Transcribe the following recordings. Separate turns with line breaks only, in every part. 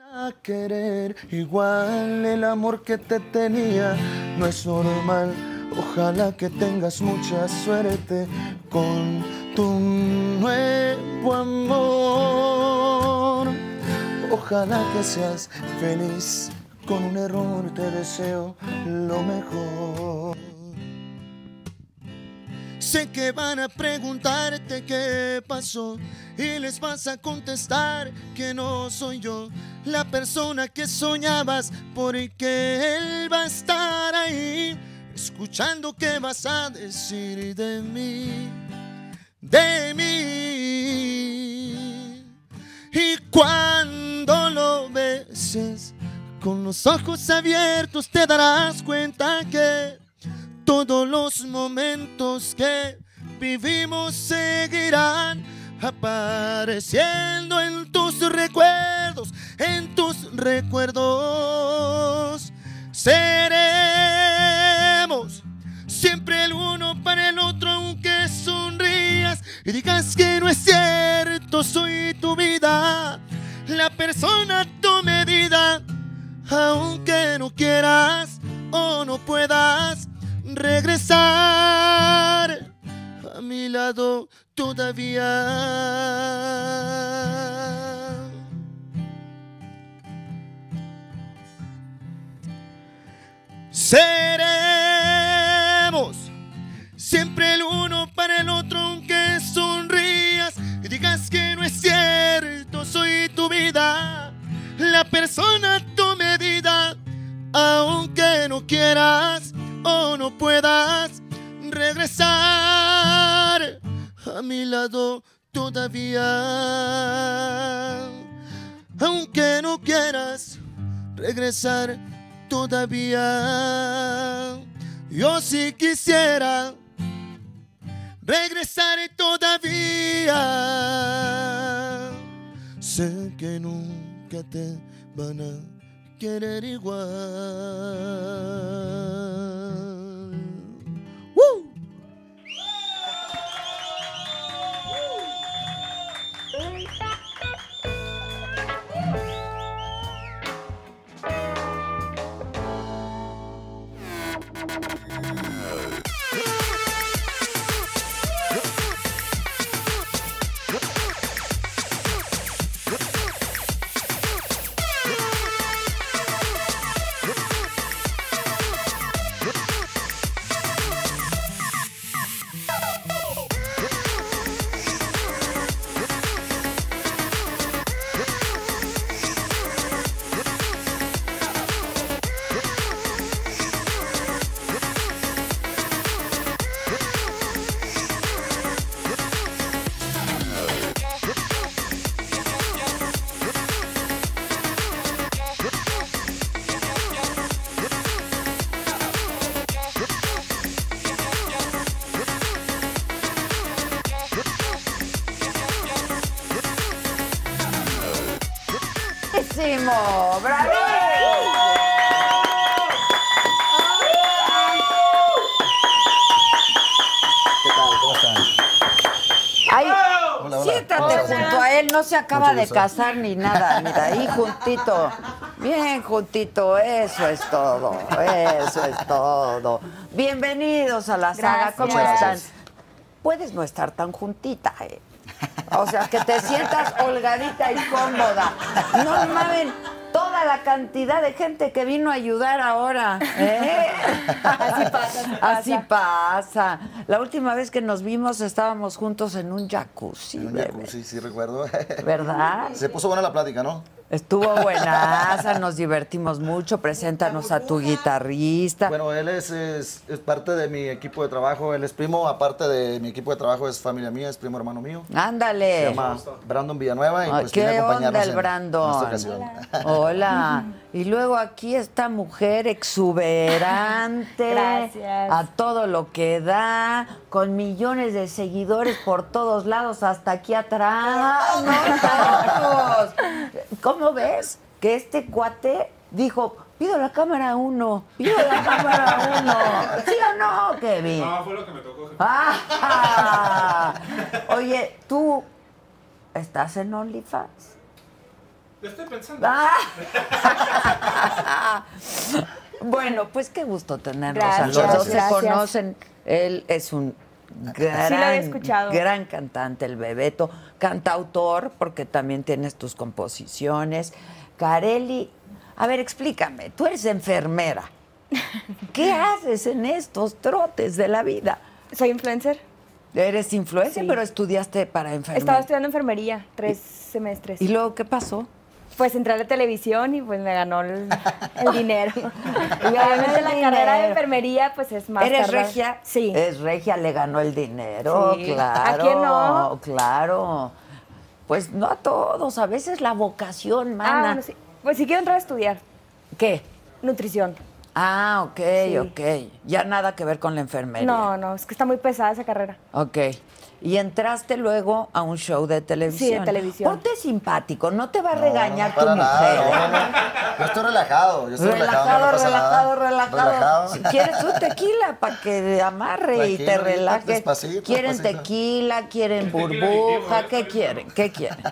a querer igual el amor que te tenía no es normal ojalá que tengas mucha suerte con tu nuevo amor ojalá que seas feliz con un error te deseo lo mejor Sé que van a preguntarte qué pasó y les vas a contestar que no soy yo la persona que soñabas porque él va a estar ahí escuchando qué vas a decir de mí, de mí. Y cuando lo beses con los ojos abiertos te darás cuenta que todos los momentos que vivimos seguirán apareciendo en tus recuerdos, en tus recuerdos. Seremos siempre el uno para el otro aunque sonrías y digas que no es cierto, soy tu vida, la persona a tu medida, aunque no quieras o no puedas regresar a mi lado todavía.
Seremos siempre el uno para el otro, aunque sonrías y digas que no es cierto, soy tu vida, la persona a tu medida, aunque no quieras o no puedas regresar a mi lado todavía. Aunque no quieras regresar todavía, yo sí quisiera regresar todavía.
Sé que nunca te van a querer igual. ¡Woo!
¡Bravísimo! ¡Bravísimo!
¿Qué tal? ¿Cómo están?
Ay,
Hola, hola.
siéntate junto a él, no se acaba de casar ni nada, mira, ahí juntito. Bien juntito, eso es todo, eso es todo. Bienvenidos a la saga,
Gracias.
¿cómo
Muchas
están?
gracias.
Puedes no estar tan juntita, eh. O sea, que te sientas holgadita y cómoda. No mamen toda la cantidad de gente que vino a ayudar ahora. ¿eh?
Así pasa, así pasa.
Así pasa. La última vez que nos vimos estábamos juntos en un jacuzzi,
En un
bebé.
jacuzzi, pues, sí recuerdo.
¿verdad?
Se puso buena la plática, ¿no?
Estuvo buenaza, nos divertimos mucho. Preséntanos a tu guitarrista.
Bueno, él es, es- es parte de mi equipo de trabajo. Él es primo, aparte de mi equipo de trabajo, es familia mía, es primo hermano mío.
Ándale.
Se llama Brandon Villanueva y
Eh. Ah,
pues
¿Qué
viene a
onda
acompañarnos
el
en-
Brandon?
en esta ocasión.
Hola. Y luego aquí esta mujer exuberante.
Gracias.
A todo lo que da, con millones de seguidores por todos lados, hasta aquí atrás. ¡No, todos! ¿Cómo ves que este cuate dijo, pido la cámara uno, pido la cámara uno? ¿Sí o no, Kevin? No, fue lo que me tocó. Oye, tú ¿Estás en OnlyFans? estoy pensando. Ah. bueno, pues qué gusto tenerlos
Gracias,
a los dos.
gracias.
Se conocen. Él es un gran,
había escuchado.
gran cantante, el Bebeto. Cantautor, porque también tienes tus composiciones. Carelli, a ver, explícame. Tú eres enfermera. ¿Qué haces en estos trotes de la vida?
Soy influencer.
Eres influencer,
Sí.
pero estudiaste para enfermera.
Estaba estudiando enfermería tres semestres.
¿Y luego qué pasó?
Pues entré a la televisión y pues me ganó el, el dinero.
ganó el
Obviamente la carrera de
dinero.
enfermería pues es más
¿Eres
tardada.
regia? Eh,
Sí.
Es regia, le ganó el dinero,
Sí.
claro.
¿A quién no?
Claro. Pues no a todos, a veces la vocación,
Ah,
mana.
bueno, sí. Pues sí quiero entrar a estudiar
¿Qué?
nutrición.
Ah, ok,
Sí.
ok. Ya nada que ver con la enfermería.
No, no, es que está muy pesada esa carrera.
Ok. Y entraste luego a un show de televisión.
televisión.
Ponte simpático, no te va a
No,
regañar
no, para
tu
nada,
mujer. ¿eh?
no, no. Yo estoy relajado, yo estoy relajado, no
Relajado,
pasa nada.
relajado, relajado,
Relajado.
Si quieres un tequila para que te amarre y te
Tranquilo,
relaje.
despacito,
quieren
despacito.
tequila, quieren burbuja, ¿qué quieren? ¿Qué quieren?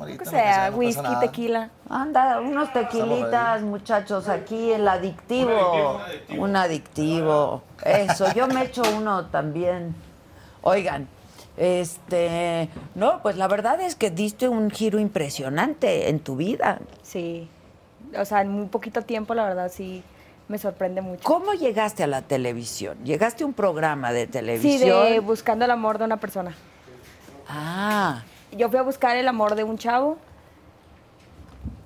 Ahorita,
Que
no
sea,
pasa
whisky,
nada.
tequila.
Anda, unos tequilitas, muchachos, aquí el adictivo. Un adictivo. Eso, yo me echo uno también. Oigan, este, no, pues la verdad es que diste un giro impresionante en tu vida.
Sí. O sea, en muy poquito tiempo la verdad sí me sorprende mucho.
¿Cómo llegaste a la televisión? ¿Llegaste a un programa de
Sí,
televisión?
de buscando el amor de una persona.
Ah,
Yo fui a buscar el amor de un chavo.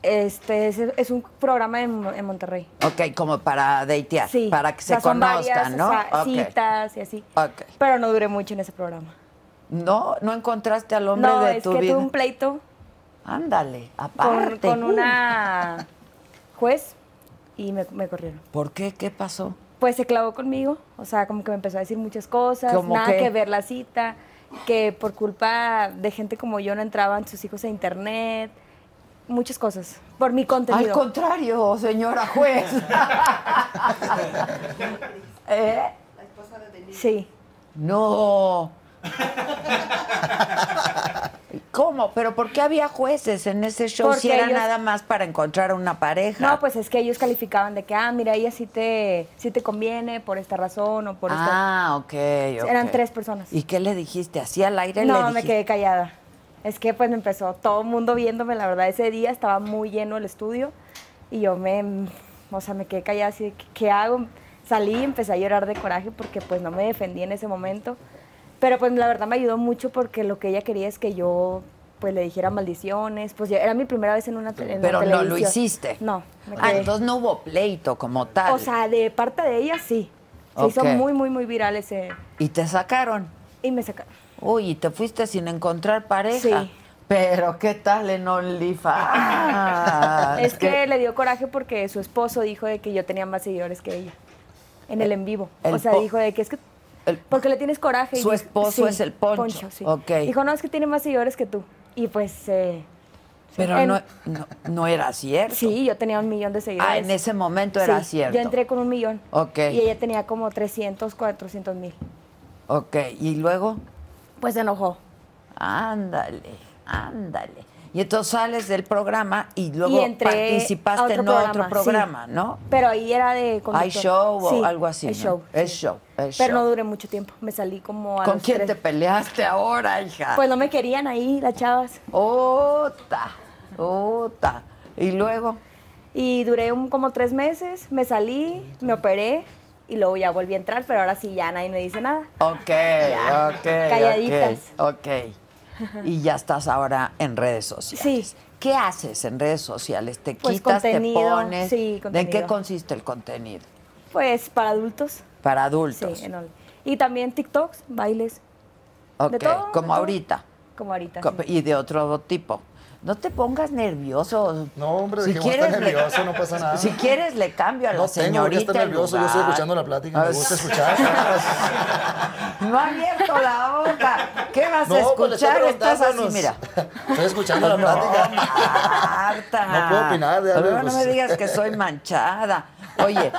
Este es, es un programa en, Mo- en Monterrey.
ok, como para datear,
Sí.
para que
O
se
sea, son varias,
conozcan,
o
¿no?
sea,
Ok.
citas y así.
Ok.
Pero no duré mucho en ese programa.
No, no encontraste al hombre
no,
de
es
tu
que
vida.
tuve un pleito
Ándale,
con,
aparte.
con una
Uh.
juez y me, me corrieron.
¿Por qué? ¿Qué pasó?
Pues se clavó conmigo, o sea, como que me empezó a decir muchas cosas,
¿Cómo
nada
qué?
que ver la cita, que por culpa de gente como yo no entraban sus hijos a internet, muchas cosas, por mi
Al
contenido.
contrario, señora juez. ¿Eh?
sí.
No. ¿Cómo? ¿Pero por qué había jueces en ese show si
Porque
era
ellos-
nada más para encontrar una pareja?
No, pues es que ellos calificaban de que, ah, mira, ella sí te, sí te conviene por esta razón o por esta.
Ah, ok, ok.
Eran tres personas.
¿Y qué le dijiste? ¿Así al aire le
No,
dijiste?
me quedé callada. Es que pues me empezó todo el mundo viéndome, la verdad, ese día estaba muy lleno el estudio y yo me, o sea, me quedé callada así, de, ¿qué, qué hago? Salí y empecé a llorar de coraje porque pues no me defendí en ese momento. Pero pues la verdad me ayudó mucho porque lo que ella quería es que yo pues le dijera maldiciones, pues ya- era mi primera vez en una, te- en la
Pero no lo
televisión.
hiciste.
No. me
Ah,
quedé-
entonces no hubo pleito como tal.
o sea, de parte de ella sí. Se hizo
Ok.
muy, muy, muy viral ese.
y te sacaron.
Y me sacaron.
Uy, y te fuiste sin encontrar pareja.
Sí.
Pero qué tal en OnlyFans.
Es que le dio coraje porque su esposo dijo de que yo tenía más seguidores que ella en el en vivo.
el
o sea,
po-
dijo de que es que
el-
porque le tienes coraje.
Su
dijo-
esposo es el Poncho.
sí.
Ok.
Dijo no es que tiene más seguidores que tú y pues eh,
Pero
En-
no, no, no era cierto.
Sí, yo tenía un millón de seguidores.
Ah, en ese momento
Sí,
era cierto.
Yo entré con un millón.
Ok.
Y ella tenía como 300, 400 mil.
Ok, y luego,
Pues se enojó.
ándale, ándale. Y entonces sales del programa y luego
y entré a
participaste
otro
en
programa,
otro
sí.
programa, ¿no?
Pero ahí era de
Hay
conductor.
show o
Sí,
algo así.
hay
¿no?
show.
Es
sí.
show. es
Pero no
show.
duré mucho tiempo. Me salí como a
¿Con
los
quién
tres.
te peleaste ahora, hija?
Pues no me querían ahí las chavas.
Ota, ota. Y luego,
Y duré un- como tres meses, me salí, me operé y luego ya volví a entrar, pero ahora sí ya nadie me dice nada.
ok, ok.
calladitas.
Ok. ok. Y ya estás ahora en redes sociales.
Sí.
¿Qué haces en redes sociales? ¿Te
Pues
quitas, te
contenido,
pones?
sí,
¿De qué
contenido.
consiste el contenido?
Pues para adultos.
Para
Sí,
adultos.
en ol- Y también TikToks, bailes,
ok,
de todo, de
como
todo.
ahorita.
como ahorita.
Co-
sí.
Y de otro tipo. No te pongas nervioso.
No, hombre, de que voy a estar
le-
nervioso, no pasa nada.
Si quieres, le cambio a la
No tengo por qué
señorita
estar
el
nervioso, yo estoy
lugar.
escuchando la plática, me
Ah,
gusta
sí.
escuchar.
No ha abierto la boca. ¿Qué vas a
pues le estoy
escuchar? Estás así,
preguntándonos.
mira.
Estoy escuchando la plática.
Marta.
No puedo opinar de algo,
Luego no me
pues.
digas que soy manchada. Oye,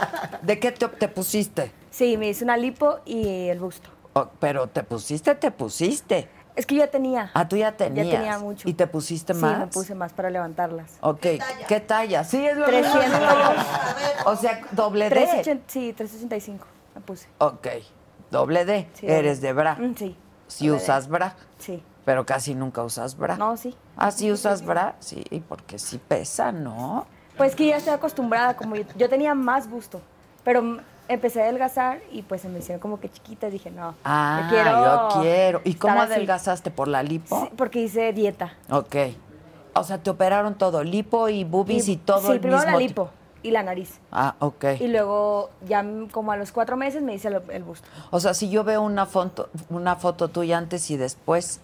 ¿de qué te, te pusiste?
Sí, me hice una lipo y el busto.
O- pero te pusiste, te pusiste.
Es que yo ya tenía.
Ah, tú ya tenías.
tenía mucho.
¿Y te pusiste
sí,
más?
me puse más para levantarlas.
Ok, ¿qué talla? Sí, es lo mismo.
300.
O sea, doble D.
380, sí, 385 me puse.
Ok, doble D.
Sí,
Eres
doble.
de bra.
Mm, sí,
Si usas bra,
sí.
pero casi nunca usas bra.
No, sí.
Ah, sí usas bra, sí, porque sí pesa, ¿no?
Pues que ya estoy acostumbrada, como yo, yo tenía más busto, pero m- empecé a adelgazar y pues se me hicieron como que chiquitas, dije, no, yo
Ah, yo
quiero
quiero. ¿Y
estar
cómo
así.
adelgazaste? ¿Por la lipo?
Sí, porque hice dieta.
Ok. O sea, te operaron todo, lipo y boobies y, todo
Sí,
el
primero
mismo
la
ti-
lipo y la nariz.
Ah, ok.
Y luego ya m- como a los cuatro meses me hice el, el busto.
O sea, si yo veo una foto, una foto tuya antes y después,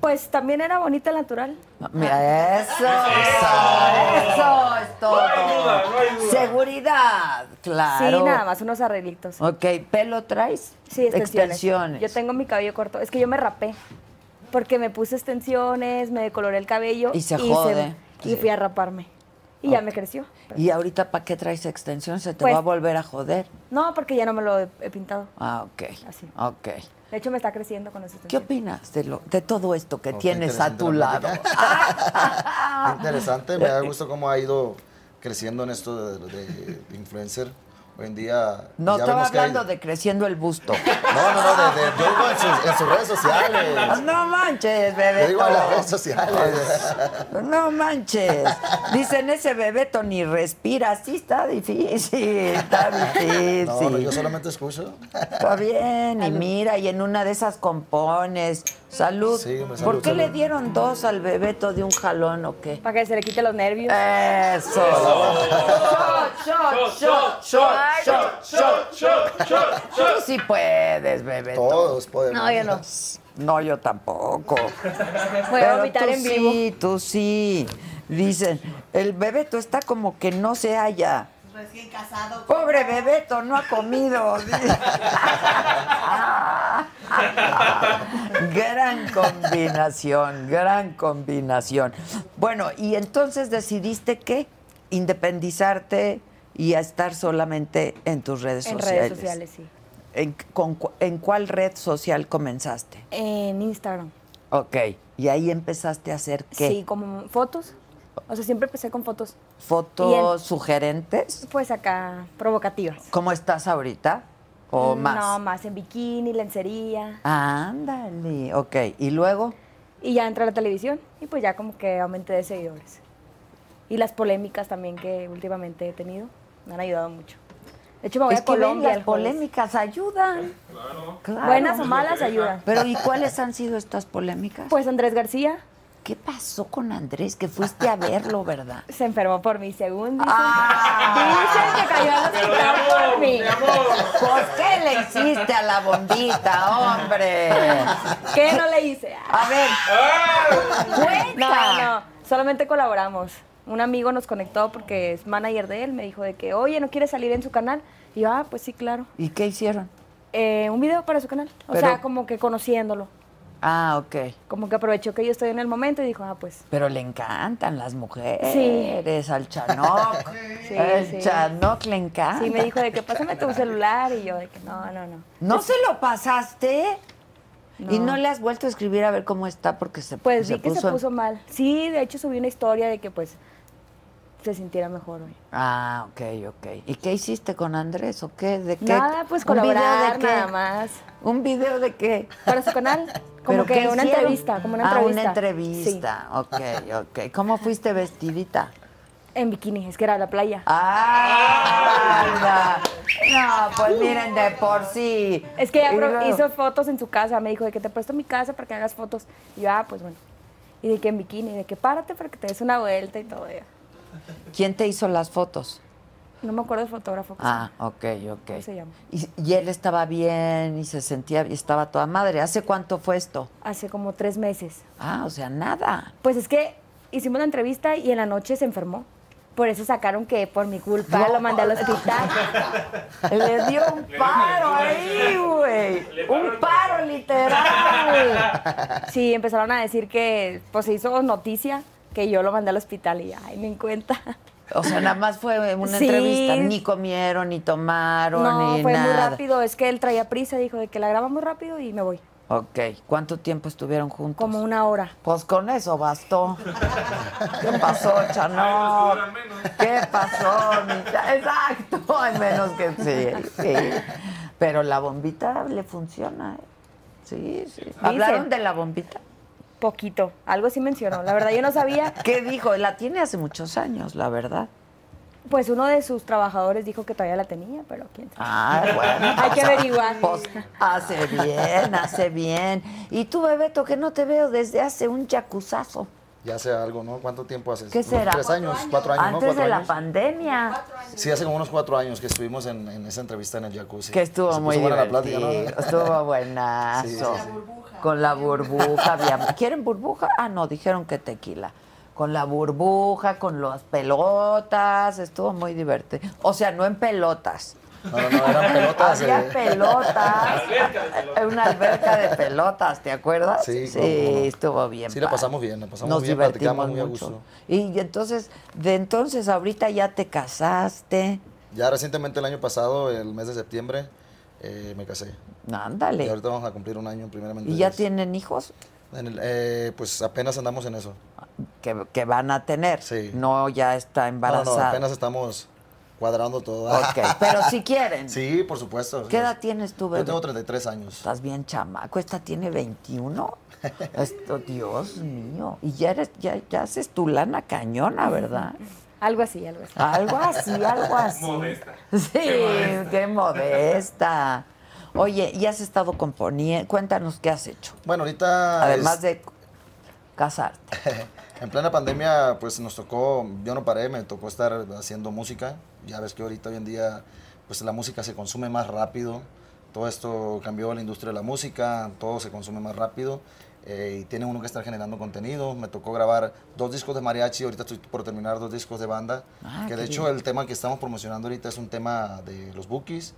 Pues también era bonita el natural. Ah.
Mira, eso, eso es todo. Seguridad, claro. Oh,
Sí, nada más, unos arreglitos.
Ok, ¿pelo traes?
Sí, extensiones. Yo tengo mi cabello corto. Es que yo me rapé. Porque me puse extensiones, me decoloré el cabello.
Y se jode.
y fui a raparme. Y ya me creció.
¿Y ahorita para qué traes extensión? Se te
Pues-
va a volver a joder.
No, porque ya no me lo he, he pintado.
Ah, ok.
Así.
Ok.
De hecho, me está creciendo con esa
¿Qué
extensión.
opinas de, lo, de todo esto que
No, qué
tienes a tu
interesante
lado? Ah,
la Interesante, me da gusto cómo ha ido creciendo en esto de, de- de influencer. Hoy en día. pues,
No,
ya
estaba
vemos que hay-
hablando de creciendo el busto.
No, no, no, de, de- yo digo en sus, en sus redes sociales.
Ah, no manches,
Yo
bebé.
digo en las
Pues,
redes sociales.
No manches. Dicen ese bebeto ni respira. Sí, está difícil. Está difícil.
No, no, yo solamente escucho.
Está bien. Y mira, y en una de esas compones. Salud.
Sí, hombre,
¿Por
salud,
qué
salud.
le dieron dos al bebeto de un jalón o qué?
Para que se le quite los nervios.
Eh. Eso. Shot, shot, shot, shot, shot, Tú sí puedes, bebeto.
Todos podemos.
No, yo no.
No, yo tampoco.
Voy a vomitar
tú
en vivo.
Sí, tú sí. Dicen, el Bebeto está como que no se halla.
Recién casado.
Pobre Bebeto, no ha comido. gran combinación, gran combinación. Bueno, y entonces decidiste que independizarte y a estar solamente en tus redes
en
sociales.
redes sociales, sí.
¿En, con cu- ¿En cuál red social comenzaste?
En Instagram.
Ok, y ahí empezaste a hacer qué?
Sí, como fotos. O sea, siempre empecé con fotos,
fotos sugerentes.
pues acá, provocativas.
¿Cómo estás ahorita? ¿O
Mm,
más?
No, más en bikini, lencería.
Ándale, ok. ¿Y luego?
Y ya entré a la televisión y pues ya como que aumenté de seguidores. Y las polémicas también que últimamente he tenido me han ayudado mucho. De hecho, me voy
es
a
que ven,
Colombia.
las
el jueves.
polémicas ayudan. Claro.
Buenas o malas ayudan.
Pero ¿y cuáles han sido estas polémicas?
Pues Andrés García
¿Qué pasó con Andrés? Que fuiste a verlo, ¿verdad?
se enfermó por mí, según dicen.
Ah.
Dicen que cayó al hospital por mí.
Pues, ¿qué le hiciste a la bombita, hombre?
¿Qué no le hice? Ah,
A ver,
No,
cuenta.
no, solamente colaboramos. Un amigo nos conectó porque es manager de él, me dijo de que, oye, ¿no quieres salir en su canal? Y yo, ah, pues sí, claro.
¿Y qué hicieron?
Eh, un video para su canal. O
Pero-
sea, como que conociéndolo.
Ah, ok.
Como que aprovechó que yo estoy en el momento y dijo, ah, pues.
Pero le encantan las mujeres, al Chanoc.
Sí,
el
sí.
Chanoc le encanta.
Sí, me dijo de que pásame tu celular y yo de que no, no, no.
¿No se lo pasaste? Y no le has vuelto a escribir a ver cómo está porque se,
Pues
se
vi que se puso mal. Sí, de hecho subí una historia de que pues se sintiera mejor hoy.
Ah, ok, ok. ¿Y qué hiciste con Andrés o qué? ¿De qué?
Nada, pues
¿Un video
colaborar
qué?
nada más.
¿Un video de qué?
Para su canal, como
¿Pero
que
qué
una
hicieron?
entrevista, como una entrevista.
Ah, una entrevista. Ok, ok. ¿Cómo fuiste vestidita?
Sí, en bikini, es que era la playa.
¡Ah! anda. No, pues miren, de por sí.
Uh. Es que ella
Y
pro-
luego-
hizo fotos en su casa, me dijo de que te presto mi casa para que hagas fotos. Y yo, ah, pues bueno. Y de que en bikini, de que párate para que te des una vuelta y todo. ya.
¿Quién te hizo las fotos?
No me acuerdo del fotógrafo. pues, que se
Ah, ok, ok.
¿Cómo se llama?
Y, y él estaba bien y se sentía, y estaba toda madre. ¿Hace cuánto fue esto?
llama. Hace como tres meses.
Ah, o sea, nada.
Pues es que hicimos la entrevista y en la noche se enfermó. Por eso sacaron que por mi culpa
No,
lo mandé al hospital.
Le dio un paro ahí, güey. Un paro literal.
Sí, empezaron a decir que pues se hizo noticia que yo lo mandé al hospital y ay, me cuenta.
O sea, nada más fue una
Sí.
entrevista. Ni comieron, ni tomaron,
No,
ni
fue muy
nada.
rápido, es que él traía prisa, dijo de que la graba muy rápido y me voy.
Ok. ¿Cuánto tiempo estuvieron juntos?
Como una hora.
Pues con eso bastó. ¿Qué pasó, Chanó? ¿Qué pasó? mi cha- Exacto, al menos que sí, sí. Pero la bombita le funciona, ¿eh? Sí, sí. ¿Hablaron de la bombita?
Poquito, algo sí mencionó. La verdad yo no sabía,
¿Qué dijo? La tiene hace muchos años, la verdad.
pues uno de sus trabajadores dijo que todavía la tenía, pero quién sabe.
Ah, bueno.
Hay que
o sea,
averiguar.
pues, hace bien, hace bien. Y tú, Bebeto, que no te veo desde hace un chacuzazo.
Ya hace algo, ¿no? ¿Cuánto tiempo hace?
¿Qué
Unos
será?
Tres años, cuatro años, ¿no?
Antes
Cuatro
de la
años.
pandemia.
Sí, hace como unos cuatro años que estuvimos en, en esa entrevista en el jacuzzi.
Que estuvo
Se puso
muy
buena la
divertido.
plática, ¿no?
Estuvo buenazo.
Sí, sí, sí.
Con la burbuja. había- ¿Quieren burbuja? Ah, no, dijeron que tequila. Con la burbuja, con las pelotas. Estuvo muy divertido. O sea, no en pelotas.
No, no, no, eran pelotas.
Había
eh.
pelotas. Una alberca de pelotas, ¿te acuerdas?
Sí,
sí
cómo no.
estuvo bien.
Sí, la
padre.
pasamos bien, la pasamos
Nos
bien,
divertimos
platicamos muy a
mucho.
gusto.
Y entonces, de entonces, ahorita ya te casaste.
Ya recientemente, el año pasado, el mes de septiembre, eh, me casé. Y
Ándale.
ahorita vamos a cumplir un año, primeramente.
¿Y ya
Dios.
tienen hijos?
En el- eh, pues apenas andamos en eso.
que, que van a tener.
Sí.
No, ya está
No, no,
embarazada.
apenas estamos cuadrando todo.
Ok, pero si quieren.
Sí, por supuesto.
¿Qué edad tienes tú,
Yo
bebé?
tengo 33 años.
Estás bien chamaco. Esta tiene 21. Esto, Dios mío. Y ya, eres, ya, ya haces tu lana cañona, ¿verdad?
Algo así, algo así.
Algo así, algo así. Modesta. Sí, qué modesta. Oye, ¿y has estado componiendo? Cuéntanos qué has hecho.
Bueno, ahorita.
Además
Ah, es-
de casarte.
En plena pandemia, pues nos tocó, yo no paré, me tocó estar haciendo música. Ya ves que ahorita hoy en día, pues la música se consume más rápido. Todo esto cambió la industria de la música, todo se consume más rápido. eh, y tiene uno que estar generando contenido. Me tocó grabar dos discos de mariachi, ahorita estoy por terminar dos discos de banda.
Ah,
que
qué
de hecho el tema que estamos promocionando ahorita es un tema de los Bookies,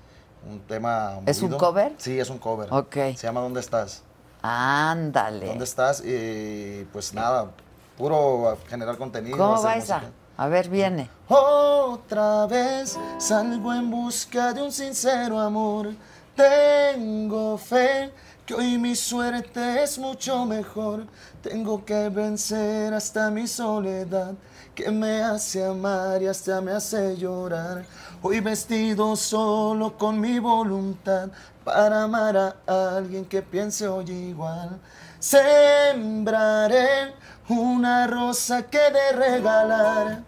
un tema...
¿Es un
movido.
cover?
Sí, es un cover.
Ok.
Se llama ¿Dónde estás?
Ándale.
¿Dónde estás? Y pues nada, puro a generar contenido.
¿Cómo
hacer
va
música.
esa? A ver, viene.
Otra vez salgo en busca de un sincero amor. Tengo fe que hoy mi suerte es mucho mejor. Tengo que vencer hasta mi soledad que me hace amar y hasta me hace llorar. Hoy vestido solo con mi voluntad para amar a alguien que piense hoy igual. Sembraré una rosa que de regalar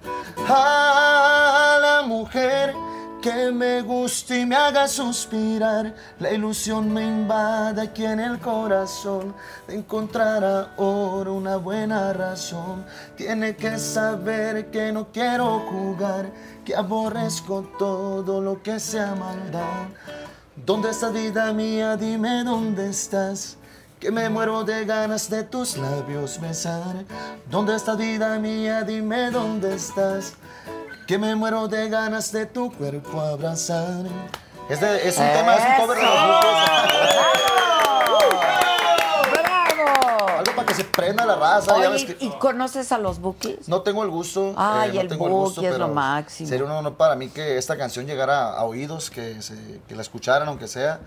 a la mujer que me guste y me haga suspirar. La ilusión me invade aquí en el corazón de encontrar ahora una buena razón. Tiene que saber que no quiero jugar, que aborrezco todo lo que sea maldad. ¿Dónde estás, vida mía? Dime dónde estás. Que me muero de ganas de tus labios besar. ¿Dónde estás, vida mía? Dime dónde estás. Que me muero de ganas de tu cuerpo abrazar. Este es un tema, es un cover de los Blues.
¡Bravo!
se prenda la raza. ya ves
Oye,
que-
¿y conoces a los Bookies?
No tengo el gusto. eh,
Ay,
no
el
tengo gusto,
Buki es lo
pero
máximo.
Sería un honor para mí que esta canción llegara a oídos, que, se- que la escucharan, aunque sea.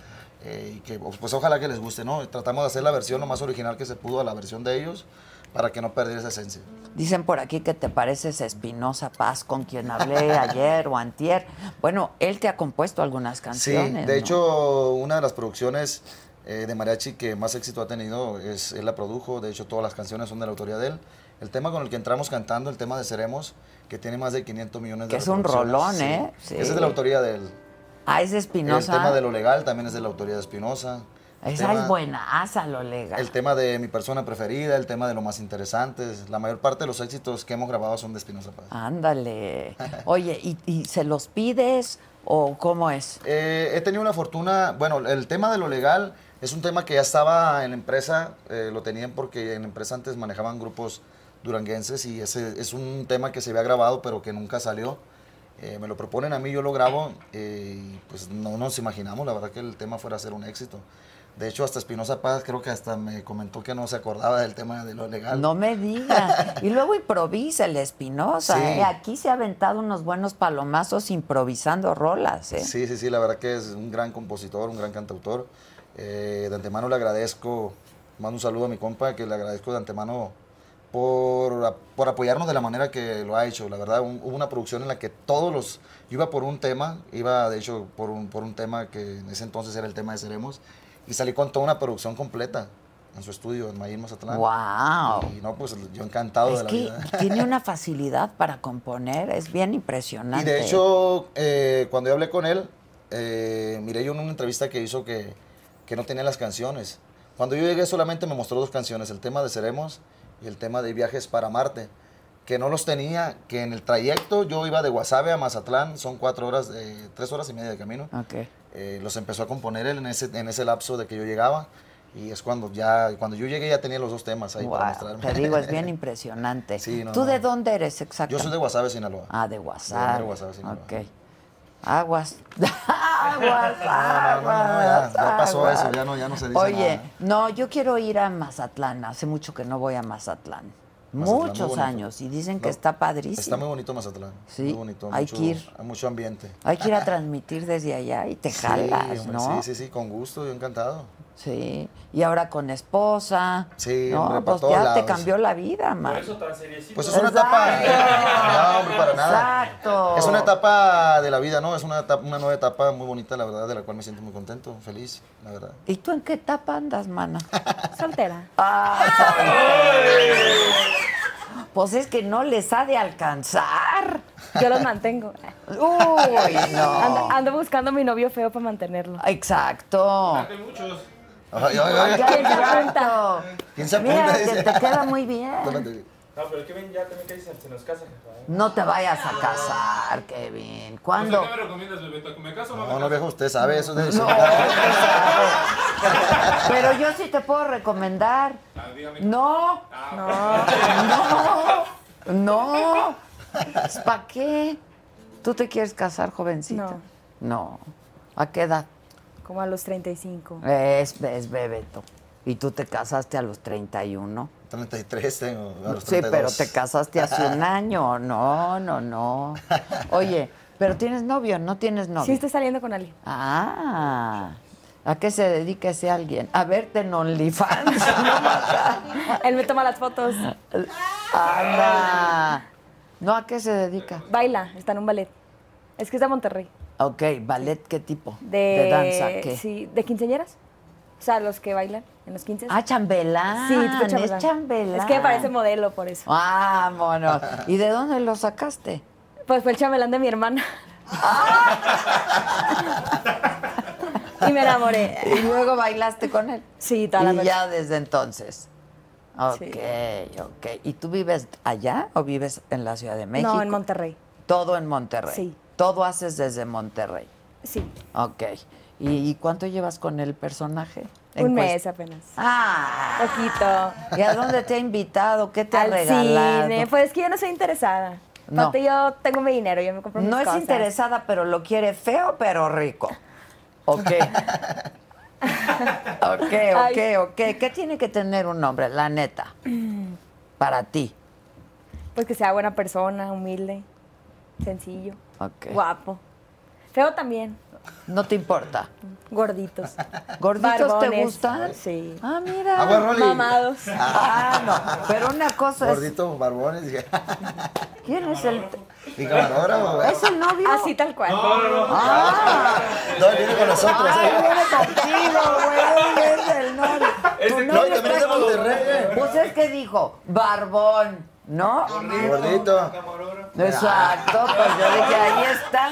eh, y que, pues ojalá que les guste, ¿no? Tratamos de hacer la versión lo más original que se pudo a la versión de ellos para que no perdiera esa esencia.
Dicen por aquí que te pareces a Espinosa Paz, con quien hablé ayer o antier. Bueno, él te ha compuesto algunas
Sí,
canciones.
de
¿no?
hecho, una de las producciones eh, de mariachi que más éxito ha tenido es él la produjo. De hecho, todas las canciones son de la autoría de él. El tema con el que entramos cantando, el tema de Seremos, que tiene más de 500 millones de
Que es un
reproducciones.
rolón, ¿eh? Sí.
Ese es de la autoría de él.
Ah, es de Espinosa.
El tema de lo legal también es de la autoría de Espinosa. El
Esa
tema-
es buena, asa lo legal.
El tema de mi persona preferida, el tema de lo más interesante. La mayor parte de los éxitos que hemos grabado son de Espinosa Paz.
Ándale. Oye, ¿y, y se los pides o cómo es?
Eh, he tenido una fortuna, bueno, el tema de lo legal es un tema que ya estaba en la empresa, eh, lo tenían porque en la empresa antes manejaban grupos duranguenses y ese es un tema que se había grabado pero que nunca salió. Eh, me lo proponen a mí, yo lo grabo eh, y pues no nos imaginamos, la verdad que el tema fuera a ser un éxito. De hecho, hasta Espinosa Paz creo que hasta me comentó que no se acordaba del tema de lo legal.
No me diga. Y luego improvisa el Espinosa.
Sí.
¿eh? Aquí se ha aventado unos buenos palomazos improvisando rolas. ¿eh?
Sí, sí, sí, la verdad que es un gran compositor, un gran cantautor. Eh, de antemano le agradezco, mando un saludo a mi compa, que le agradezco de antemano por, a- por apoyarnos de la manera que lo ha hecho. La verdad, un- hubo una producción en la que todos los... Yo iba por un tema, iba de hecho por un, por un tema que en ese entonces era el tema de Seremos, y salí con toda una producción completa en su estudio en Maín, Mazatlán.
¡Wow!
Y no, pues yo encantado de
Es
la
que
vida.
tiene una facilidad para componer, es bien
Y
impresionante.
de hecho, eh, cuando yo hablé con él, eh, miré yo en una entrevista que hizo que, que no tenía las canciones. Cuando yo llegué solamente me mostró dos canciones, el tema de Seremos y el tema de Viajes para Marte, que no los tenía, que en el trayecto yo iba de Guasave a Mazatlán, son cuatro horas, eh, tres horas y media de camino.
Ok.
Eh, los empezó a componer él en ese, en ese lapso de que yo llegaba y es cuando ya, cuando yo llegué ya tenía los dos temas ahí
Guau,
para mostrarme.
Te digo, es bien impresionante.
Sí, no,
¿Tú de
no.
dónde eres exactamente?
Yo soy de Guasave, Sinaloa.
Ah, de WhatsApp.
De Guasave, Sinaloa.
Ok. Aguas. aguas,
No, no, no,
aguas.
ya, ya pasó
aguas.
eso, ya no, ya no se dice
Oye,
nada.
no, yo quiero ir a Mazatlán. Hace mucho que no voy a Mazatlán.
Mazatlán, muy
Muchos
bonito.
años. Y dicen que
No,
está padrísimo.
Está muy bonito Mazatlán.
Sí,
Muy bonito.
hay
mucho,
que ir.
Hay mucho ambiente.
Hay que ir a transmitir desde allá y te
Sí,
jalas,
hombre,
¿no?
Sí, sí, sí, con gusto, yo encantado.
Sí. Y ahora con esposa.
Sí,
no,
hombre, para
pues
todos
ya te
lados.
cambió la vida, man.
Pues es una etapa. No, hombre, para nada.
Exacto.
Es una etapa de la vida, ¿no? Es una, etapa- una nueva etapa muy bonita, la verdad, de la cual me siento muy contento, feliz, la verdad.
¿Y tú en qué etapa andas, mana?
Soltera.
Ah. Pues es que no les ha de alcanzar.
Yo los mantengo.
Uy, no.
Ando, ando buscando a mi novio feo para mantenerlo.
Exacto.
Ay, ay, ay.
Ya,
¿Quién se
exacto.
¿Quién se apunta?
Mira, te,
Dice.
te queda muy bien.
No, pero es que ven ya también que se, se nos casa. jefa, ¿eh?
No te vayas a casar, Kevin. ¿Cuándo?
O sea, ¿Qué me recomiendas, bebé? ¿Me caso o no me
No,
caso?
no, viejo, usted sabe eso. De
No, exacto. Pero yo sí te puedo recomendar.
Ah, dígame.
No, no, no. ¿Para qué? ¿Tú te quieres casar, jovencita?
No.
No. ¿A qué edad?
Como a los 35.
Es, es Bebeto. Y tú te casaste a los 31.
33 tengo, a los
Sí, pero
32.
te casaste hace un año. No, no, no. Oye, pero tienes novio, no tienes novio.
Sí, estoy saliendo con alguien.
Ah. ¿A qué se dedica ese alguien? A verte en OnlyFans.
Él me toma las fotos.
Anda. No, ¿a qué se dedica?
Baila, está en un ballet. Es que es de Monterrey.
Ok, ballet, ¿qué tipo?
De,
danza, ¿qué?
Sí, de quinceañeras. O sea, los que bailan en los 15.
Ah, chambelán.
sí, tipo
Es chambelán.
Es que parece modelo por eso.
Vámonos. ¿Y de dónde lo sacaste?
Pues fue el chambelán de mi hermana. y me enamoré.
Y luego bailaste con él.
Sí, toda la
Y
noche.
ya desde entonces. Ok,
Sí.
ok. ¿Y tú vives allá o vives en la Ciudad de México?
No, en Monterrey.
Todo en Monterrey.
Sí.
Todo haces desde Monterrey.
Sí.
Ok. ¿Y, y cuánto llevas con el personaje? En
un
cuest-
mes apenas.
Ah.
Poquito.
¿Y a dónde te ha invitado? ¿Qué te ha
Al
regalado?
cine. Pues es que yo no soy interesada.
No.
Aparte, yo tengo mi dinero, yo me compro mis
no es
cosas.
interesada, pero lo quiere feo, pero rico. ¿O qué? Ok,
Ay.
ok, ok. ¿Qué tiene que tener un hombre, la neta? Para ti.
Pues que sea buena persona, humilde, sencillo,
Ok.
guapo. Feo también,
No te importa.
gorditos.
¿Gorditos te
barbones.
gustan?
Sí.
Ah, mira.
Agua, Rolly.
Mamados.
Ah, no. Pero una cosa es.
Gorditos, barbones y,
¿Quién es el.?
y camarógrafo, güey.
¿Es el novio?
Así tal cual.
No, no, no.
Ah. No, viene con
Ah,
nosotros.
Ay,
eh.
viene contigo, güey. Es el novio.
Es
Tu
el-
novio
No, y también
está
es de
aquí.
Monterrey, güey.
Pues es que dijo, barbón, ¿no?
Gordito.
Exacto, pues yo dije, ahí está.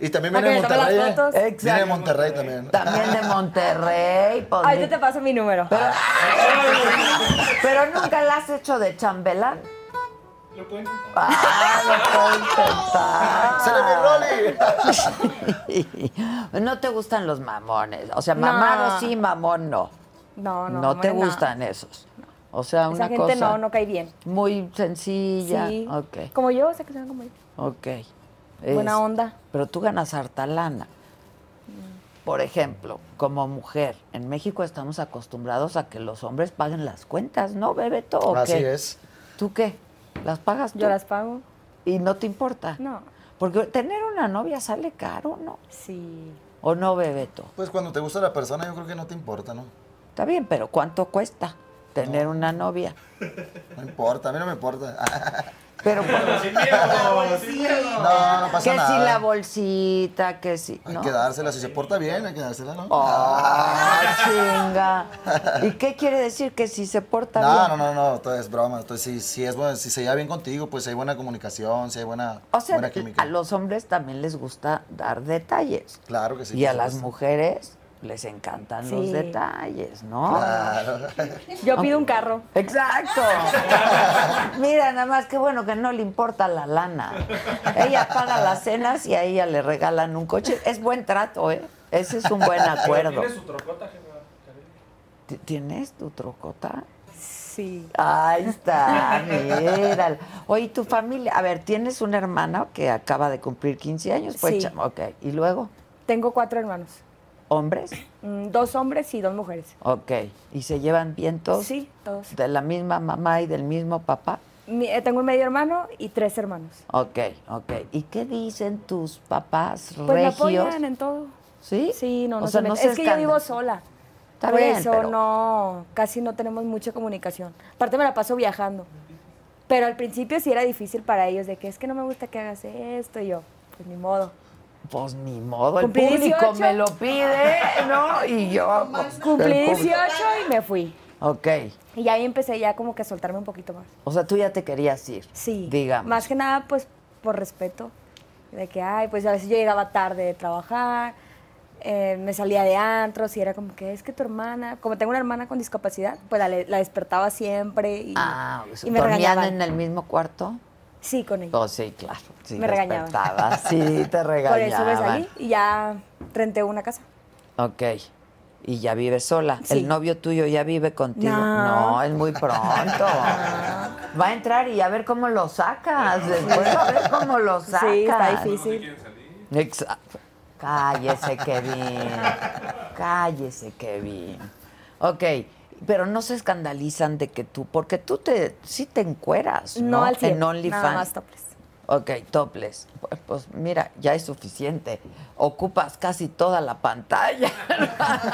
Y también
Para
viene de
que me tome
Monterrey.
las
eh.
fotos.
Viene de
Exacto.
Monterrey también.
También de Monterrey. pues,
Ahorita
ni-
te paso mi número.
Pero, pero nunca la has hecho de chambelán.
Lo pueden intentar.
Ah, lo puedo intentar.
¡Sale mi Rolly!
No te gustan los mamones. O sea, mamado
No.
sí, mamón no.
No, no.
No, te
hombre, no.
gustan esos. O sea,
Esa
una
gente
cosa
no, no cae bien.
muy sencilla.
Sí.
Ok,
Como yo, o sea, que sean como yo.
ok.
Buena
Es-
onda.
Pero tú ganas harta lana. Por ejemplo, como mujer, en México estamos acostumbrados a que los hombres paguen las cuentas, ¿no, Bebeto? ¿O
Así
qué?
es.
¿Tú qué? ¿Las pagas tú?
Yo las pago.
¿Y no te importa?
No.
Porque tener una novia sale caro, ¿no?
Sí.
¿O no, Bebeto?
Pues cuando te gusta la persona, yo creo que no te importa, ¿no?
Está bien, pero ¿cuánto cuesta tener una novia?
No importa, a mí no me importa.
Pero bueno,
Sin miedo, sin miedo.
No, no
que
pasa
si la
nada.
bolsita, que si...
Hay
¿no? Oh,
que dársela, si se porta bien, hay que dársela, ¿no?
Ah, chinga. ¿Y qué quiere decir? Que si se porta
No,
bien.
no, no, no, todo es broma. Entonces, si, si es bueno, si se lleva bien contigo, pues si hay buena comunicación, si hay buena,
O sea,
buena química.
a los hombres también les gusta dar detalles.
Claro que sí.
y
por
a las
supuesto.
mujeres les encantan los
Sí.
detalles, ¿no?
Claro.
Yo pido un carro.
Exacto. Mira, nada más que bueno que no le importa la lana. Ella paga las cenas y a ella le regalan un coche. Es buen trato, ¿eh? Ese es un buen acuerdo.
Tiene su trocota, jefa. cariño.
Ti- ¿Tienes tu trocota?
Sí.
Ahí está, mira. Oye, tu familia, a ver, tienes una hermana que acaba de cumplir 15 años, pues,
Sí.
cham- ok. ¿Y luego?
Tengo cuatro hermanos.
¿Hombres?
Mm, Dos hombres y dos mujeres.
Ok. ¿Y se llevan bien todos?
Sí, todos.
¿De la misma mamá y del mismo papá?
Mi- eh, tengo un medio hermano y tres hermanos.
Ok, ok. ¿Y qué dicen tus papás
Pues me
regios?
apoyan en todo.
¿Sí?
Sí, no,
O
no
sea,
se
no
meten.
se
Es que yo vivo
escándalos.
sola.
Está
Por
bien,
eso
pero-
no, casi no tenemos mucha comunicación. Aparte me la paso viajando. Pero al principio sí era difícil para ellos, de que es que no me gusta que hagas esto y yo. Pues ni modo.
Pues ni modo, el
Cumplí
público
18.
me lo pide, ¿no? Y yo... pues,
Cumplí
el público-
18 y me fui.
Ok.
Y ahí empecé ya como que a soltarme un poquito más.
O sea, tú ya te querías ir.
Sí.
Digamos.
Más que nada, pues, por respeto. De que, ay, pues a veces yo llegaba tarde de trabajar, eh, me salía de antros y era como que, es que tu hermana, como tengo una hermana con discapacidad, pues la, le- la despertaba siempre y,
Ah,
y me
¿dormían
regañaban.
en el mismo cuarto?
Sí, con ella.
Pues sí, claro. Sí,
Me regañaban.
despertabas, Sí, te
Por eso me
regañaban.
salí y ya renté una casa.
Ok. Y ya vives sola.
Sí.
¿El novio tuyo ya vive contigo?
No.
es muy pronto. Va a entrar y a ver cómo lo sacas. Después a ver cómo lo sacas.
Sí, está
Si
difícil.
quieren salir.
Exacto. Cállese, Kevin. Cállese, Kevin. Ok, pero no se escandalizan de que tú, porque tú te sí te encueras, ¿no?
No, al 100.
En OnlyFans.
Nada más topless.
Ok, topless. Pues, pues, mira, ya es suficiente. Ocupas casi toda la pantalla.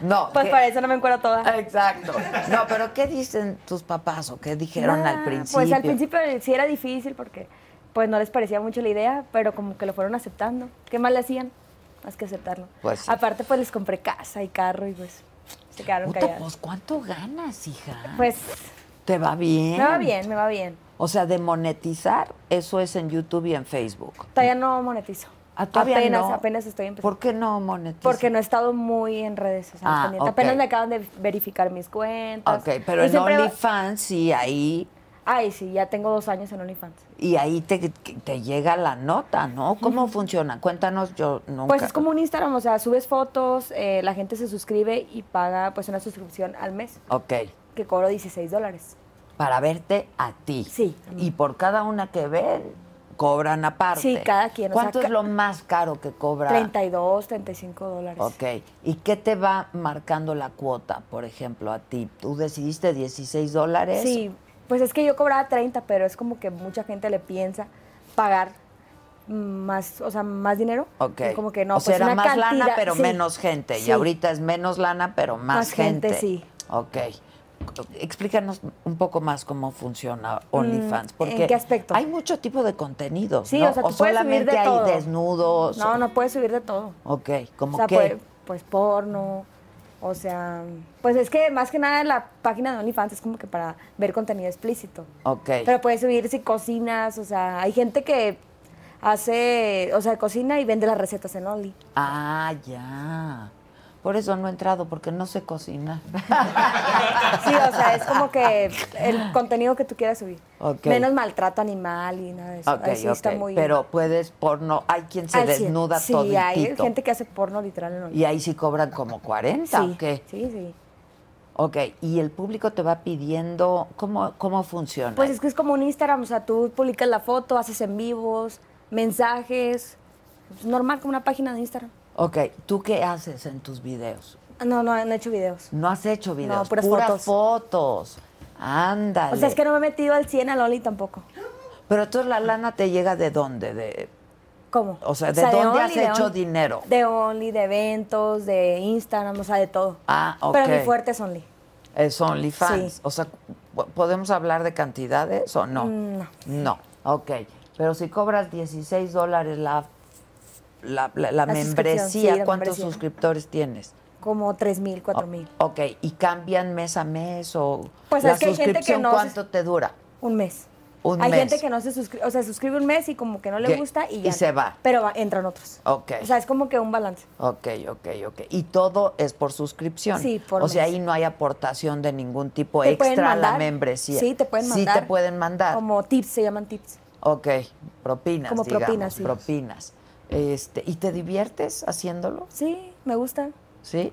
no.
Pues
¿qué?
para eso no me encuentro toda.
Exacto. No, pero ¿qué dicen tus papás o qué dijeron
Nah,
al principio?
Pues al principio sí era difícil porque pues no les parecía mucho la idea, pero como que lo fueron aceptando. ¿Qué más le hacían? Más que aceptarlo.
Pues sí.
Aparte pues les compré casa y carro y pues se quedaron
Puta,
callados.
pues ¿cuánto ganas, hija?
Pues
te va bien.
me va bien, me va bien.
O sea, de monetizar, eso es en YouTube y en Facebook.
Todavía no monetizo.
Ah, todavía
apenas,
no.
apenas estoy empezando.
¿Por qué no monetizar?
Porque no he estado muy en redes, o sea,
Ah,
pendiente.
ok.
apenas me acaban de verificar mis cuentas.
Ok, pero
Y
en
siempre va-
OnlyFans sí, ahí,
Ay, sí, ya tengo dos años en OnlyFans.
y ahí te, te llega la nota, ¿no? ¿Cómo funciona? Cuéntanos, yo nunca...
Pues es como un Instagram, o sea, subes fotos, eh, la gente se suscribe y paga pues una suscripción al mes,
Ok,
que cobro 16 dólares.
para verte a ti.
Sí.
Y por cada una que ven, cobran aparte.
Sí, cada quien, o sea,
¿Cuánto
ca-
es lo más caro que cobra?
32, 35 dólares.
Ok. ¿Y qué te va marcando la cuota, por ejemplo, a ti? ¿Tú decidiste 16 dólares?
Sí, pues es que yo cobraba 30, pero es como que mucha gente le piensa pagar más, o sea, más dinero.
Ok.
Y Como que no,
o sea,
pues
era
una
más lana,
cantidad-
pero
sí,
menos gente. Y
sí.
ahorita es menos lana, pero más,
Más gente, sí.
Ok. Explícanos un poco más cómo funciona OnlyFans.
Mm, ¿en
Porque
qué aspecto?
Hay mucho tipo de contenido.
Sí,
¿no?
o sea, tú puedes subir
solamente
de
hay
todo.
desnudos.
No,
o-
no puedes subir de todo.
Ok, ¿cómo
o sea,
qué?
Pues, pues porno, o sea, pues es que más que nada la página de OnlyFans es como que para ver contenido explícito.
Ok.
Pero puedes subir si cocinas, o sea, hay gente que hace, o sea, cocina y vende las recetas en Only.
Ah, ya. Por eso no he entrado, porque no sé cocinar.
Sí, o sea, es como que el contenido que tú quieras subir.
Ok.
Menos maltrato animal y nada de eso.
Ok,
Eso está
ok,
muy
Pero puedes porno. Hay quien se
al cien.
desnuda
Sí,
todo
hay gente que hace porno literal en Only.
Y ahí sí cobran como 40
sí,
o qué.
sí, sí.
Ok, y el público te va pidiendo. ¿Cómo, cómo funciona?
Pues es que es como un Instagram, o sea, tú publicas la foto, haces en vivos, mensajes, pues, normal como una página de Instagram. Ah,
Ok, ¿tú qué haces en tus videos?
No, no, no he hecho videos.
No has hecho videos.
puras fotos.
fotos. Ándale.
O sea, es que no me he metido al 100 al Only tampoco.
Pero entonces la lana te llega de dónde? De...
¿Cómo?
O sea, ¿de dónde has hecho
Only.
dinero?
De Only, de eventos, de Instagram, o sea, de todo.
Ah, ok.
Pero mi fuerte es Only.
Es eh, OnlyFans.
Sí.
O sea, ¿po- ¿podemos hablar de cantidades o no?
Mm, no.
No. Ok. Pero si cobras 16 dólares la, la, la- la
La suscripción,
membresía,
sí, la
¿cuántos
membresía.
suscriptores tienes?
Como 3 mil, 4 mil.
O- ok. ¿Y cambian mes a mes o
Pues
la
es que hay gente que
suscripción
no se-
cuánto te dura?
Un mes.
Un
Hay
mes.
gente que no se suscribe, o sea, suscribe un mes y como que no le
Que-
gusta y
y
ya.
se
no.
va.
Pero va- entran otros.
Ok.
O sea, es como que un balance.
Ok, ok, ok. Y todo es por suscripción.
Sí, por
O sea,
mes.
ahí no hay aportación de ningún tipo
Te pueden
extra a la
mandar.
membresía.
Sí, te pueden mandar.
Sí, te pueden mandar.
Como tips, se llaman tips.
Ok, propinas.
Como
digamos,
propinas, sí.
propinas. Este, ¿Y te diviertes haciéndolo?
Sí, me gusta.
Sí.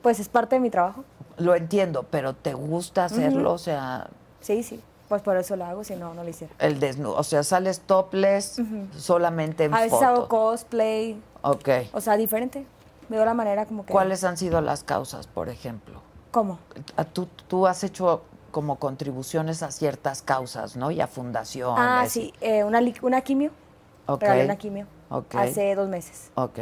Pues es parte de mi trabajo.
Lo entiendo, pero ¿te gusta hacerlo? O sea,
Sí, sí. Pues por eso lo hago, si no, no lo hiciera.
el desnudo. O sea, sales topless solamente en
A veces
foto.
hago cosplay,
ok.
o sea, diferente. Veo la manera como que...
¿Cuáles han sido las causas, por ejemplo?
¿Cómo?
Ah, Tú, tú has hecho como contribuciones a ciertas causas, ¿no? Y a fundaciones.
Ah, sí, eh, una, li- una quimio.
Ok.
Regalé una quimio.
Ok.
Hace dos meses.
Ok,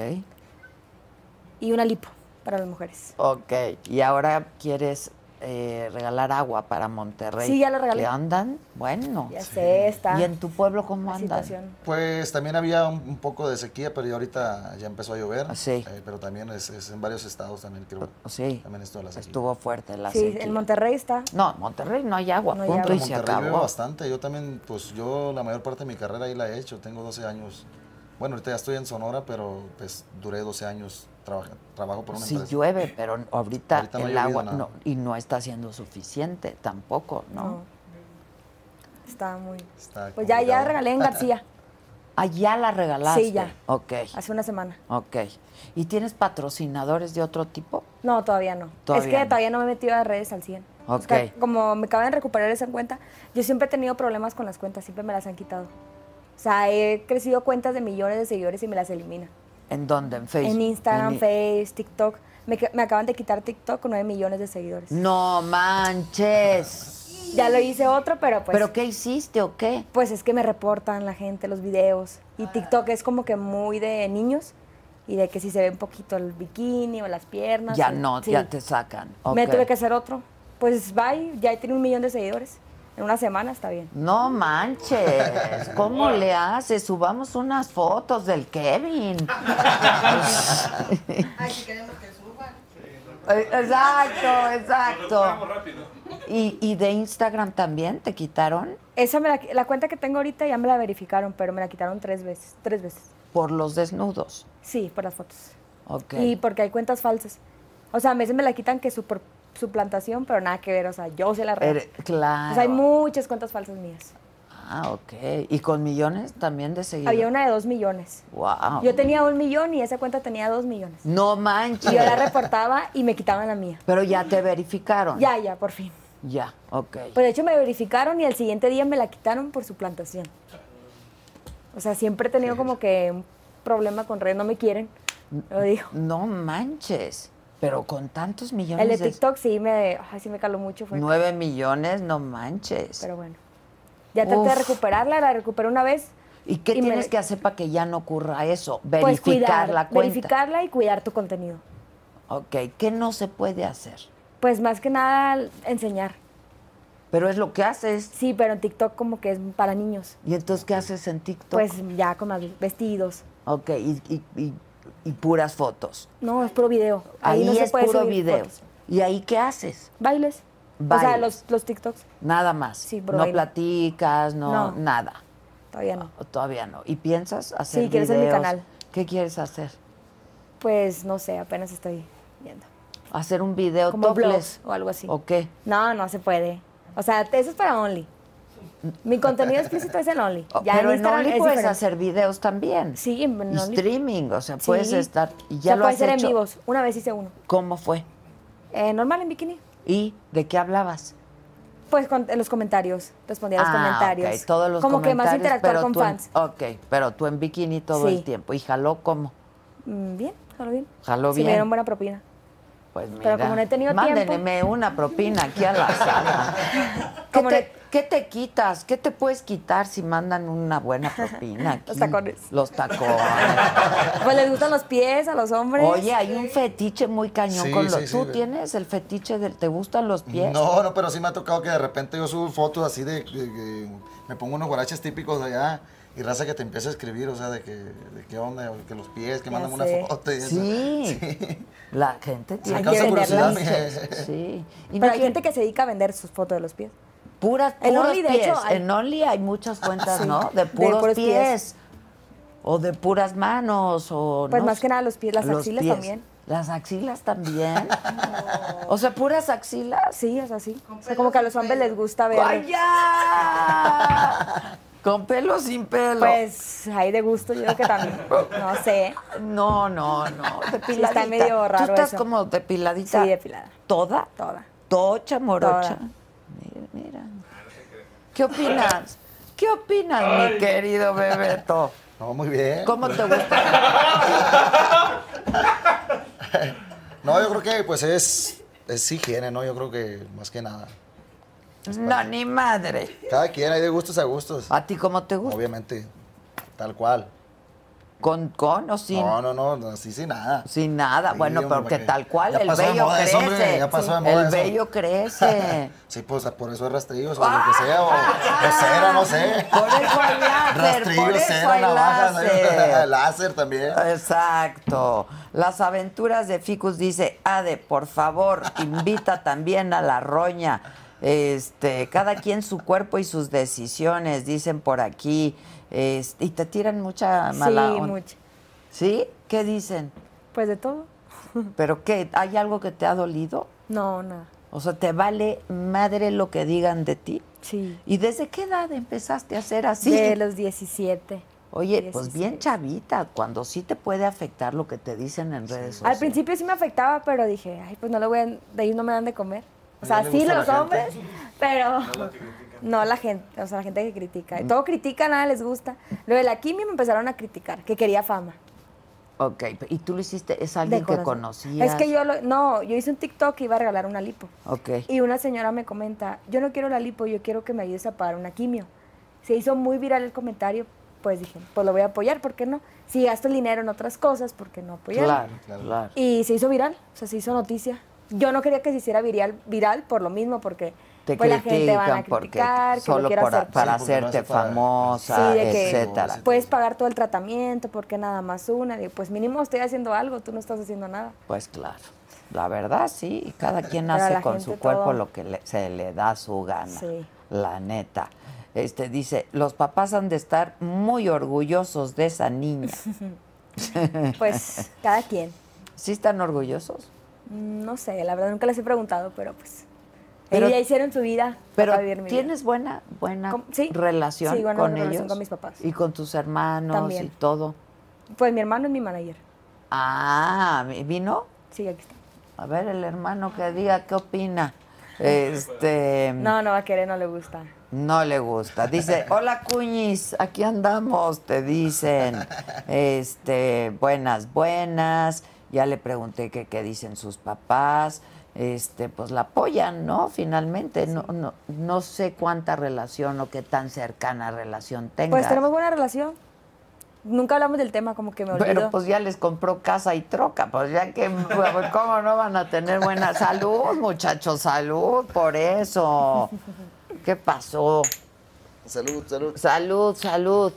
Y una lipo para las mujeres.
ok. Y ahora quieres eh, regalar agua para Monterrey.
Sí, ya lo regalé.
¿Le andan? Bueno.
Ya sé, está
¿Y en tu pueblo cómo
la
andan?
situación.
Pues también había un, un poco de sequía, pero ya ahorita ya empezó a llover.
Ah, sí. Ah,
Eh, pero también es, es en varios estados también creo.
Sí.
También estuvo la sequía.
Estuvo fuerte la
Sí,
sequía.
en Monterrey está.
No, en Monterrey no hay agua,
No hay
punto,
agua.
y
En
se
Monterrey llueve
acabó.
bastante. Yo también, pues yo la mayor parte de mi carrera ahí la he hecho. Tengo 12 años. Bueno, ahorita ya estoy en Sonora, pero pues duré 12 años trabaja- trabajo por una
Sí
empresa.
llueve, pero ahorita,
Ahorita no ha
el
llovido
agua
nada.
no, y no está siendo suficiente tampoco, ¿no?
No. Está muy...
Está
Pues ya, ya
complicado.
regalé en García
Allá Ah, la regalaste.
Sí, ya.
Ok,
hace una semana.
ok. ¿Y tienes patrocinadores de otro tipo?
No, todavía no.
Todavía
es que
no.
todavía no me he metido a redes al 100. O sea,
Ok.
como me acaban de recuperar esa cuenta, yo siempre he tenido problemas con las cuentas, siempre me las han quitado. O sea, he crecido cuentas de millones de seguidores y me las eliminan.
¿En dónde? Pues, ¿En Facebook?
En Instagram,
i-
Face, TikTok. Me, que- me acaban de quitar TikTok con 9 millones de seguidores.
No manches.
Ya lo hice otro, pero pues...
¿Pero qué hiciste o qué?
Pues es que me reportan la gente los videos. Y TikTok es como que muy de niños y de que si se ve un poquito el bikini o las piernas.
ya
o-
no,
sí.
ya te sacan. Ok.
Me tuve que hacer otro. Pues bye, ya tiene un millón de seguidores. En una semana está bien.
No manches, ¿cómo le haces? Subamos unas fotos del Kevin. Ay, Eh, Exacto,
Vamos
exacto.
rápido.
¿Y, y de Instagram también te quitaron
Esa me la, la cuenta que tengo ahorita ya me la verificaron, pero me la quitaron tres veces. Tres veces.
por los desnudos.
Sí, por las fotos.
Ok.
Y porque hay cuentas falsas. O sea, a veces me la quitan que su por- suplantación, pero nada que ver. O sea, yo se la real.
Ere- claro.
O sea, pues, hay muchas cuentas falsas mías.
Ah, ok. ¿Y con millones también de seguidores?
Había una de dos millones.
Wow.
Yo tenía un millón y esa cuenta tenía dos millones.
No
Y
manches.
yo la reportaba y me quitaban la mía.
Pero ya te verificaron.
Ya, ya, por fin.
Ya, ok.
Pues de hecho me verificaron y al siguiente día me la quitaron por suplantación. O sea, siempre he tenido como que un problema con redes, no me quieren, lo digo.
No manches, pero con tantos millones
El de TikTok sí me, ay, sí me caló mucho, fue.
Nueve millones, no manches.
Pero bueno. Ya traté de
Uf.
recuperarla, la recuperé una vez.
¿Y qué
y me-
tienes que hacer para que ya no ocurra eso?
Pues
Verificar
cuidar,
la cuenta.
verificarla y cuidar tu contenido.
Ok, ¿qué no se puede hacer?
Pues más que nada enseñar.
Pero es lo que haces.
Sí, pero en TikTok como que es para niños.
¿Y entonces qué haces en TikTok?
Pues ya con más vestidos.
Ok, y, y- y- y puras fotos.
No, es puro video.
Ahí,
no se
es
puede
puro
subir
video.
fotos.
¿Y ahí qué haces?
Bailes. O sea,
Bailes.
los, los TikToks.
Nada más.
Sí, puro
no
baile.
platicas, no,
No.
nada.
Todavía no.
O Todavía no. ¿Y piensas hacer
Sí, quiero hacer mi
videos?
canal.
¿Qué quieres hacer?
Pues no sé, apenas estoy viendo.
¿Hacer un video
Como
topless?
blogs o algo así.
¿O qué?
No, no se puede. O sea, te- eso es para Only. Mi contenido explícito es en Only.
O-
Ya
Oh, Pero
en
en
Instagram
Only
es
puedes
diferente.
hacer videos también.
Sí, en
Y
Only.
streaming, o sea, puedes
Sí.
estar... ¿Y
Se
ya lo
puede
has
hacer
hecho?
en vivos. Una vez hice uno.
¿Cómo fue?
Eh, normal en bikini.
¿Y de qué hablabas?
Pues con, en los comentarios. Respondía a los
Ah,
comentarios.
ok, todos los
Como que más
comentarios,
interactuar
pero
con
tú en-
fans.
ok, pero tú en bikini todo
Sí.
el tiempo. ¿Y jaló cómo?
Mm, Bien, jaló bien.
Jaló
Sí,
bien.
me dieron buena propina.
Pues mira,
como no he tenido
mándenme una propina aquí a la sala. ¿Qué,
Como
te,
no-
qué te quitas? ¿Qué te puedes quitar si mandan una buena propina aquí?
Los tacones.
Los tacones.
Pues les gustan los pies a los hombres.
Oye, hay un fetiche muy cañón
Sí,
con los...
sí, sí,
¿Tú
ve-
tienes el fetiche del... ¿Te gustan los pies?
No, no, pero sí me ha tocado que de repente yo subo fotos así de que me pongo unos guaraches típicos de allá y raza que te empieza a escribir, o sea, de que, de qué onda, o que los pies, que
Ya
mandan una
sé.
foto y eso.
Sí. La gente tiene...
Hay que causa curiosidad,
venderlas. mija.
Sí. Y
Pero
no
hay
quiere-
gente que se dedica a vender sus fotos de los pies.
Puras,
En
puros
Only, de
pies.
hecho, hay-
En Only hay muchas cuentas,
Sí,
¿no? De
de
puros,
puros
pies.
pies.
O de puras manos, o
Pues
no
más
sé.
que nada los pies, las
Los
axilas
pies.
también.
Las axilas también. O sea, puras axilas.
Sí, es así. O sea, como que a los hombres les gusta ver.
¡Calla! Con pelo o sin pelo.
Pues hay de gusto, yo creo que también. No sé.
No, no, no. Depiladita.
está medio
Tú
raro
estás
eso.
como depiladita.
Sí, depilada.
¿Toda?
Toda.
Tocha, morocha.
Toda.
Mira, mira. ¿Qué opinas? ¿Qué opinas, mi querido Bebeto?
No, muy bien.
¿Cómo te gusta?
No, yo creo que pues es, es higiene, ¿no? Yo creo que más que nada.
No, ni madre.
Cada quien, hay de gustos a gustos.
¿A ti cómo te gusta?
Obviamente, tal cual.
¿Con, con o sin?
No, no, no, así sin nada.
Sin nada.
Sí,
bueno,
hombre,
porque
porque
tal cual,
ya
el
pasó de
vello
moda
crece.
eso, hombre, ya pasó de moda
el
eso.
vello crece.
Sí, pues por eso es rastrillos o lo que sea, o, o cera, no sé.
Por eso hay láser. por
Rastrillos,
eso
cera,
hay
navajas,
láser.
láser también.
Exacto. Las aventuras de Ficus dice, Ade, por favor, invita también a la roña. Este, cada quien su cuerpo y sus decisiones, dicen por aquí. Este, y te tiran mucha mala
sí,
on-
mucho.
¿Sí? ¿Qué dicen?
Pues de todo.
¿Pero qué? ¿Hay algo que te ha dolido?
No, nada.
O sea, ¿te vale madre lo que digan de ti?
Sí.
¿Y desde qué edad empezaste a ser así?
De los 17.
Oye, pues bien
16.
chavita, cuando sí te puede afectar lo que te dicen en redes sociales.
Al principio sí me afectaba, pero dije, ay, pues no le voy a, de ahí no me dan de comer.
No
O sea,
le
sí
gusta la
los
gente.
hombres, pero no la gente, o sea, la gente que critica.
Mm.
Y Todo critica, nada les gusta. Lo de la quimio me empezaron a criticar, que quería fama.
Ok, ¿y tú lo hiciste? ¿Es
de
alguien que
corazón.
conocías?
Es que yo, lo- no, yo hice un TikTok que iba a regalar una lipo.
Ok.
Y una señora me comenta, yo no quiero la lipo, yo quiero que me ayudes a pagar una quimio. Se hizo muy viral el comentario, pues dije, pues lo voy a apoyar, ¿por qué no? Si gasto el dinero en otras cosas, ¿por qué no apoyar?
Claro, claro.
Y se hizo viral, o sea, se hizo noticia. Yo no quería que se hiciera viral, viral por lo mismo, porque
Te
pues, la gente van a
critican porque
criticar, que
solo
lo quiero
por-
hacer.
Sí,
para
porque lo
hacerte
hace para-
famosa,
Sí, de que-
etcétera.
Pues-
Puedes pagar todo el tratamiento, porque nada más una. Digo, pues mínimo estoy haciendo algo, tú no estás haciendo nada.
Pues claro. La verdad, sí. y Cada quien
Pero a
hace
la
con
gente
su cuerpo
todo.
lo que le- se le da su gana.
Sí.
La neta. Este dice, los papás han de estar muy orgullosos de esa niña.
Pues cada quien.
¿Sí están orgullosos?
Mm, No sé, la verdad nunca les he preguntado, pero pues.
Pero-
ellos ya hicieron su vida
Pero
para vivir mi vida.
tienes buena buena
Com- sí.
relación
Sí, buena
con
relación
ellos
con mis papás.
y con tus hermanos
También.
y todo.
Pues mi hermano es mi manager.
Ah, ¿vi- vino.
Sí, aquí está.
A ver el hermano que diga qué opina. Este
No, no va a querer, no le gusta.
No le gusta. Dice, hola cuñis, aquí andamos, te dicen. Este, buenas, buenas. Ya le pregunté que qué dicen sus papás. Este, pues la apoyan, ¿no? Finalmente, no, no, no sé cuánta relación o qué tan cercana relación tenga.
Pues tenemos buena relación. Nunca hablamos del tema, como que me olvido.
Pero pues ya les compró casa y troca, pues ya que, pues, ¿cómo no van a tener buena salud, muchachos? Salud, por eso. ¿Qué pasó?
Salud, salud.
Salud, salud.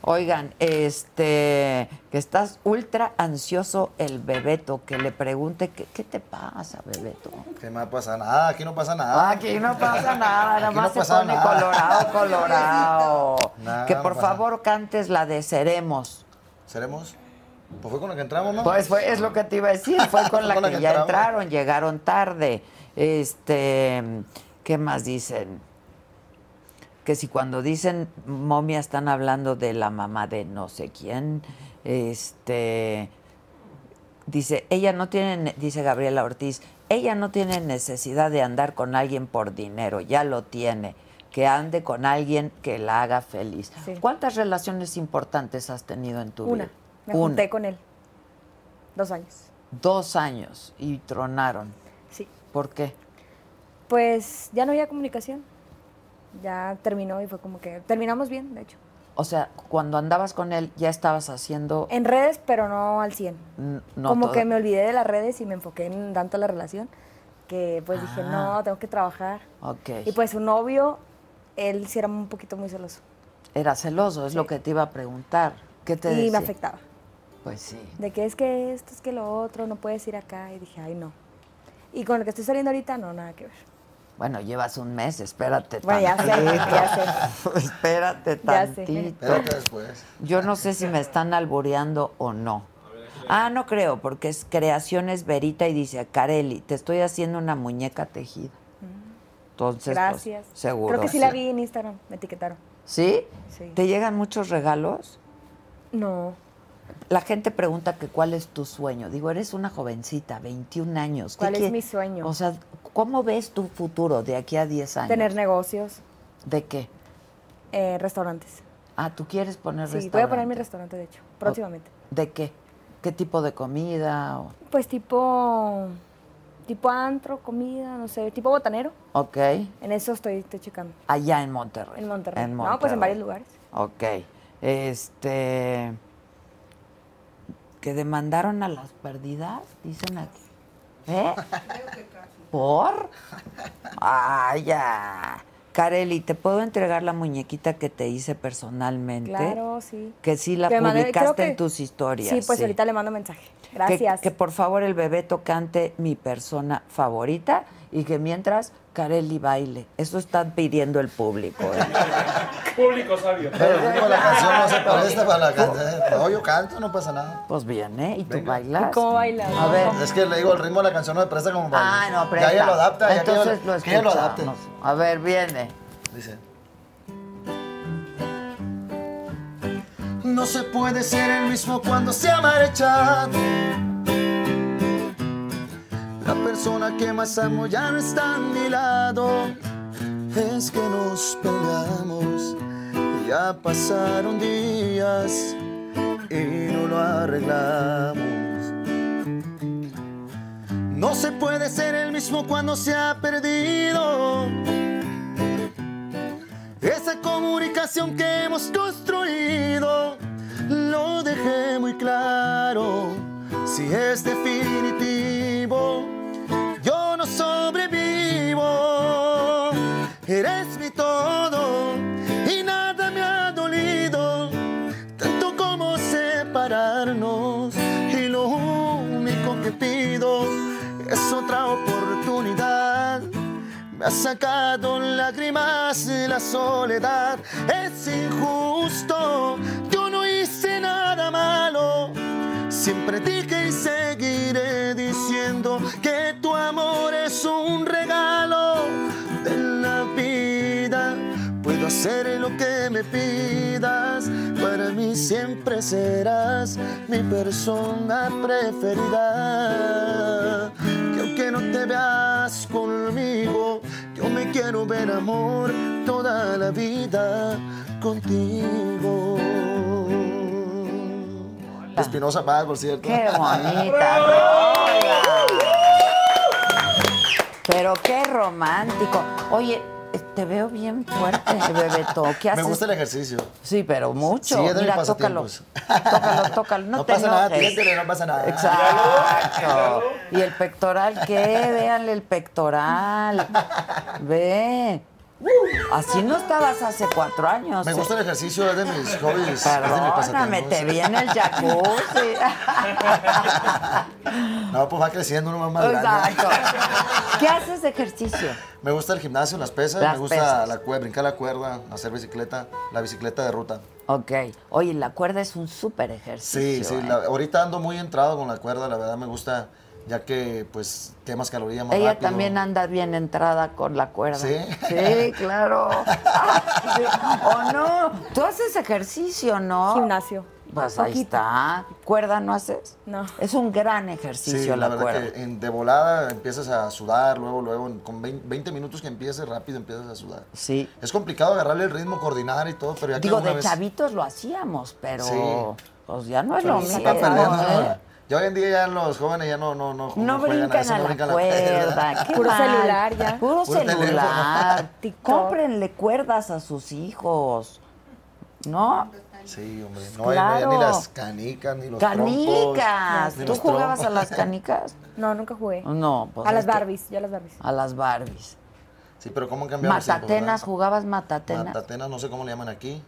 Oigan, este, que estás ultra ansioso el Bebeto, que le pregunte, ¿qué, qué te pasa, Bebeto?
Que no pasa nada, aquí no pasa nada.
Aquí no pasa nada, nada
Aquí
más
no
se
pasa
pone
nada.
colorado, colorado.
Nada,
que
no
por
pasa
favor cantes la de Seremos.
¿Seremos? Pues fue con la que entramos, ¿no?
Pues fue, es lo que te iba a decir, fue con la
Con la
que
que
ya
entramos.
entraron, llegaron tarde. Este, ¿qué más dicen? Que si cuando dicen momia están hablando de la mamá de no sé quién, este dice, ella no tiene, ne- dice Gabriela Ortiz, ella no tiene necesidad de andar con alguien por dinero, ya lo tiene. Que ande con alguien que la haga feliz.
Sí.
¿Cuántas relaciones importantes has tenido en tu
Una.
vida?
Me junté con él. Dos años.
dos años y tronaron.
Sí.
¿Por qué?
Pues ya no había comunicación. Ya terminó y fue como que terminamos bien, de hecho.
O sea, cuando andabas con él ya estabas haciendo...
En redes, pero no al 100.
n- no
como
todo.
que me olvidé de las redes y me enfoqué en tanto la relación que pues dije,
Ah.
no, tengo que trabajar.
Ok.
Y pues su novio, él sí era un poquito muy celoso.
Era celoso, es lo que te iba a preguntar. ¿Qué
Y
te decía?
me afectaba.
Pues sí.
De que es que esto, es que lo otro, no puedes ir acá. Y dije, ay, no. Y con el que estoy saliendo ahorita, no, nada que ver.
Bueno, llevas un mes, espérate
Bueno, ya sé,
tantito.
ya
espérate
Ya sé.
tantito.
Espérate después.
Yo no sé si me están albureando o no. Ah, no creo, porque es Creaciones Verita y dice, Careli, te estoy haciendo una muñeca tejida. Entonces, pues,
Mm. Gracias.
seguro.
Creo que sí la vi en Instagram, me etiquetaron.
¿Sí?
Sí.
¿Te llegan muchos regalos?
No.
La gente pregunta que cuál es tu sueño. Digo, eres una jovencita, 21 años. ¿Qué
¿Cuál es
quie-
mi sueño?
O sea, ¿cómo ves tu futuro de aquí a 10 años?
Tener negocios,
¿De qué?
eh, restaurantes.
Ah, tú quieres poner
Sí,
restaurante.
voy a poner mi restaurante, de hecho, próximamente.
¿De qué? ¿Qué tipo de comida? O-
Pues tipo, tipo antro, comida, no sé, tipo botanero.
Ok.
En eso estoy, estoy checando.
Allá en Monterrey.
En Monterrey. No, pues en varios lugares.
Ok. Este. Que demandaron a las perdidas, dicen aquí. ¿Eh? ¿Por? Ay, ya. Careli, ¿te puedo entregar la muñequita que te hice personalmente?
Claro, sí.
Que sí la
Le mandé-
publicaste
creo que-
en tus historias.
Sí, pues ahorita le mando mensaje.
Que-
Gracias.
Que, por favor el Bebeto cante mi persona favorita y que mientras Careli baile. Eso están pidiendo el público. ¿eh?
Público sabio.
Pero como la canción no se presta para la canción. No, yo canto, no pasa nada.
Pues bien, ¿eh? ¿Y tú bailas?
¿Cómo bailas?
A ver.
Es que le digo, el ritmo de la canción no me presta como para...
Ah, no, pero
Ya
ahí
ella
está.
lo adapta, ya que ella-
Entonces lo
que ella lo adapte.
escuchamos. A ver, viene.
Dice. No se puede ser el mismo cuando se ha marchado. La persona que más amo ya no está a mi lado. Es que nos peleamos. Ya pasaron días y no lo arreglamos. No se puede ser el mismo cuando se ha perdido. Esa comunicación que hemos construido lo dejé muy claro. Si es definitivo, yo no sobrevivo. Eres mi todo y nada me ha dolido, tanto como separarnos. Y lo único que pido es otra oportunidad. Me ha sacado lágrimas de la soledad. Es injusto, yo no hice nada malo. Siempre dije y seguiré diciendo que tu amor es un regalo de la vida. Puedo hacer lo que me pidas, para mí siempre serás mi persona preferida. Que aunque no te veas conmigo, yo me
que quiero ver amor toda la vida contigo. Espinosa Paz, por cierto.
¡Qué bonita rola! Pero qué romántico. Oye, te veo bien fuerte, Bebeto. ¿Qué haces?
Me gusta el ejercicio.
Sí, pero mucho.
Sí, es de mis
Mira, tócalo.
pasatiempos.
Tócalo, tócalo. No,
No
te
pasa nada,
enojes.
tiéntele, no pasa nada.
Exacto. ¿Y el pectoral qué? Véanle el pectoral. Ve. Así no estabas hace cuatro años.
Me
¿eh?
gusta el ejercicio, es de mis hobbies. es de mis
Perdóname,
pasatiempos.
te vi en el jacuzzi.
No, pues va creciendo uno va más grande.
Exacto. ¿Qué haces de ejercicio?
Me gusta el gimnasio, las pesas,
Las
me gusta
pesas.
La cue- brincar la cuerda, hacer bicicleta, la bicicleta de ruta.
Ok. Oye, la cuerda es un súper
Sí,
ejercicio.
sí,
¿eh?
la- ahorita ando muy entrado con la cuerda, la verdad me gusta, ya que pues quemas calorías más
Ella
rápido.
también anda bien entrada con la cuerda.
¿Sí?
Sí, claro. Sí. ¿O no? Tú haces ejercicio, ¿no?
Gimnasio.
Pues ahí está. ¿Cuerda no haces?
No.
Es un gran
Sí,
ejercicio
la,
la,
verdad
cuerda.
que en- de volada empiezas a sudar, luego, luego, en- con vein- 20 minutos que empieces rápido empiezas a sudar.
Sí.
Es complicado agarrarle el ritmo, coordinar y todo, pero ya que
Digo,
una
de
vez...
chavitos lo hacíamos, pero
Sí.
pues ya no es
Pero
lo
se
mismo.
está perdiendo,
¿eh?
¿no? Ya hoy en día ya los jóvenes ya no, no, no,
No
juegan
brincan
eso,
a
no
la
brincan
cuerda. qué
Puro
mal.
celular ya.
Puro,
Puro teléfono.
celular.
TikTok.
Cómprenle cuerdas a sus hijos. ¿no?
Sí, hombre, no hay, no hay ni
Claro.
las canicas, ni los trompos,
Canicas.
ni
¿Tú
los
jugabas a
trompos.
las canicas?
No, nunca jugué.
No, pues
a las
es que-
Barbies, ya las Barbies.
A las Barbies.
Sí, pero ¿cómo han cambiado los tiempos,
Matatenas,
verdad?
jugabas matatenas.
Matatenas, no sé cómo le llaman aquí.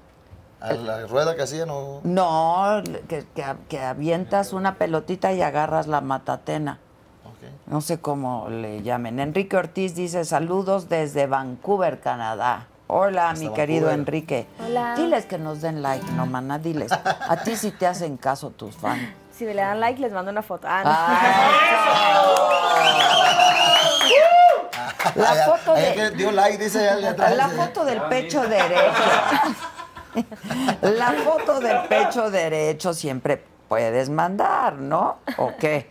A la rueda que hacía, no.
No, que, que- que avientas una pelotita y agarras la matatena.
Ok.
No sé cómo le llamen. Enrique Ortiz dice saludos desde Vancouver, Canadá. Hola, mi
Vancouver.
querido Enrique.
Hola.
Diles que nos den like, no, maná, diles. A ti sí te hacen caso tus fans.
Si le dan like, les mando una foto. Ah, no.
Ah. ¡Eso! La foto
Ahí
de...
es que dio like, dice ya- ya atrás,
La
dice.
foto del pecho derecho. La foto del pecho derecho siempre puedes mandar, ¿no? ¿O qué?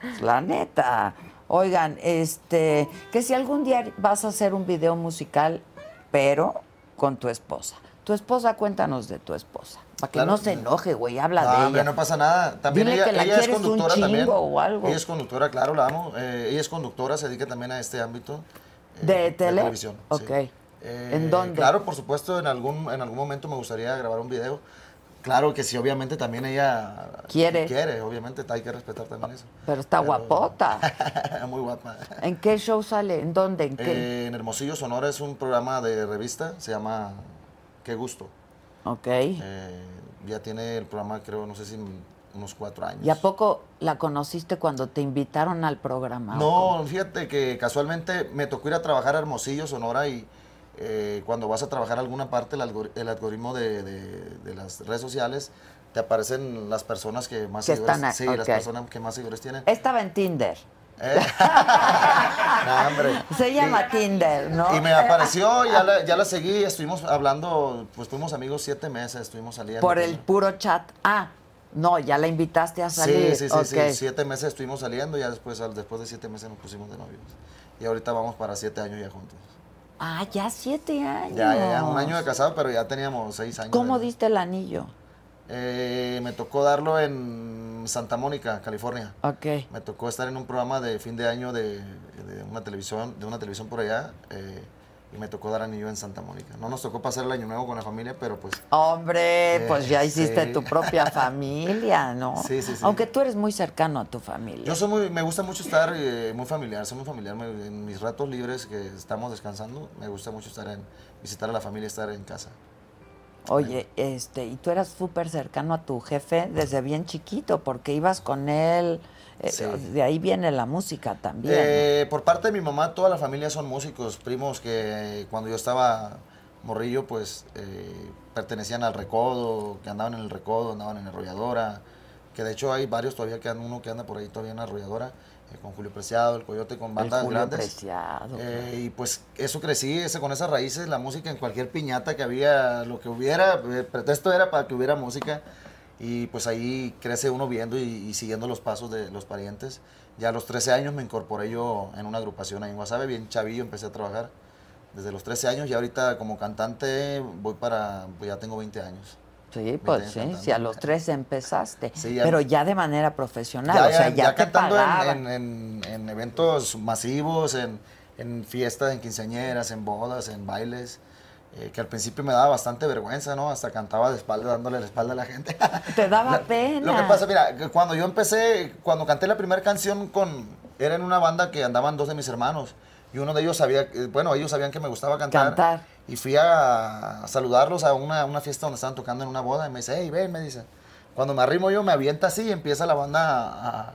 Pues, La neta. Oigan, este, que si algún día vas a hacer un video musical, pero con tu esposa. Tu esposa, cuéntanos de tu esposa. Para que
Claro.
no se enoje, güey, habla
No,
de
hombre,
ella.
no pasa nada. También
Dile
ella,
que la
ella es
quieres un
conductora
chingo
también.
o algo.
Ella es conductora, claro, la amo. Eh, ella es conductora, se dedica también a este ámbito. eh,
¿De tele?
televisión. sí. Eh,
Ok. ¿En dónde?
Claro, por supuesto, en algún, en algún momento me gustaría grabar un video. Claro que sí, obviamente también ella
Quiere.
Quiere, obviamente, hay que respetar también eso.
Pero está guapota.
Muy guapa.
¿En qué show sale? ¿En dónde? ¿En qué?
Eh, en Hermosillo, Sonora es un programa de revista, se llama Qué Gusto.
ok.
Eh, ya tiene el programa, creo, no sé si unos cuatro años.
¿Y a poco la conociste cuando te invitaron al programa?
No, fíjate que casualmente me tocó ir a trabajar a Hermosillo, Sonora, y eh, cuando vas a trabajar a alguna parte, el, algor- el algoritmo de, de- de las redes sociales, te aparecen las personas que más
Que
seguidores
están a-
Sí, las
ok.
personas que más seguidores tienen.
Estaba en Tinder.
Eh. No, Ah, hombre.
Se llama Tinder, ¿no?
Y me apareció, ya la, ya la seguí, estuvimos hablando, pues fuimos amigos siete meses, estuvimos saliendo.
Por el puro chat. Ah, no, ya la invitaste a salir.
Sí, sí, sí,
Ok.
sí, siete meses estuvimos saliendo, ya después, al- después de siete meses nos pusimos de novios. Y ahorita vamos para siete años ya juntos.
Ah, ya siete años.
Ya, ya, ya, un año de casado, pero ya teníamos seis años.
¿Cómo
de-
diste el anillo?
Eh, me tocó darlo en Santa Mónica, California.
Ok.
Me tocó estar en un programa de fin de año de, de una televisión, de una televisión por allá, eh, y me tocó dar anillo en Santa Mónica. No nos tocó pasar el año nuevo con la familia, pero pues
Hombre,
Eh,
pues ya hiciste
sí.
tu propia familia, ¿no?
Sí, sí, sí.
Aunque tú eres muy cercano a tu familia.
Yo soy muy, me gusta mucho estar eh, muy familiar, soy muy familiar. me- en mis ratos libres que estamos descansando, me gusta mucho estar en visitar a la familia, estar en casa.
Oye, este, y tú eras súper cercano a tu jefe desde bien chiquito, porque ibas con él. eh,
Sí.
De ahí viene la música también.
Eh, por parte de mi mamá, toda la familia son músicos, primos que eh, cuando yo estaba morrillo, pues eh, pertenecían al Recodo, que andaban en el Recodo, andaban en Arrolladora, que de hecho hay varios todavía que andan, uno que anda por ahí todavía en Arrolladora, eh, con Julio Preciado, el Coyote, con
El
bandas
Julio
grandes.
Preciado.
Eh, y pues eso crecí, ese, con esas raíces, la música en cualquier piñata que había, lo que hubiera, el pretexto era para que hubiera música. Y pues ahí crece uno viendo y, y siguiendo los pasos de los parientes. Ya a los 13 años me incorporé yo en una agrupación ahí en Guasave, bien chavillo, empecé a trabajar. Desde los 13 años y ahorita como cantante voy para, pues ya tengo 20 años.
Sí, pues
años
sí,
cantando.
si a los tres empezaste.
Sí, ya-
pero ya de manera profesional, o sea, ya, te
cantando en-
pagaban.
en, en- en eventos masivos, en, en fiestas, en quinceañeras, en bodas, en bailes. eh, que al principio me daba bastante vergüenza, ¿no? Hasta cantaba de espalda, dándole la espalda a la gente.
Te daba
La-
pena.
Lo que pasa, mira, que cuando yo empecé, cuando canté la primera canción con... Era en una banda que andaban dos de mis hermanos. Y uno de ellos sabía, eh, bueno, ellos sabían que me gustaba cantar.
Cantar.
Y fui a, a saludarlos a una, una fiesta donde estaban tocando en una boda. Y me dice, hey, ven, me dice. Cuando me arrimo yo, me avienta así y empieza la banda a... a-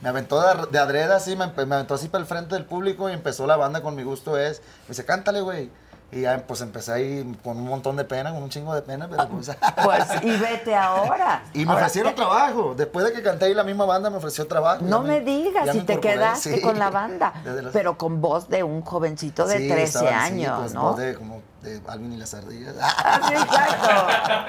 me aventó de, ar- de adreda así, me, empe- me aventó así para el frente del público y empezó la banda con Mi Gusto Es. Me dice, cántale, güey. Y ya, pues, empecé ahí con un montón de pena, con un chingo de pena, pero pues...
Pues, y vete ahora.
Y me
Ahora
ofrecieron
te-
trabajo. Después de que canté ahí la misma banda, me ofreció trabajo.
No
Ya
me
ya
digas, si
me
te
incorporé,
quedaste
sí.
con la banda,
Desde los-
pero con voz de un jovencito de
Sí,
13
estaba así,
años,
pues,
¿no?
voz de, como de Alvin y las ardillas.
Ah, sí, exacto.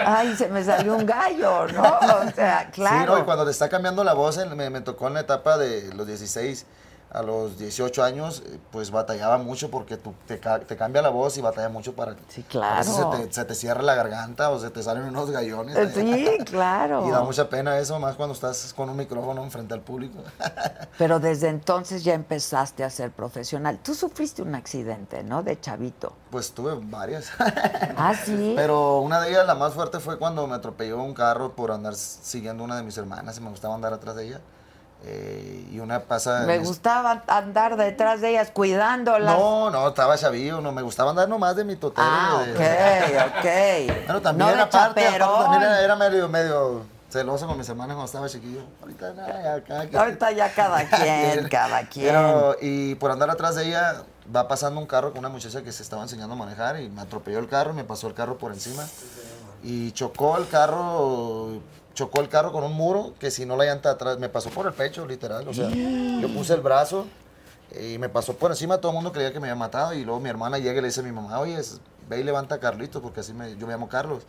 Ay, se me salió un gallo, ¿no? O sea, claro.
Sí, no, y cuando te está cambiando la voz, en- me, me tocó en la etapa de los 16 a los 18 años, eh, pues batallaba mucho porque tú, te, ca- te cambia la voz y batalla mucho para...
Sí, claro.
a veces se te, se te cierra la garganta o se te salen unos gallones.
Eh, Sí,
Y da
claro.
mucha pena eso, más cuando estás con un micrófono enfrente al público.
Pero desde entonces ya empezaste a ser profesional. Tú sufriste un accidente, ¿no? De chavito.
Pues tuve varias.
Ah, sí.
Pero una de ellas, la más fuerte, fue cuando me atropelló un carro por andar siguiendo una de mis hermanas y me gustaba andar atrás de ella. Eh, y una pasa.
me
en es-
gustaba andar detrás de ellas cuidándolas.
No, no, estaba chavillo, no, me gustaba andar nomás de mi totero.
Ah,
de-
ok, ok.
Bueno, también
no
era
de
parte, aparte
chaperón.
también era, era medio, medio celoso con mis hermanas cuando estaba chiquillo. Ahorita nada, ya cada quien.
Ahorita ya cada quien, cada quien.
Pero, y por andar atrás de ella, va pasando un carro con una muchacha que se estaba enseñando a manejar y me atropelló el carro y me pasó el carro por encima. Y chocó el carro, chocó el carro con un muro que si no la llanta atrás, me pasó por el pecho, literal. O sea, yo puse el brazo y me pasó por encima, todo el mundo creía que me había matado y luego mi hermana llega y le dice a mi mamá, oye, es- ve y levanta a Carlitos, porque así me, yo me llamo Carlos.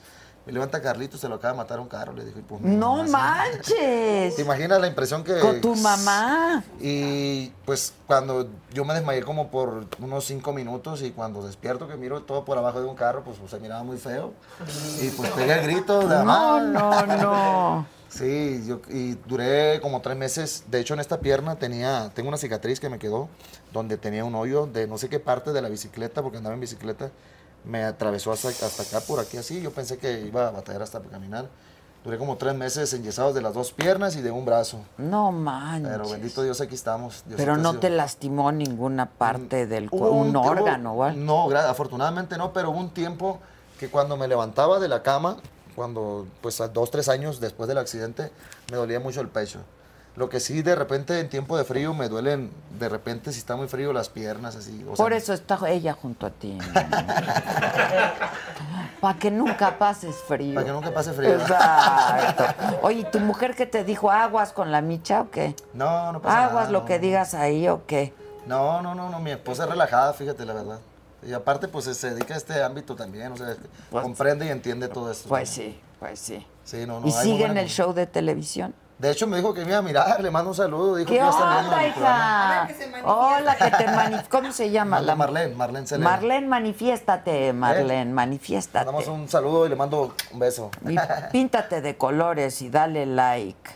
Y levanta a Carlitos, se lo acaba de matar un carro, le dijo. Y pues, mi
No
mamá, sí.
manches.
¿Te imaginas la impresión que...
Con tu mamá.
Y pues cuando yo me desmayé como por unos cinco minutos y cuando despierto que miro todo por abajo de un carro, pues se miraba muy feo. Y pues pegué el grito de
No,
"¡Ah!".
no, no.
Sí, yo, y duré como tres meses. De hecho, en esta pierna tenía, tengo una cicatriz que me quedó, donde tenía un hoyo de no sé qué parte de la bicicleta, porque andaba en bicicleta. Me atravesó hasta, hasta acá, por aquí así. Yo pensé que iba a batallar hasta caminar. Duré como tres meses enyesados de las dos piernas y de un brazo.
No manches.
Pero bendito Dios, aquí estamos. Diosito
Pero
ha
no
sido- Mm,
te lastimó ninguna parte del
Hubo
cuerpo, un,
tiempo-
órgano o algo.
No, gra- afortunadamente no, pero hubo un tiempo que cuando me levantaba de la cama, cuando, pues a dos, tres años después del accidente, me dolía mucho el pecho. Lo que sí, de repente, en tiempo de frío, me duelen, de repente, si está muy frío, las piernas, así. o sea,
Por eso está ella junto a ti. Para que nunca pases frío.
Para que nunca pase frío.
Exacto. Oye, ¿y ¿tu mujer que te dijo aguas con la micha o qué?
No, no pasa
¿Aguas
nada,
lo
no.
que digas ahí o qué?
No, no, no, no, mi esposa es relajada, fíjate, la verdad. Y aparte, pues se dedica a este ámbito también, o sea,
Pues-
comprende y entiende todo esto.
Pues sí, pues sí.
Sí, no, no.
¿Y
hay muy
siguen
buena
el
comunicación.
show de televisión?
De hecho, me dijo que me iba a mirar, le mando un saludo. Dijo
¿Qué
que iba a estar viendo
onda,
mi programa.
hija? Hola, que te manifiestas. ¿Cómo se llama?
Manda Marlene, Marlene Selena.
Marlene, manifiéstate, Marlene, manifiéstate.
Mandamos un saludo y le mando un beso.
Y píntate de colores y dale like.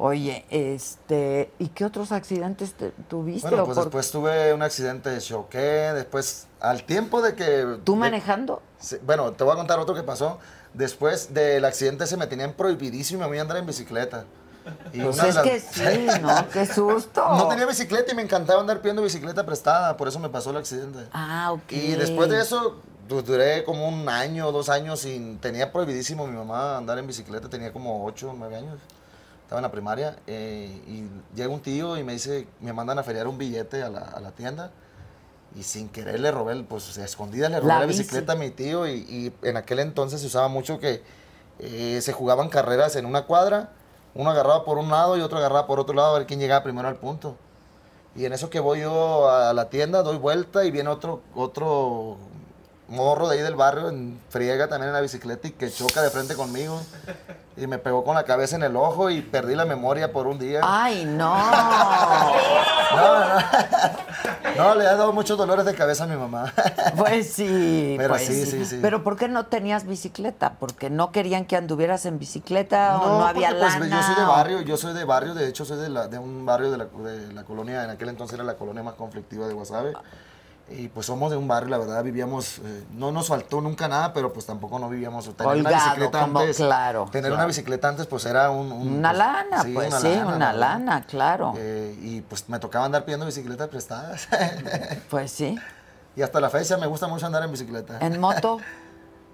Oye, este, ¿y qué otros accidentes te- tuviste?
Bueno,
o
pues
por-
después tuve un accidente, choqué, después, al tiempo de que...
¿Tú
de-
manejando?
Sí, bueno, te voy a contar otro que pasó. Después del accidente se me tenían prohibidísimo a mí andar en bicicleta. Y
Pues
una de
es
las-
que sí, ¿no? ¡Qué susto!
No tenía bicicleta y me encantaba andar pidiendo bicicleta prestada, por eso me pasó el accidente.
Ah, ok.
Y después de eso, du- duré como un año, dos años sin. Tenía prohibidísimo mi mamá andar en bicicleta, tenía como ocho, nueve años. Estaba en la primaria eh, y llega un tío y me dice, me mandan a feriar un billete a la, a la tienda y sin querer le robé, el- pues a escondidas le robé
La
la,
bici.
bicicleta a mi tío y, y en aquel entonces se usaba mucho que eh, se jugaban carreras en una cuadra, uno agarraba por un lado y otro agarraba por otro lado a ver quién llegaba primero al punto. Y en eso que voy yo a la tienda, doy vuelta y viene otro, otro morro de ahí del barrio, en friega también en la bicicleta y que choca de frente conmigo. Y me pegó con la cabeza en el ojo y
Ah.
perdí la memoria por un día.
¡Ay, no!
No, no, no. No, le ha dado muchos dolores de cabeza a mi mamá.
Pues sí,
Pero
pues
sí, sí, sí.
Pero ¿por qué no tenías bicicleta? Porque no querían que anduvieras en bicicleta o no había
porque, pues,
lana.
yo soy de
o-
barrio, yo soy de barrio, de hecho soy de, la- de un barrio de la, de la colonia, en aquel entonces era la colonia más conflictiva de Guasave. Y pues somos de un barrio, la verdad, vivíamos, eh, no nos faltó nunca nada, pero pues tampoco no vivíamos. Tener una
Holgado,
bicicleta
como
antes,
claro,
tener
claro.
una bicicleta antes pues era un... un,
Una lana, pues sí,
la
una
verdad.
lana, claro.
Eh, y pues me tocaba andar pidiendo bicicletas prestadas.
Pues sí.
y hasta la fecha me gusta mucho andar en bicicleta.
En moto,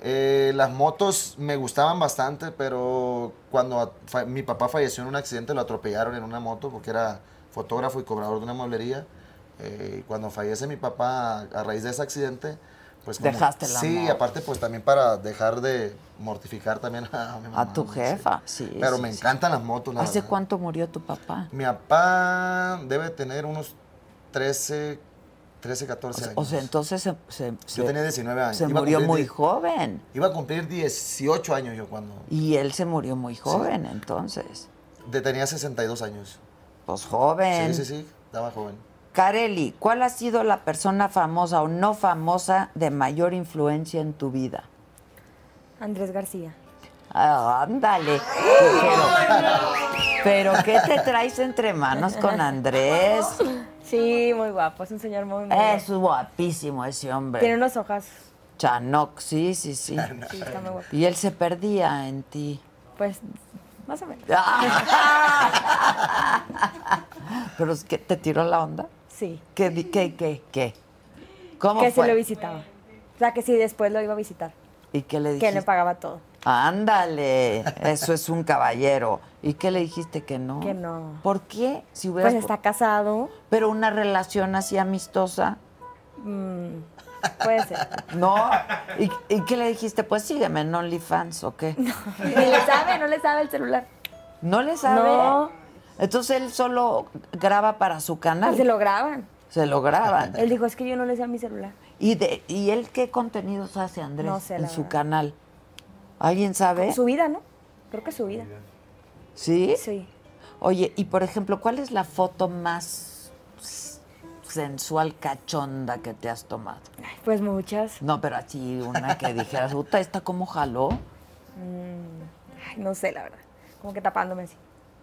Eh, las motos me gustaban bastante, pero cuando a- fa- mi papá falleció en un accidente, lo atropellaron en una moto porque era fotógrafo y cobrador de una mueblería. Eh, cuando fallece mi papá a, a raíz de ese accidente, pues como-
Dejaste la
Sí,
moto.
aparte pues también para dejar de mortificar también a, mi mamá.
a tu
sí.
jefa. Sí.
Pero
sí,
me
sí.
encantan las motos. la
¿Hace
verdad.
cuánto murió tu papá?
Mi papá debe tener unos 13, 13 14 años.
O sea, entonces se, se-
Yo
se-
tenía 19 años.
se
Iba a
murió
cumplir
muy
die-
joven.
Iba a cumplir 18 años yo cuando...
Y él se murió muy joven, entonces.
de- tenía 62 años.
Pues joven.
Sí, sí, sí, estaba joven.
Careli, ¿cuál ha sido la persona famosa o no famosa de mayor influencia en tu vida?
Andrés García.
Ah, ándale. Pero, pero ¿qué te traes entre manos con Andrés?
Sí, muy guapo, es un señor muy, muy
Es
guapo.
guapísimo ese hombre.
Tiene unos hojas.
Chanoc, sí, sí, sí.
Sí, está muy guapo.
Y él se perdía en ti.
Pues, más o menos.
Pero es que te tiró la onda.
Sí.
¿Qué, di- qué, qué, qué? ¿Cómo
Que sí
fue?
lo visitaba. O sea, que sí, después lo iba a visitar.
¿Y qué le
Que
dijiste?
le pagaba todo.
Ándale, eso es un caballero. ¿Y qué le dijiste que no?
Que no.
¿Por qué? Si hubieras
Pues está casado.
pero una relación así amistosa,
mm, puede ser.
¿no? ¿Y, y qué le dijiste? Pues sígueme en OnlyFans o qué.
Ni le sabe, no le sabe el celular.
No le sabe.
No.
Entonces él solo graba para su canal.
Y Ah, se lo graban.
Se lo graban.
Él dijo, es que yo no le sé a mi celular.
¿Y, de, ¿Y él qué contenidos hace, Andrés,
No sé,
en
la
su
verdad.
canal? ¿Alguien sabe?
Su vida, ¿no? Creo que su vida.
¿Sí?
Sí.
Oye, y por ejemplo, ¿cuál es la foto más s- sensual, cachonda que te has tomado?
Pues muchas.
No, pero así una que dijeras, puta, ¿esta cómo jaló?
Ay, no sé, la verdad. Como que tapándome así.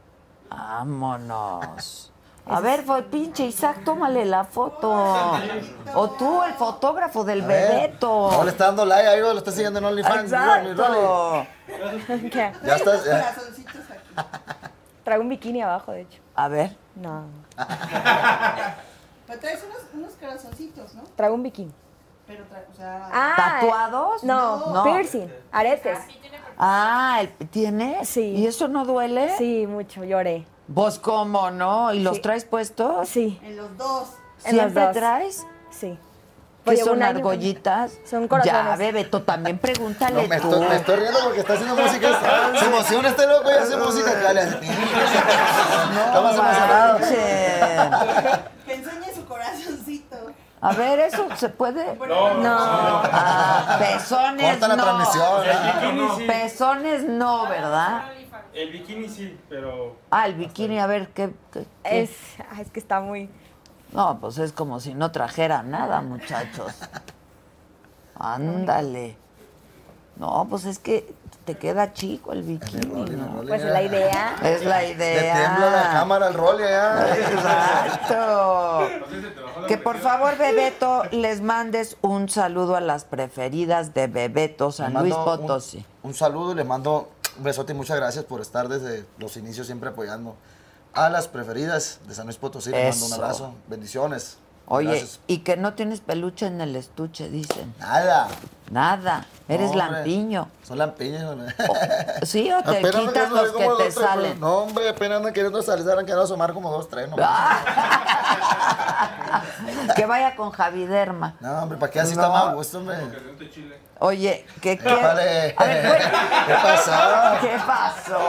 Vámonos. A ver, fue pinche Isaac, tómale la foto. O tú, el fotógrafo del
Eh, no,
Bebeto.
le está dando like, ahí lo está siguiendo en OnlyFans. Rolly, Rolly.
Exacto.
¿Qué?
Ya estás. ya.
Traigo un bikini abajo, de hecho.
A ver,
No.
Pero traes unos, unos corazoncitos, ¿no?
Traigo un bikini.
Pero tra- o sea,
Ah,
¿tatuados?
No,
No.
piercing, aretes.
Ah, ¿el- ¿tiene?
Sí.
¿Y eso no duele?
Sí, mucho, lloré.
¿Vos cómo, no? ¿Y los
Sí.
traes puestos?
Sí,
en los dos.
en los
¿Siempre
dos.
traes?
sí.
¿Qué
Pues llevo
son
un año-
argollitas?
Son corazones.
Ya, Bebeto, también pregúntale
No, me,
tú.
estoy, me estoy riendo porque está haciendo música. Se emociona este loco y hace música. Dale.
No
Estamos emocionados.
manchen.
Que enseñe su corazoncito.
A ver, ¿eso se puede?
Bueno,
No,
Ah, pezones
Corta la
no.
transmisión. ¿eh?
El bikini sí.
Pezones no, ¿verdad?
El bikini sí, pero.
Ah, el bikini, a ver, ¿qué, qué- qué?
es, ay, es que está muy...
No, pues es como si no trajera nada, muchachos. Ándale. No, pues es que te queda chico el bikini,
Rolly,
¿no?
Rolly,
Pues
mira.
la idea...
Es la
Le tiembla la
idea.
cámara al Rolly allá.
Exacto.
Entonces se te bajó la
Que por
presión.
favor, Bebeto, les mandes un saludo a las preferidas de Bebeto San
Les
Luis
mando un-
Potosí.
Un, saludo, les mando un besote y muchas gracias por estar desde los inicios siempre apoyando a las preferidas de San Luis Potosí. Les mando
Eso.
un abrazo. Bendiciones.
Oye,
Gracias.
y que no tienes peluche en el estuche, dicen.
Nada.
Nada, eres
No, hombre.
lampiño.
Son lampiños. hombre.
Sí, o te
Apenas
quitas
andan
los que
como
te
dos, tres,
salen.
pero- No, hombre, apenas andan queriendo salir, se han querido asomar como dos, tres. No,
que vaya con Javiderma.
no hombre, ¿para qué así
No.
está más a gusto, hombre?
Oye, que qué?
Épale.
A ver, cuéntame.
¿Qué pasó?
¿Qué pasó,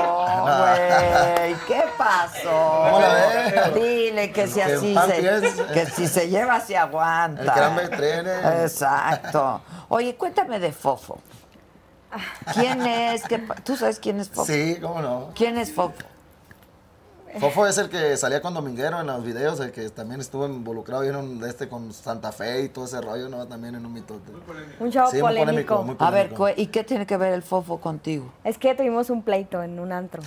güey? ¿Qué pasó?
¿Cómo la ves?
Dile que si
Que
así
pan
se,
pies.
que si se lleva, se aguanta.
El gran vetrine.
Exacto. Oye, cuéntame de Fofo. ¿Quién es? ¿Qué pa- ¿Tú sabes quién es Fofo?
Sí, cómo no.
¿Quién es Fofo?
Fofo es el que salía con Dominguero en los videos, el que también estuvo involucrado en un- este con Santa Fe y todo ese rollo, ¿no? También en un mitote.
Un chavo
Sí, muy
polémico.
polémico, muy
A ver,
polémico.
cu- ¿y qué tiene que ver el fofo contigo?
Es que tuvimos un pleito en un antro.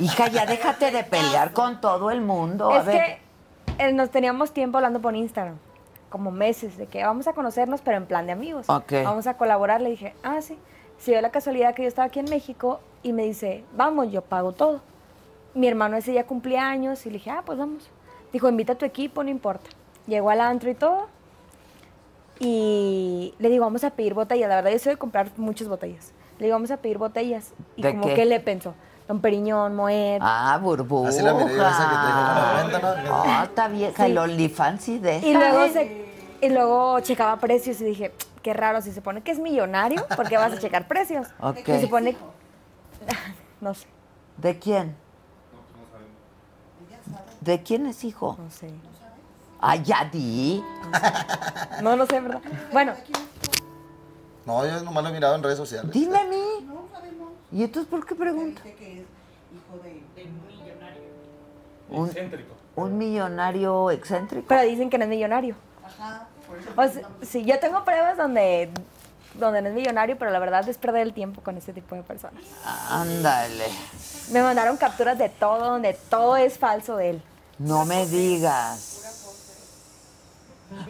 Hija, ya déjate de pelear con todo el mundo. A
es
ver,
que eh, nos teníamos tiempo hablando por Instagram, como meses, de que vamos a conocernos, pero en plan de amigos.
Ok.
Vamos a colaborar. Le dije, ah, sí. Se dio la casualidad que yo estaba aquí en México y me dice, vamos, yo pago todo. Mi hermano ese día cumplía años y le dije, ah, pues vamos. Dijo, invita a tu equipo, no importa. Llegó al antro y todo. Y le digo, vamos a pedir botellas. La verdad, yo soy de comprar muchas botellas. Le digo, vamos a pedir botellas. Y
¿De
como
qué?
que le pensó, Don Periñón, Moet,
ah, burbuja.
Así la miré yo, esa que te dijo con la venta, ¿no?
Ah, está vieja,
Sí.
el OnlyFans y de
Y luego, se- y luego checaba precios y dije, qué raro, si se pone que es millonario, ¿por qué vas a checar precios?
Ok.
Y se pone, no sé,
¿De quién? ¿De quién es hijo?
no sé,
Ah, ya di.
no lo sé, ¿verdad? Bueno,
No, yo nomás lo he mirado en redes sociales.
Dime a mí.
No sabemos.
¿Y entonces por qué pregunto?
Dice que es hijo de.
Un,
Excéntrico.
un millonario excéntrico.
pero dicen que no es millonario.
Ajá, por eso.
O sea, sí, yo tengo pruebas donde, donde no es millonario, pero la verdad es perder el tiempo con ese tipo de personas.
Ándale.
Me mandaron capturas de todo, donde todo es falso de él.
No me digas.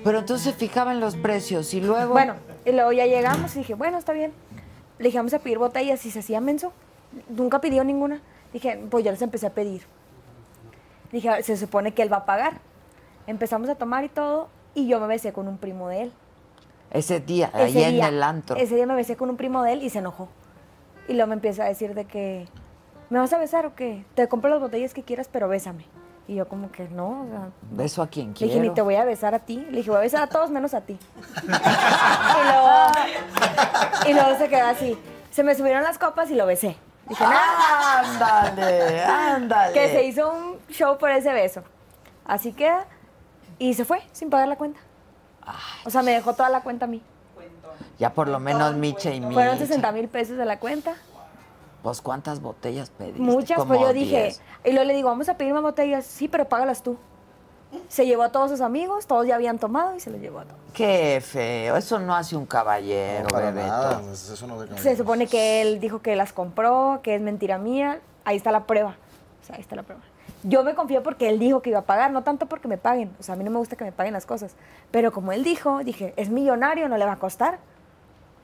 Pero entonces se fijaban los precios y luego.
Bueno, y luego ya llegamos y dije, bueno, está bien. Le dije, vamos a pedir botellas y se hacía menso. Nunca pidió ninguna. Dije, pues yo les empecé a pedir. Dije, "Ah, se supone que él va a pagar. Empezamos a tomar y todo, y yo me besé con un primo de él.
ese día,
Ese
allá
día-
en el antro.
Ese día me besé con un primo de él y se enojó. Y luego me empieza a decir de que, ¿me vas a besar o qué? Te compro las botellas que quieras, pero bésame. Y yo como que no, o sea,
Beso a quien
le dije, ni
quiero.
te voy a besar a ti. Le dije, voy a besar a todos menos a ti. y, luego, y luego se quedó así. Se me subieron las copas y lo besé. Dije, nada.
Ándale, ándale.
Que se hizo un show por ese beso. Así queda. Y se fue sin pagar la cuenta. O sea, me dejó toda la cuenta a mí.
Ya por lo menos Micha y
Fueron
Micha.
60 mil pesos de la cuenta.
Pues cuántas botellas pediste.
Muchas,
Como
pues yo dije.
10.
Y luego le digo, vamos a pedir más botellas. Sí, pero págalas tú. Se llevó a todos sus amigos, todos ya habían tomado y se los llevó a todos.
Qué feo. Eso no hace un caballero,
No, para
Bebeto.
nada, pues, eso no de
Se supone que él dijo que las compró, que es mentira mía. Ahí está la prueba. O sea, ahí está la prueba. Yo me confié porque él dijo que iba a pagar, no tanto porque me paguen. O sea, a mí no me gusta que me paguen las cosas. Pero como él dijo, dije, es millonario, no le va a costar.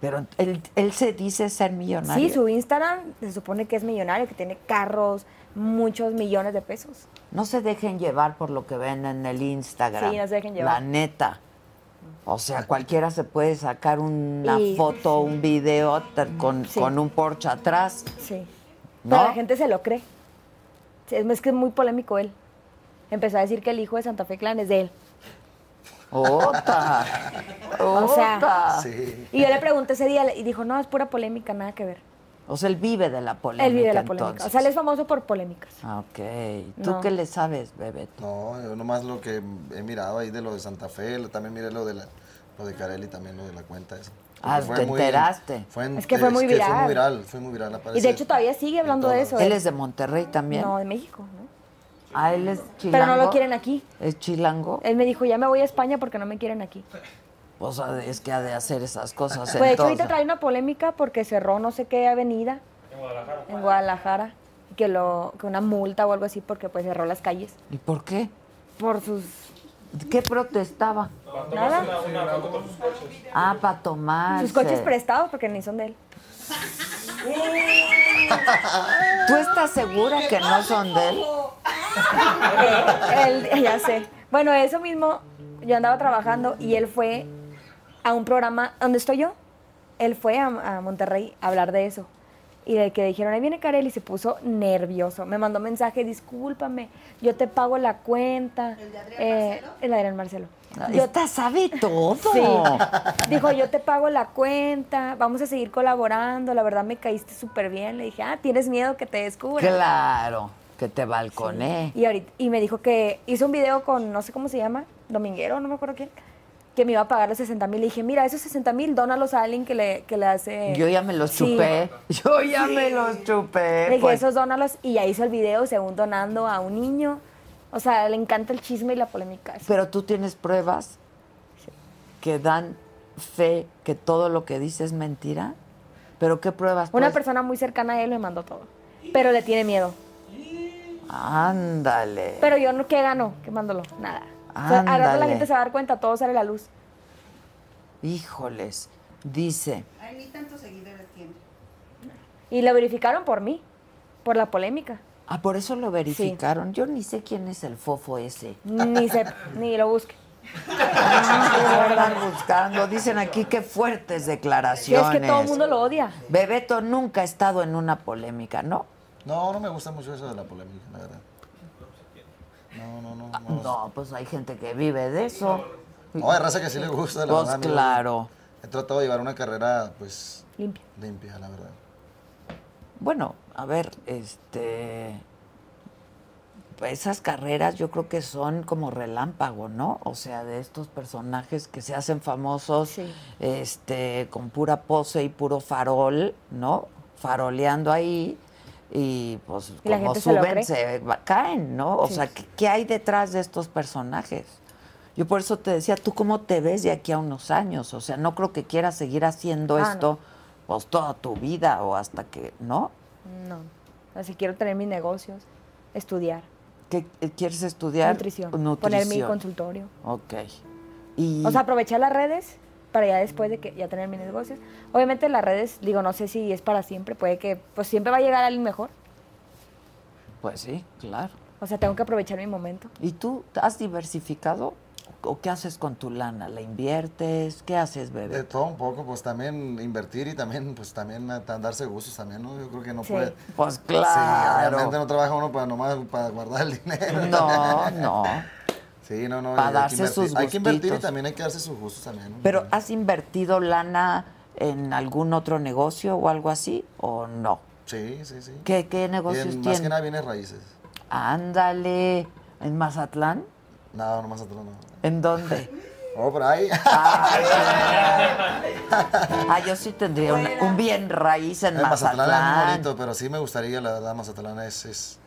Pero él, él se dice ser millonario.
Sí, su Instagram se supone que es millonario, que tiene carros, muchos millones de pesos.
No se dejen llevar por lo que ven en el Instagram.
Sí, no se dejen llevar.
La neta. O sea, cualquiera se puede sacar una
Y-
foto, un video te- con,
Sí.
con un Porsche atrás.
Sí.
¿No?
Pero la gente se lo cree. Sí, Es que es muy polémico él. Empezó a decir que el hijo de Santa Fe Clan es de él.
¡Ota!
O sea-
¡Ota!
Sí.
Y yo le pregunté ese día y dijo, no, es pura polémica, nada que ver.
O sea, él vive de la polémica.
él vive la polémica.
entonces.
O sea, él es famoso por polémicas.
Ah, Ok. ¿Tú
No.
qué le sabes, Bebeto?
No, yo nomás lo que he mirado ahí de lo de Santa Fe, lo- también miré lo de la, lo de Carelli, también lo de la cuenta esa.
Ah,
Porque
¿te enteraste?
fue en-
Es que fue muy
Fue
viral.
muy viral, fue muy viral.
Y de hecho todavía sigue hablando de eso.
Él es de Monterrey también.
Pues- No, de México. ¿no?
Ah, él es chilango.
Pero no lo quieren aquí.
¿Es chilango?
Él me dijo, ya me voy a España porque no me quieren aquí.
O sea, es que ha de hacer esas cosas.
Pues de hecho ahorita
entonces.
trae una polémica porque cerró no sé qué avenida
En Guadalajara.
en Guadalajara. Que, lo, que una multa o algo así porque pues cerró las calles.
¿Y por qué?
Por sus...
¿Qué protestaba?
Nada.
Una foto con sus coches.
Ah, para tomar.
Sus coches prestados porque ni son de él.
¿Tú estás segura que no son de él?
Él- ya sé. Bueno, eso mismo, yo andaba trabajando y él fue a un programa, ¿dónde estoy yo? Él fue a, a Monterrey a hablar de eso. Y de que dijeron, ahí viene Karel y se puso nervioso. Me mandó mensaje, discúlpame, yo te pago la cuenta. ¿El de Adrián Marcelo? El de Adrián Marcelo. Yo-
Yo te sabe todo.
Sí. Dijo, yo te pago la cuenta, vamos a seguir colaborando, la verdad me caíste súper bien. Le dije, ah, ¿tienes miedo que te descubran?
Claro, que te balconé.
Y, ahorita, y me dijo que hizo un video con, no sé cómo se llama, Dominguero, no me acuerdo quién, que me iba a pagar los 60 mil. Le dije, mira, esos 60 mil, dónalos a alguien que le, que le hace...
Yo ya me los
Sí.
chupé. Yo ya me los chupé.
Le dije,
pues.
esos dónalos. Y ya hizo el video según donando a un niño. O sea, le encanta el chisme y la polémica.
Pero tú tienes pruebas que dan fe que todo lo que dices es mentira. ¿Pero qué pruebas?
Una
pues?
persona muy cercana a él me mandó todo. Pero le tiene miedo.
Ándale.
Pero yo no, ¿qué gano? ¿Qué mándolo? Nada. O sea, al rato
Ándale.
la gente se va a dar cuenta, todo sale a la luz.
Híjoles. Dice,
Ay, ni tantos seguidores tiene.
Y lo verificaron por mí, por la polémica.
ah, por eso lo verificaron. Yo ni sé quién es el fofo ese.
Ni se, ni lo busque.
Ah, lo andan buscando. Dicen aquí qué fuertes
Sí, es
declaraciones.
que todo el mundo lo odia.
Bebeto nunca ha estado en una polémica, ¿no?
No, no me gusta mucho eso de la polémica, la verdad. No, no, no. No,
No, pues hay gente que vive de eso.
No, hay raza que sí le gusta, la
Pues
verdad. amigo.
claro.
He tratado de llevar una carrera, pues,
Limpia.
limpia, la verdad.
Bueno, a ver, este. Esas carreras yo creo que son como relámpago, ¿no? O sea, de estos personajes que se hacen famosos,
Sí.
este, con pura pose y puro farol, ¿no? Faroleando ahí y pues
Y la
como
gente se lo
suben
cree.
se va- caen, ¿no? O
Sí.
sea, ¿qué, qué hay detrás de estos personajes? Yo por eso te decía, ¿tú cómo te ves de aquí a unos años? O sea, no creo que quieras seguir haciendo
Ah, no.
esto pues toda tu vida o hasta que, ¿no?
No. Así quiero tener mis negocios, estudiar,
¿Qué eh, quieres estudiar?
nutrición,
Nutrición.
poner mi consultorio.
Ok. Y,
O sea, aprovechar las redes para ya después de que ya tener mis negocios. Obviamente las redes, digo, no sé si es para siempre, puede que, pues siempre va a llegar alguien mejor.
pues sí, claro.
O sea, tengo que aprovechar mi momento.
¿Y tú has diversificado? ¿O qué haces con tu lana? ¿La inviertes? ¿Qué haces,
De
bebé?
todo un poco, pues también invertir y también, pues también a- a darse gustos también, ¿no? Yo creo que no
Sí.
puede.
Pues
Sí,
claro.
obviamente no trabaja uno para nomás para guardar el dinero.
no, no.
Sí, no, no.
Para
hay que
darse
invertir-
sus
Hay que invertir y
gustitos.
también hay que darse sus gustos también. ¿no?
Pero ah, ¿has invertido lana en algún otro negocio o algo así? ¿O no?
Sí, sí, sí.
¿Qué, qué
Y en-
negocios
Más que
tienes?
nada bienes raíces.
Ándale. ¿En Mazatlán?
No, nomás atrás no.
¿En dónde?
Oh, por ahí.
Ah, yo sí tendría un, un bien raíz en
Eh, Mazatlán,
Mazatlán.
es muy bonito, pero sí me gustaría, la verdad, Mazatlán es, es,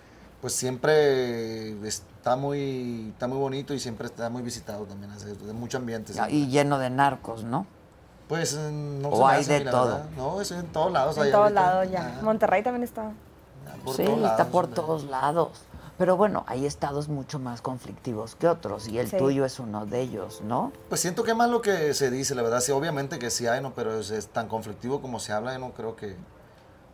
pues siempre está muy, está muy bonito y siempre está muy visitado también, es, es de mucho ambiente. sí.
Y lleno de narcos, ¿no?
pues eh, no
o
se me
hay
hace a mí,
de
la
todo.
verdad. No, es en todos lados.
en
hay
todos
ahorita.
lados ya.
Ajá,
Monterrey también está.
por
sí,
todos lados,
está por
hombre.
todos lados. Pero bueno, hay estados mucho más conflictivos que otros y el
Sí.
tuyo es uno de ellos, ¿no?
Pues siento que es más lo que se dice, la verdad, sí, obviamente que sí hay, ¿no? Pero es, es tan conflictivo como se habla, yo no creo que...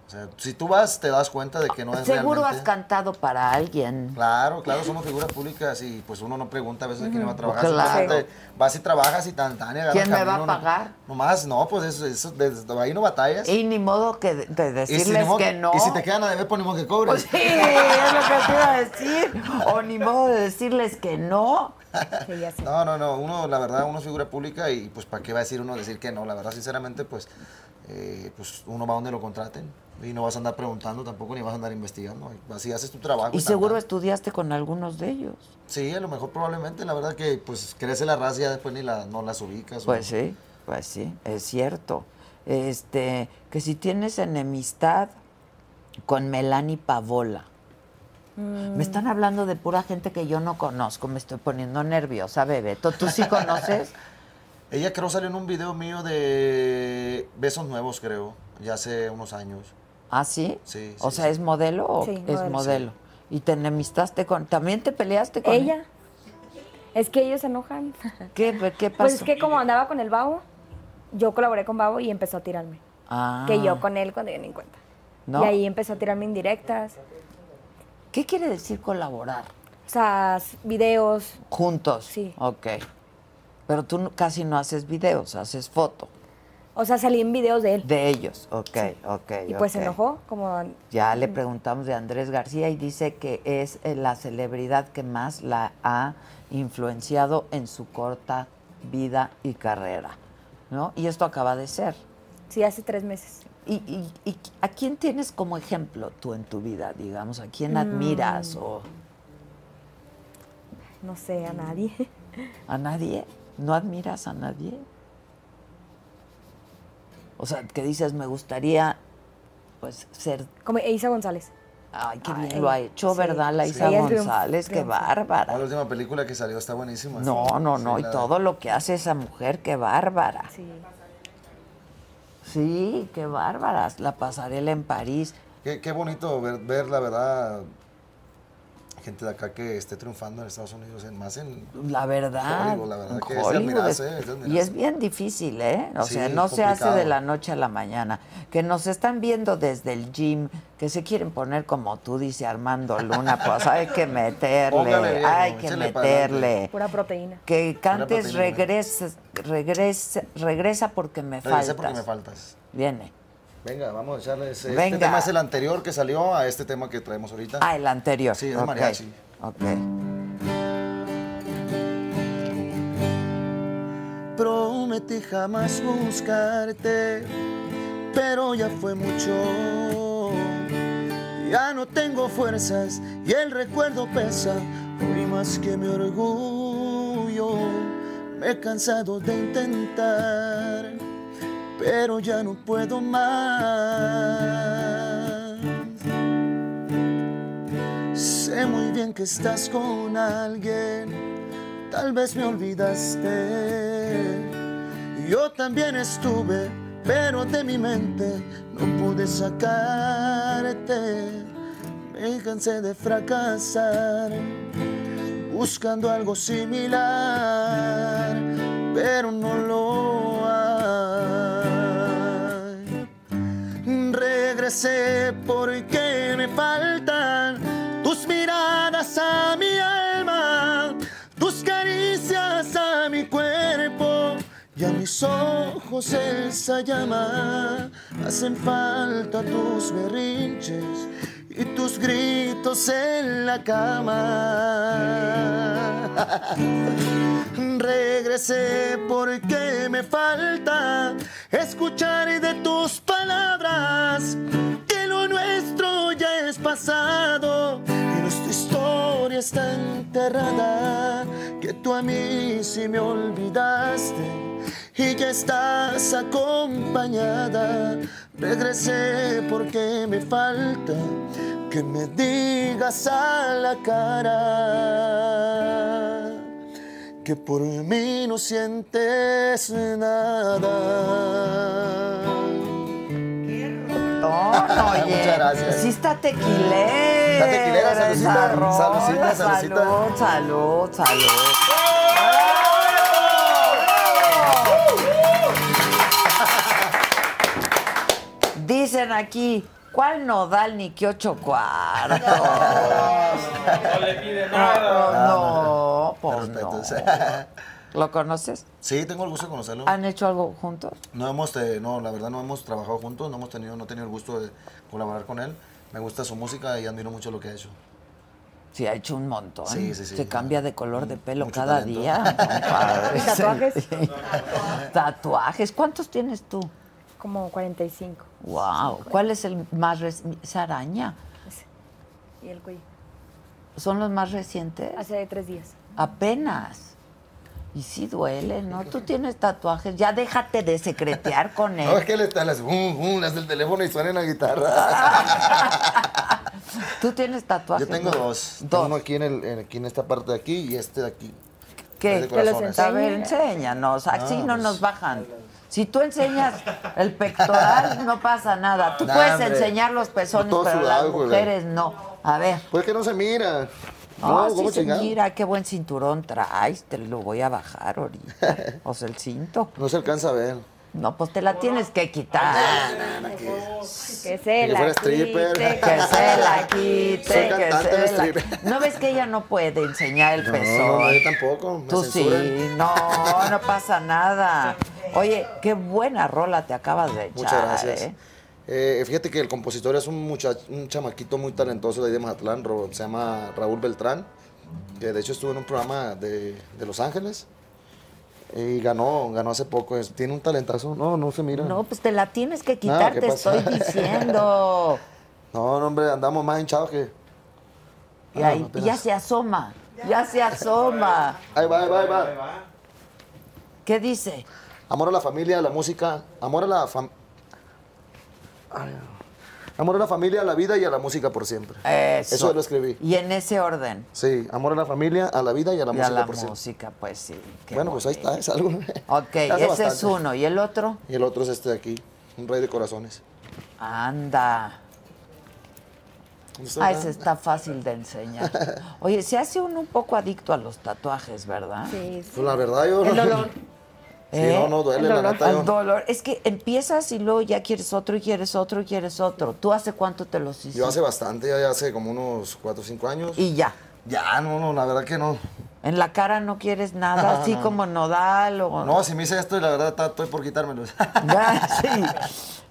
O sea, si tú vas, te das cuenta de que no es
Seguro has
realmente...
cantado para alguien.
Claro, claro, somos figuras públicas y pues uno no pregunta a veces quién va a trabajar.
Claro.
simplemente Vas y trabajas y tan, tan y agarras
¿Quién me va a
camino, no-
pagar?
Nomás, no, pues eso, eso, desde ahí no batallas.
Y ni modo que de- de
Y si
decirles
ni modo-
que no.
Y si te quedan a deber, ponemos que cobres.
Pues sí, es lo que te iba a decir. O ni modo de decirles que no.
Sí, ya sé.
No, no, no, uno, la verdad, uno es figura pública y pues para qué va a decir uno decir que no, la verdad, sinceramente, pues, eh, pues uno va donde lo contraten y no vas a andar preguntando tampoco ni vas a andar investigando, así haces tu trabajo.
Y
tan,
seguro
tan.
estudiaste con algunos de ellos.
Sí, a lo mejor probablemente, la verdad que pues crece la raza y ya después ni la, no las ubicas. o-
Pues sí, pues sí, es cierto. Este, que si tienes enemistad con Melanie Pavola.
Mm,
Me están hablando de pura gente que yo no conozco, me estoy poniendo nerviosa, Bebeto. ¿Tú sí conoces?
Ella creo salió en un video mío de Besos Nuevos, creo, ya hace unos años.
¿Ah, sí?
Sí,
O
sí,
sea,
sí.
¿es modelo o
Sí,
es
modelo.
modelo? ¿Y te enemistaste con...? ¿También te peleaste con
Ella. Es que ellos se enojan.
¿Qué, qué pasó?
Pues es que como andaba con el babo, yo colaboré con babo y empezó a tirarme.
Ah,
Que yo con él cuando yo ni en cuenta.
¿no?
Y ahí empezó a tirarme indirectas.
¿Qué quiere decir colaborar?
O sea, s- videos.
Juntos.
Sí.
Ok. Pero tú no- casi no haces videos, haces foto.
O sea, salí en videos de él.
De ellos, ok, ok.
y pues se
ok.
enojó, como
Ya le preguntamos de Andrés García y dice que es eh, la celebridad que más la ha influenciado en su corta vida y carrera, ¿no? Y esto acaba de ser.
sí, hace tres meses.
¿Y, y- y a quién tienes como ejemplo tú en tu vida, digamos? ¿A quién
Mm.
admiras o
No sé, a nadie.
a nadie? ¿No admiras a nadie? O sea, que dices, me gustaría pues ser...
Como Isa González.
Ay, qué
Ay,
bien lo ha hecho,
sí.
¿verdad? La
Sí.
Isa
Ella es triunf-
González, qué
triunfante.
bárbara.
Ah, la última película que salió está buenísima.
No, no, no,
Sí,
y
la-
todo lo que hace esa mujer, qué bárbara.
Sí.
Sí, qué bárbaras. La pasarela en París.
Qué, qué bonito ver, ver, la verdad, gente de acá que esté triunfando en Estados Unidos, en- más en...
La verdad.
Hollywood, la verdad
en
que es de
Hollywood
admirarse,
es-
es de admirarse.
y es bien difícil, ¿eh? O
Sí,
sea,
es
no se hace
complicado.
de la noche a la mañana. Que nos están viendo desde el gym, que se quieren poner como tú, dice Armando Luna, pues hay que
Póngale
meterle,
bien,
hay
¿no?
que
Échale para
meterle.
Pura proteína.
Que cantes,
proteína.
regreses, regresa, regresa porque me
Regresa
faltas.
porque me faltas.
Viene.
Venga, vamos a echarles... Este
Venga.
tema es el anterior que salió a este tema que traemos ahorita.
Ah, el anterior.
Sí, es de
Ok,
mariachi.
Ok.
Prometí jamás buscarte, pero ya fue mucho. Ya no tengo fuerzas y el recuerdo pesa hoy más que mi orgullo. Me he cansado de intentar, pero ya no puedo más. Sé muy bien que estás con alguien, tal vez me olvidaste. Yo también estuve, pero de mi mente no pude sacarte. Me cansé de fracasar, buscando algo similar, pero no lo hay. Regresé porque me faltan tus miradas a mi alma, tus caricias a mi cuerpo y a mis ojos esa llama. Hacen falta tus berrinches y tus gritos en la cama. Regresé porque me falta escuchar de tus palabras que lo nuestro ya es pasado y nuestra historia está enterrada que tú a mí sí me olvidaste y que estás acompañada. Regresé porque me falta que me digas a la cara que por mí no sientes nada.
No, no, oye.
Muchas gracias.
Sí está tequilera.
Está tequilera,
esa
salucita,
rola.
salucita, salucita.
Salud, salud, salud. Dicen aquí, ¿cuál nodal ni qué ocho cuartos?
No le pide
No,
nada.
no, pues no.
Respetos.
¿Lo conoces?
Sí, tengo el gusto de conocerlo.
¿Han hecho algo juntos?
No hemos, eh, no, la verdad no hemos trabajado juntos, no hemos tenido, no he tenido el gusto de colaborar con él. Me gusta su música y admiro mucho lo que ha hecho.
Sí, ha hecho un montón.
Sí, sí, sí.
Se cambia de color de pelo
Mucho
cada
talento.
día. compadre.
¿Y tatuajes?
Sí. Tatuajes. ¿Cuántos tienes tú?
Como 45.
Wow. ¿Cuál es el más reciente? Esa araña.
Y el cuello.
¿Son los más recientes?
Hace tres días.
Apenas. Y sí duele, ¿no? Tú tienes tatuajes. Ya déjate de secretear con
No, es
él.
que le están las, bum, bum, las del teléfono y suenan la guitarra.
Tú tienes
Yo
tatuajes.
tengo
¿no?
dos. Tengo
Dos.
uno aquí en, el, en- aquí en esta parte de aquí y este de aquí.
¿Qué?
Es de
Que los
corazones.
A ver, enséñanos. Así
Ah,
no
pues.
nos bajan. Si tú enseñas el pectoral, no pasa nada. Tú
Nah,
puedes
hombre.
enseñar los pezones,
Todo
pero
sudado,
las
güey.
mujeres no. A ver.
Pues que no se mira.
Ah,
No,
sí
¿cómo
se
chingado?
mira, qué buen cinturón traes. Te lo voy a bajar ahorita. O sea, el cinto.
No se alcanza a ver.
No, pues te la tienes que quitar.
Que se
que
la
fuera
quite,
stripper.
Que se la
Soy
quite, que
cantante de
se la
strip.
No ves que ella no puede enseñar el pezón.
No, no, yo tampoco. Me
Tú
censuran.
sí, no, no pasa nada. Oye, qué buena rola te acabas de echar.
Muchas gracias.
¿eh?
Eh, fíjate que el compositor es un, muchacho, un chamaquito muy talentoso de ahí de Mazatlán, Ro- se llama Raúl Beltrán, que de hecho estuvo en un programa de, de Los Ángeles y ganó, ganó hace poco. Es- tiene un talentazo, no, no se mira.
No,
No,
pues te la tienes que
No,
quitar,
¿qué
te
pasa?
estoy diciendo.
no, hombre, andamos más hinchados que...
Y
Ah,
ahí-
no
y
apenas.
ya se asoma, ya se asoma.
Ahí va, ahí va, ahí va.
¿Qué dice?
Amor a la familia, a la música, amor a la fam... Ay, Amor a la familia, a la vida y a la música por siempre.
Eso.
lo escribí.
Y en ese orden.
Sí, amor a la familia, a la vida y a la
y
música
a la
por siempre.
música, pues sí. qué
Bueno, pues ahí está,
bonito.
es algo.
Ok,
Hace
ese es
bastante.
uno. ¿Y el otro?
Y el otro es este de aquí, un rey de corazones.
Anda.
¿Dónde
Ah, ese está fácil de enseñar. Oye, se hace uno un poco adicto a los tatuajes, ¿verdad?
Sí, sí.
Pues la verdad, yo.
El Eh, dolor.
Sí, no, no, duele, la neta. yo-
Al dolor. Es que empiezas y luego ya quieres otro y quieres otro y quieres otro. ¿Tú hace cuánto te los hiciste?
Yo hace bastante, ya ya hace como unos 4 o 5 años.
Y ya.
Ya, no, no, la verdad que no.
En la cara no quieres nada,
No,
así
no.
como nodal o...
No, si me hice esto y la verdad está- estoy por quitármelo.
Ya, sí.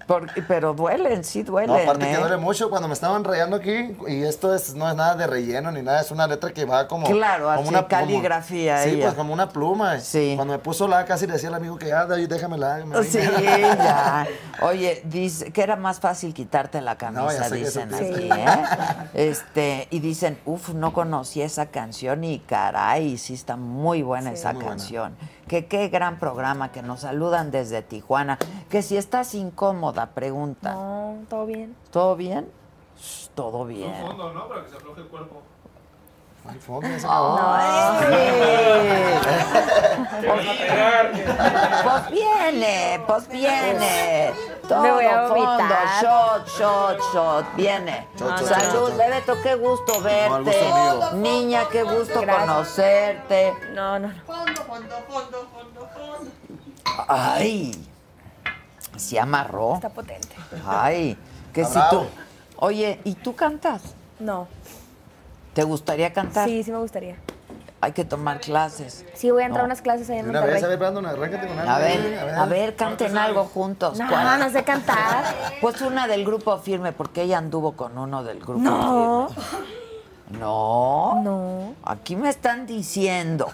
Porque- pero duelen, sí duelen,
No, aparte
¿eh?
que duele mucho cuando me estaban rayando aquí y esto es, no es nada de relleno ni nada, es una letra que va como...
Claro,
como
así, caligrafía
Sí,
ella.
pues como una pluma.
Sí.
Cuando me puso la casi le decía al amigo que ya, de ahí déjame la... me la-
Sí, ya. Oye, dice que era más fácil quitarte la
No,
camisa,
ya sé que
dicen
eso
aquí,
te-
¿eh? Este, y dicen, uff, no conocí esa canción y caray, sí está muy buena esa
Muy buena.
canción. Que qué gran programa, que nos saludan desde Tijuana. Que si estás incómoda, pregunta.
No, todo bien.
¿Todo bien? Shh, Todo bien.
Un fondo, ¿no? Para que se afloje el cuerpo.
Ay, fondo, ya se acabó.
Ay, sí.
Que van a pegar, que-
Pues viene, pues viene. Todo
Me voy a
fondo,
vomitar.
shot, shot, shot, viene.
Shot, shot,
Salud,
shot, shot.
Bebeto, qué gusto
No, el
verte.
gusto mío.
Niña, qué gusto
Gracias.
conocerte.
No, no, no.
Fondo, fondo, fondo, fondo, fondo.
Ay, se amarró.
Está potente.
Ay, que si
Bravo.
tú. Oye, ¿y tú cantas?
No.
¿Te gustaría cantar?
Sí, sí me gustaría.
Hay que tomar clases.
Sí, voy a entrar
No.
a unas clases ahí
De
en
una vez, a ver,
Monterrey.
Brandon, arráncate con algo.
A ver, a ver, canten algo juntos.
No,
¿Cuál?
no sé cantar.
Pues una del grupo firme, porque ella anduvo con uno del grupo
No.
firme. No.
No.
Aquí me están diciendo.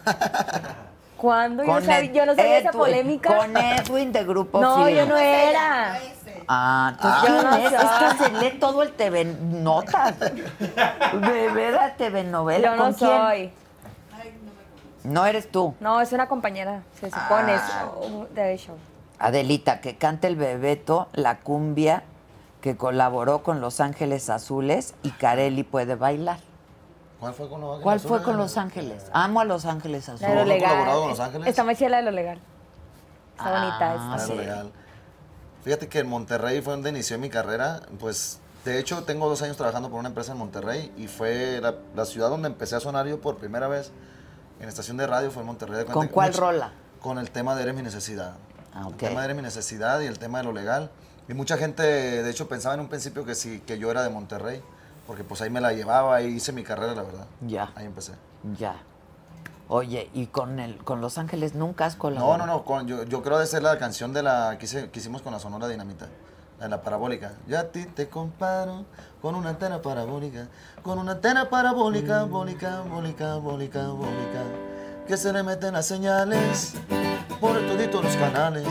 ¿Cuándo? Yo,
con
no sabía, yo no sabía esa
Edwin-
polémica.
Con Edwin de grupo
no,
firme.
yo no era.
Ah, entonces
Ah.
¿quién
Yo no
es?
soy.
Es que se lee todo el TV Notas. De veras, TV Novela.
Yo
¿Con
no
quién?
soy.
No eres tú.
No, es una compañera, se supone.
Ah.
es de show.
Adelita, que cante el Bebeto, la cumbia que colaboró con Los Ángeles Azules y Carelli puede bailar.
¿Cuál fue con los Ángeles
¿Cuál fue
Azules?
con Los Ángeles? Amo a Los Ángeles
La
Azules.
de lo
No, no he
legal.
colaborado con Los Ángeles.
Está más chida la de lo legal. Está
Ah,
bonita
Ah,
esta.
sí.
lo legal. Fíjate que en Monterrey fue donde inició mi carrera. Pues, de hecho, tengo dos años trabajando por una empresa en Monterrey y fue la, la ciudad donde empecé a sonar yo por primera vez en estación de radio fue en Monterrey. De cuenta
¿Con
que
cuál
mucho-
rola?
Con el tema de Eres mi necesidad.
Ah, ok.
El tema de Eres mi necesidad y el tema de lo legal. Y mucha gente, de hecho, pensaba en un principio que sí, que yo era de Monterrey, porque pues ahí me la llevaba, ahí hice mi carrera, la verdad.
Ya.
Ahí empecé.
Ya. Oye, ¿y con el con Los Ángeles nunca has
No,
colaborado?
no, no. con- yo, yo creo de ser la canción de la que, hice- que hicimos con la Sonora Dinamita. la de la parabólica. Yo a ti te comparo con una antena parabólica. Con una antena parabólica, bólica, bólica, bólica, bólica. Que se le meten las señales por toditos los canales.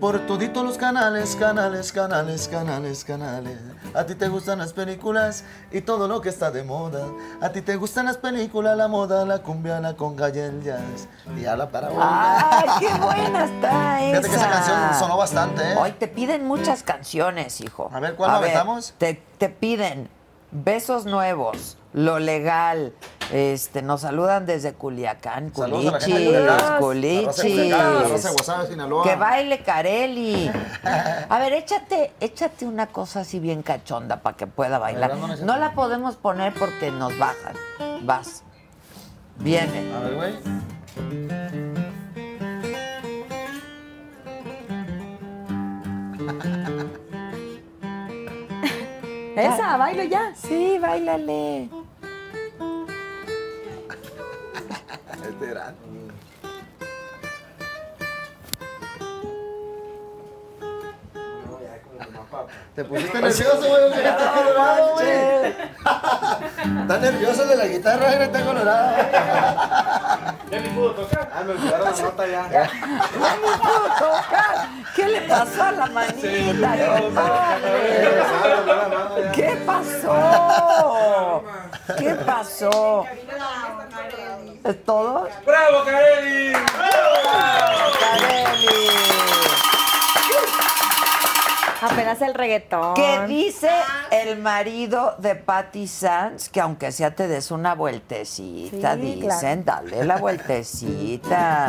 Por toditos los canales, canales, canales, canales, canales. A ti te gustan las películas y todo lo que está de moda. A ti te gustan las películas, la moda, la cumbia, la conga y el jazz. Y a la parabólica.
¡Ay, qué buena está esa!
Fíjate que esa canción sonó bastante, ¿eh?
Hoy te piden muchas canciones, hijo.
A ver, ¿cuál la aventamos?
Te, te piden Besos Nuevos, Lo Legal, este, nos saludan desde Culiacán,
Saludos a la gente de Culiacán. La Rosa
Culichis,
de
Culichis.
Culiacán, la Rosa de Guasave, Sinaloa.
Que baile Carelli. A ver, échate, échate una cosa así bien cachonda para que pueda bailar.
ver, vámonos.
No la podemos poner porque nos bajan. Vas. Viene.
A ver, güey.
Esa, bailo ya.
Sí, bailale.
Este era. Te pusiste nervioso, güey. Está colorado, güey. Está nervioso de la guitarra, güey. Está colorado.
Ya ni pudo tocar.
Ah, me olvidaron la nota ya.
¿Qué le pasó a la manita? compadre? ¿Qué pasó? ¿Qué pasó?
Cabina de la mesa, Marely.
¿Es todo?
¡Bravo, Kareli! ¡Bravo!
Apenas el reggaetón.
¿Qué dice el marido de Patty Sands? Que aunque sea te des una vueltecita,
Sí,
dicen, dale la vueltecita.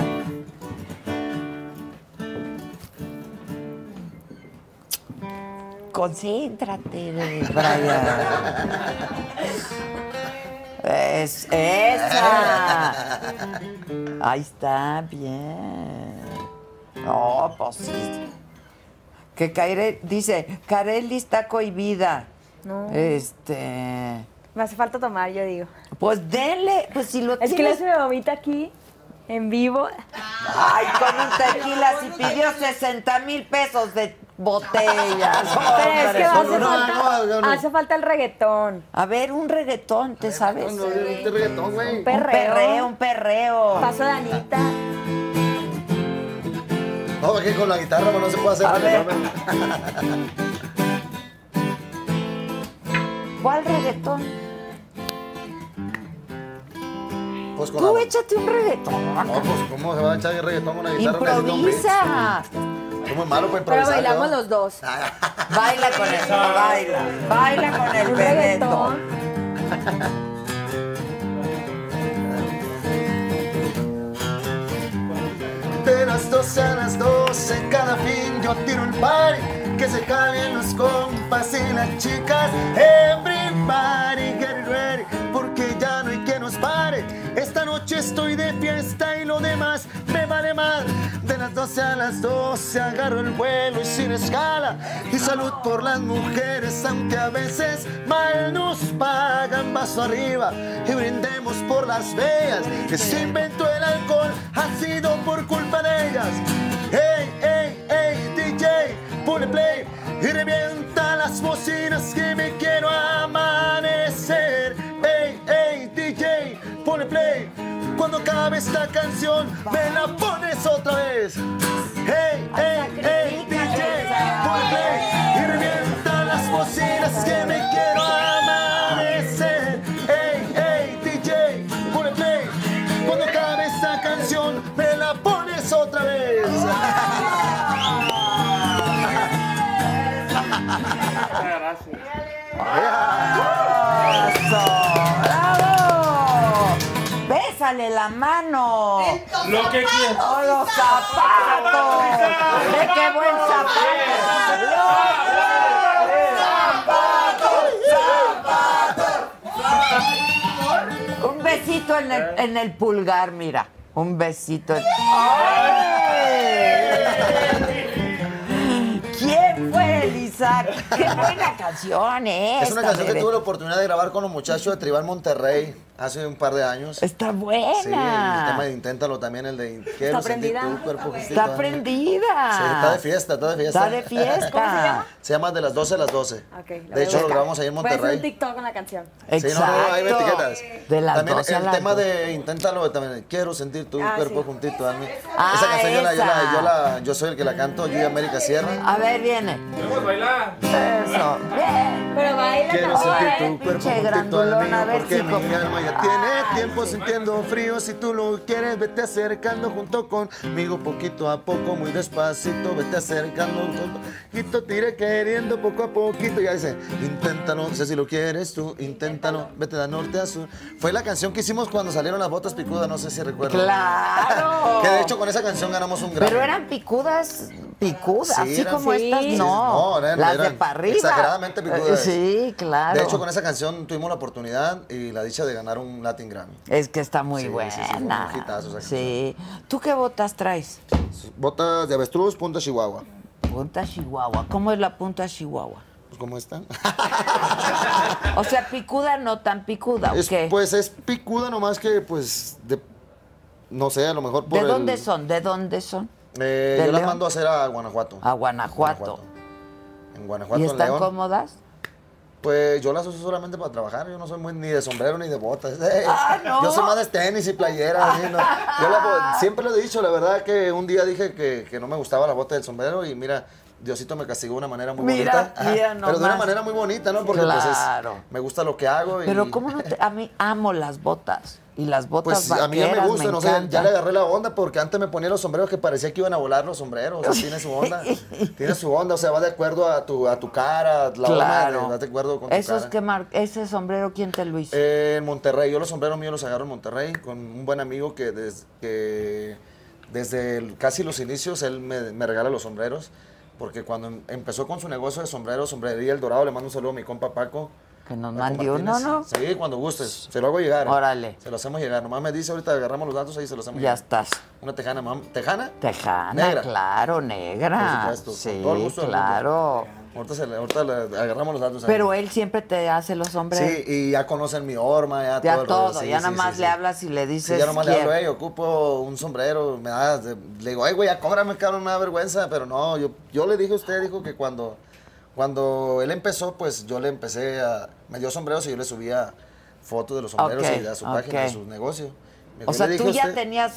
Concéntrate, Brian. Es, esa. Ahí está, bien. No, pues sí. Que Kaire, dice, Kareli está cohibida.
No.
Este.
Me hace falta tomar, yo digo.
Pues denle, pues si lo
Es que le
tienes.
hace mi mamita aquí, en vivo.
Ah, Ay, con un tequila, si pidió 60 mil pesos de botellas.
Pero es que
hombre.
hace,
no,
falta,
no, no, no.
hace falta el reggaetón.
A ver, un reggaetón, ¿te sabes?
No, este reggaetón, güey.
Un perreo, un perreo.
Paso de Anita.
No, porque con la guitarra pues, no se puede hacer.
A ver.
reggaetón.
¿Cuál reggaetón?
Pues con
Tú
la-
échate un reggaetón.
No, pues cómo se va a echar el reggaetón con la guitarra. Necesita un beat.
Improvisa.
Somos malos para
Pero
improvisar.
bailamos
¿no?
los dos.
Ah. Baila con el, baila. Baila con el
Un
reggaetón.
reggaetón.
De las 12 a las 12 cada fin yo tiro el party Que se calen los compas y las chicas Everybody get ready Porque ya no hay que nos pare Esta noche estoy de fiesta y lo demás me vale mal De las 12 a las 12 agarro el vuelo y sin escala Y salud por las mujeres aunque a veces mal nos pagan Paso arriba y brindemos por las bellas Que se inventó el alcohol ha sido por culpa de ellas. Hey, hey, hey, DJ, ponle play y revienta las bocinas que me quiero amanecer. Hey, hey, DJ, ponle play. Cuando acabe esta canción, me la pones otra vez. Hey, hey, hey, DJ, ponle play y revienta las bocinas que me quiero amanecer. Hey, hey, DJ, ponle play. Cuando acabe esta canción, me la pones otra vez.
¡Eso! ¡Bravo! ¡Bésale la mano!
Lo que quieras.
¡Oh, los zapatos! ¡Ve qué buen zapato! ¡Los zapatos! Un besito en el, en el pulgar, mira. Un besito. en- ¡Ay! ¿Quién fue el Isaac? ¡Qué buena canción es!
Es una canción que tuve la oportunidad de grabar con los muchachos de Tribal Monterrey hace un par de años.
Está
Sí, el tema
buena.
de Inténtalo también, el de Quiero sentir
prendida.
tu cuerpo justito.
está prendida.
Sí, está de fiesta, está de fiesta.
Ah. Está de fiesta.
Se llama De las 12 a las 12.
Ok, la voy
de
a
hecho, lo
buscar.
grabamos ahí en
Voy a hacer un
Monterrey.
TikTok con la canción.
Sí, no, no, ahí me
Exacto.
etiquetas.
De las
también
12 a
el
las
tema
12.
de Inténtalo también. Quiero sentir tu
Ah,
cuerpo
sí.
juntito a mí.
Ah,
esa canción yo la- yo, la,
esa.
yo la- yo soy el que la canto, Yuya América Sierra.
A ver, viene.
Queremos bailar.
Eso. Bien.
Pero baila
Quiero sentir
ahora,
tu cuerpo
eh. pinche
juntito al
grandulón,
mío,
a ver,
porque
chico.
mi alma ya tiene tiempo sintiendo frío. Si tú lo quieres, vete acercando junto conmigo, poquito a poco, muy despacito, vete acercando junto poquito, tire queriendo poco a poquito. Ya dice, inténtalo, sé si lo quieres tú, inténtalo, vete de norte a sur. Fue la canción que hicimos cuando salieron las botas picudas, no sé si recuerdan.
Claro.
Que de hecho con esa canción ganamos un Grammy.
Pero eran picudas, picudas,
Sí,
así
eran-
como
Sí.
estas, no.
No, eran-
Las de
eran
para arriba.
exageradamente picudas.
Eh, Sí, claro.
De hecho con esa canción tuvimos la oportunidad y la dicha de ganar un Latin Grammy.
Es que está muy
Sí,
buena.
sí, sí, fue un hitazo esa
Sí. ¿Tú qué botas traes?
Botas de avestruz, punta chihuahua.
Punta Chihuahua. ¿Cómo es la punta Chihuahua?
Pues, ¿Cómo están?
O sea, picuda no tan picuda, ¿o
Es-
qué?
pues es picuda nomás que, pues, de- no sé, a lo mejor por
¿De dónde
el-
son? ¿De dónde son?
Eh,
¿De
yo las
León?
mando a hacer a Guanajuato.
A Guanajuato.
En Guanajuato,
¿Y
en
están
León.
cómodas?
Pues yo las uso solamente para trabajar. Yo no soy muy ni de sombrero ni de botas. Eh,
Ah, ¿no?
Yo soy más de tenis y playeras. así, ¿no? Yo las bo- siempre lo he dicho, la verdad, que un día dije que, que no me gustaba la bota del sombrero y mira, Diosito me castigó de una manera muy
Mira,
bonita.
mira
pero de una
nomás.
manera muy bonita, ¿no? Porque
Claro.
pues es, me gusta lo que hago. Y,
Pero cómo no te... A mí amo las botas. Y las botas
Pues a mí ya me
vaqueras,
gusta, no sé, ya
encantan.
le agarré la onda porque antes me ponía los sombreros que parecía que iban a volar los sombreros. O sea, tiene su onda. tiene su onda, o sea, va de acuerdo a tu, a tu cara, la
Claro.
onda va de acuerdo con tu
Esos
cara.
que mar- Ese sombrero, ¿quién te lo hizo?
Eh, en Monterrey, yo los sombreros míos los agarro en Monterrey con un buen amigo que, des- que desde el- casi los inicios él me, me regala los sombreros, porque cuando em- empezó con su negocio de sombreros, sombrería El Dorado, le mando un saludo a mi compa Paco.
que nos
Paco
mande uno,
Martínez.
¿no?
Sí, cuando gustes, se lo hago llegar.
Órale.
Se lo hacemos llegar, nomás me dice ahorita agarramos los datos ahí se los hacemos
Ya
llegar.
estás.
Una tejana, mam- ¿tejana?
Tejana,
Negra.
claro, negra.
Por supuesto, con
sí,
todo el gusto del mundo.
claro.
Ahorita, se le- ahorita le agarramos los datos ahí.
Pero eh, él siempre te hace los sombreros.
Sí, y ya conocen mi horma, ya,
Ya
todo. el rollo,
todo,
sí,
ya
sí,
nada
sí,
más
sí.
le hablas y le
Sí,
dices.
ya nomás le hablo,
"Quiero".
"Ey, ocupo un sombrero, me da, de- le digo, ay, güey, ya cóbrame, cabrón, me da vergüenza, pero no, yo, yo le dije a usted, dijo que cuando, cuando él empezó, pues yo le empecé a, me dio sombreros y yo le subía fotos de los sombreros
Ok,
y de su
ok.
página, de su negocio. Me dijo,
O
"Yo
sea,
le dije
tú
a
ya
usted-"
tenías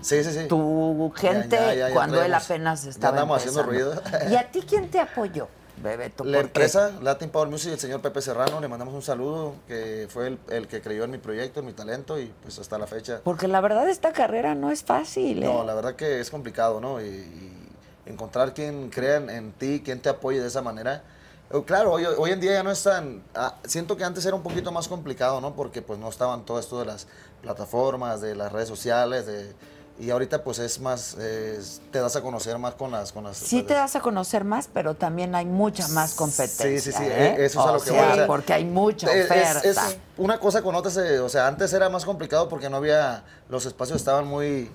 sí, sí, sí.
tu
Ya,
gente
ya, ya, ya
cuando él
traíamos-
apenas
ya
estaba.
andamos haciendo
empezando.
ruido.
¿Y a ti quién te apoyó, Bebeto?
La
Porque
empresa Latin Power Music, el señor Pepe Serrano, le mandamos un saludo, que fue el, el que creyó en mi proyecto, en mi talento y pues hasta la fecha.
Porque la verdad esta carrera no es fácil. ¿eh?
No, la verdad que es complicado, ¿no? Y, y encontrar quien crea en, en ti, quien te apoye de esa manera. Eh, Claro, hoy, hoy en día ya no es tan... ah, siento que antes era un poquito más complicado, ¿no? Porque pues no estaban todo esto de las plataformas, de las redes sociales, de- y ahorita pues es más... eh, es- te das a conocer más con las... Con las
Sí te das a conocer más, pero también hay mucha más competencia.
Sí, sí, sí,
¿eh?
eh, eso es a
O
lo que
sea,
voy, o sea,
Porque hay mucha
es-
oferta.
es- es una cosa con otra, se- o sea, antes era más complicado porque no había, los espacios estaban muy,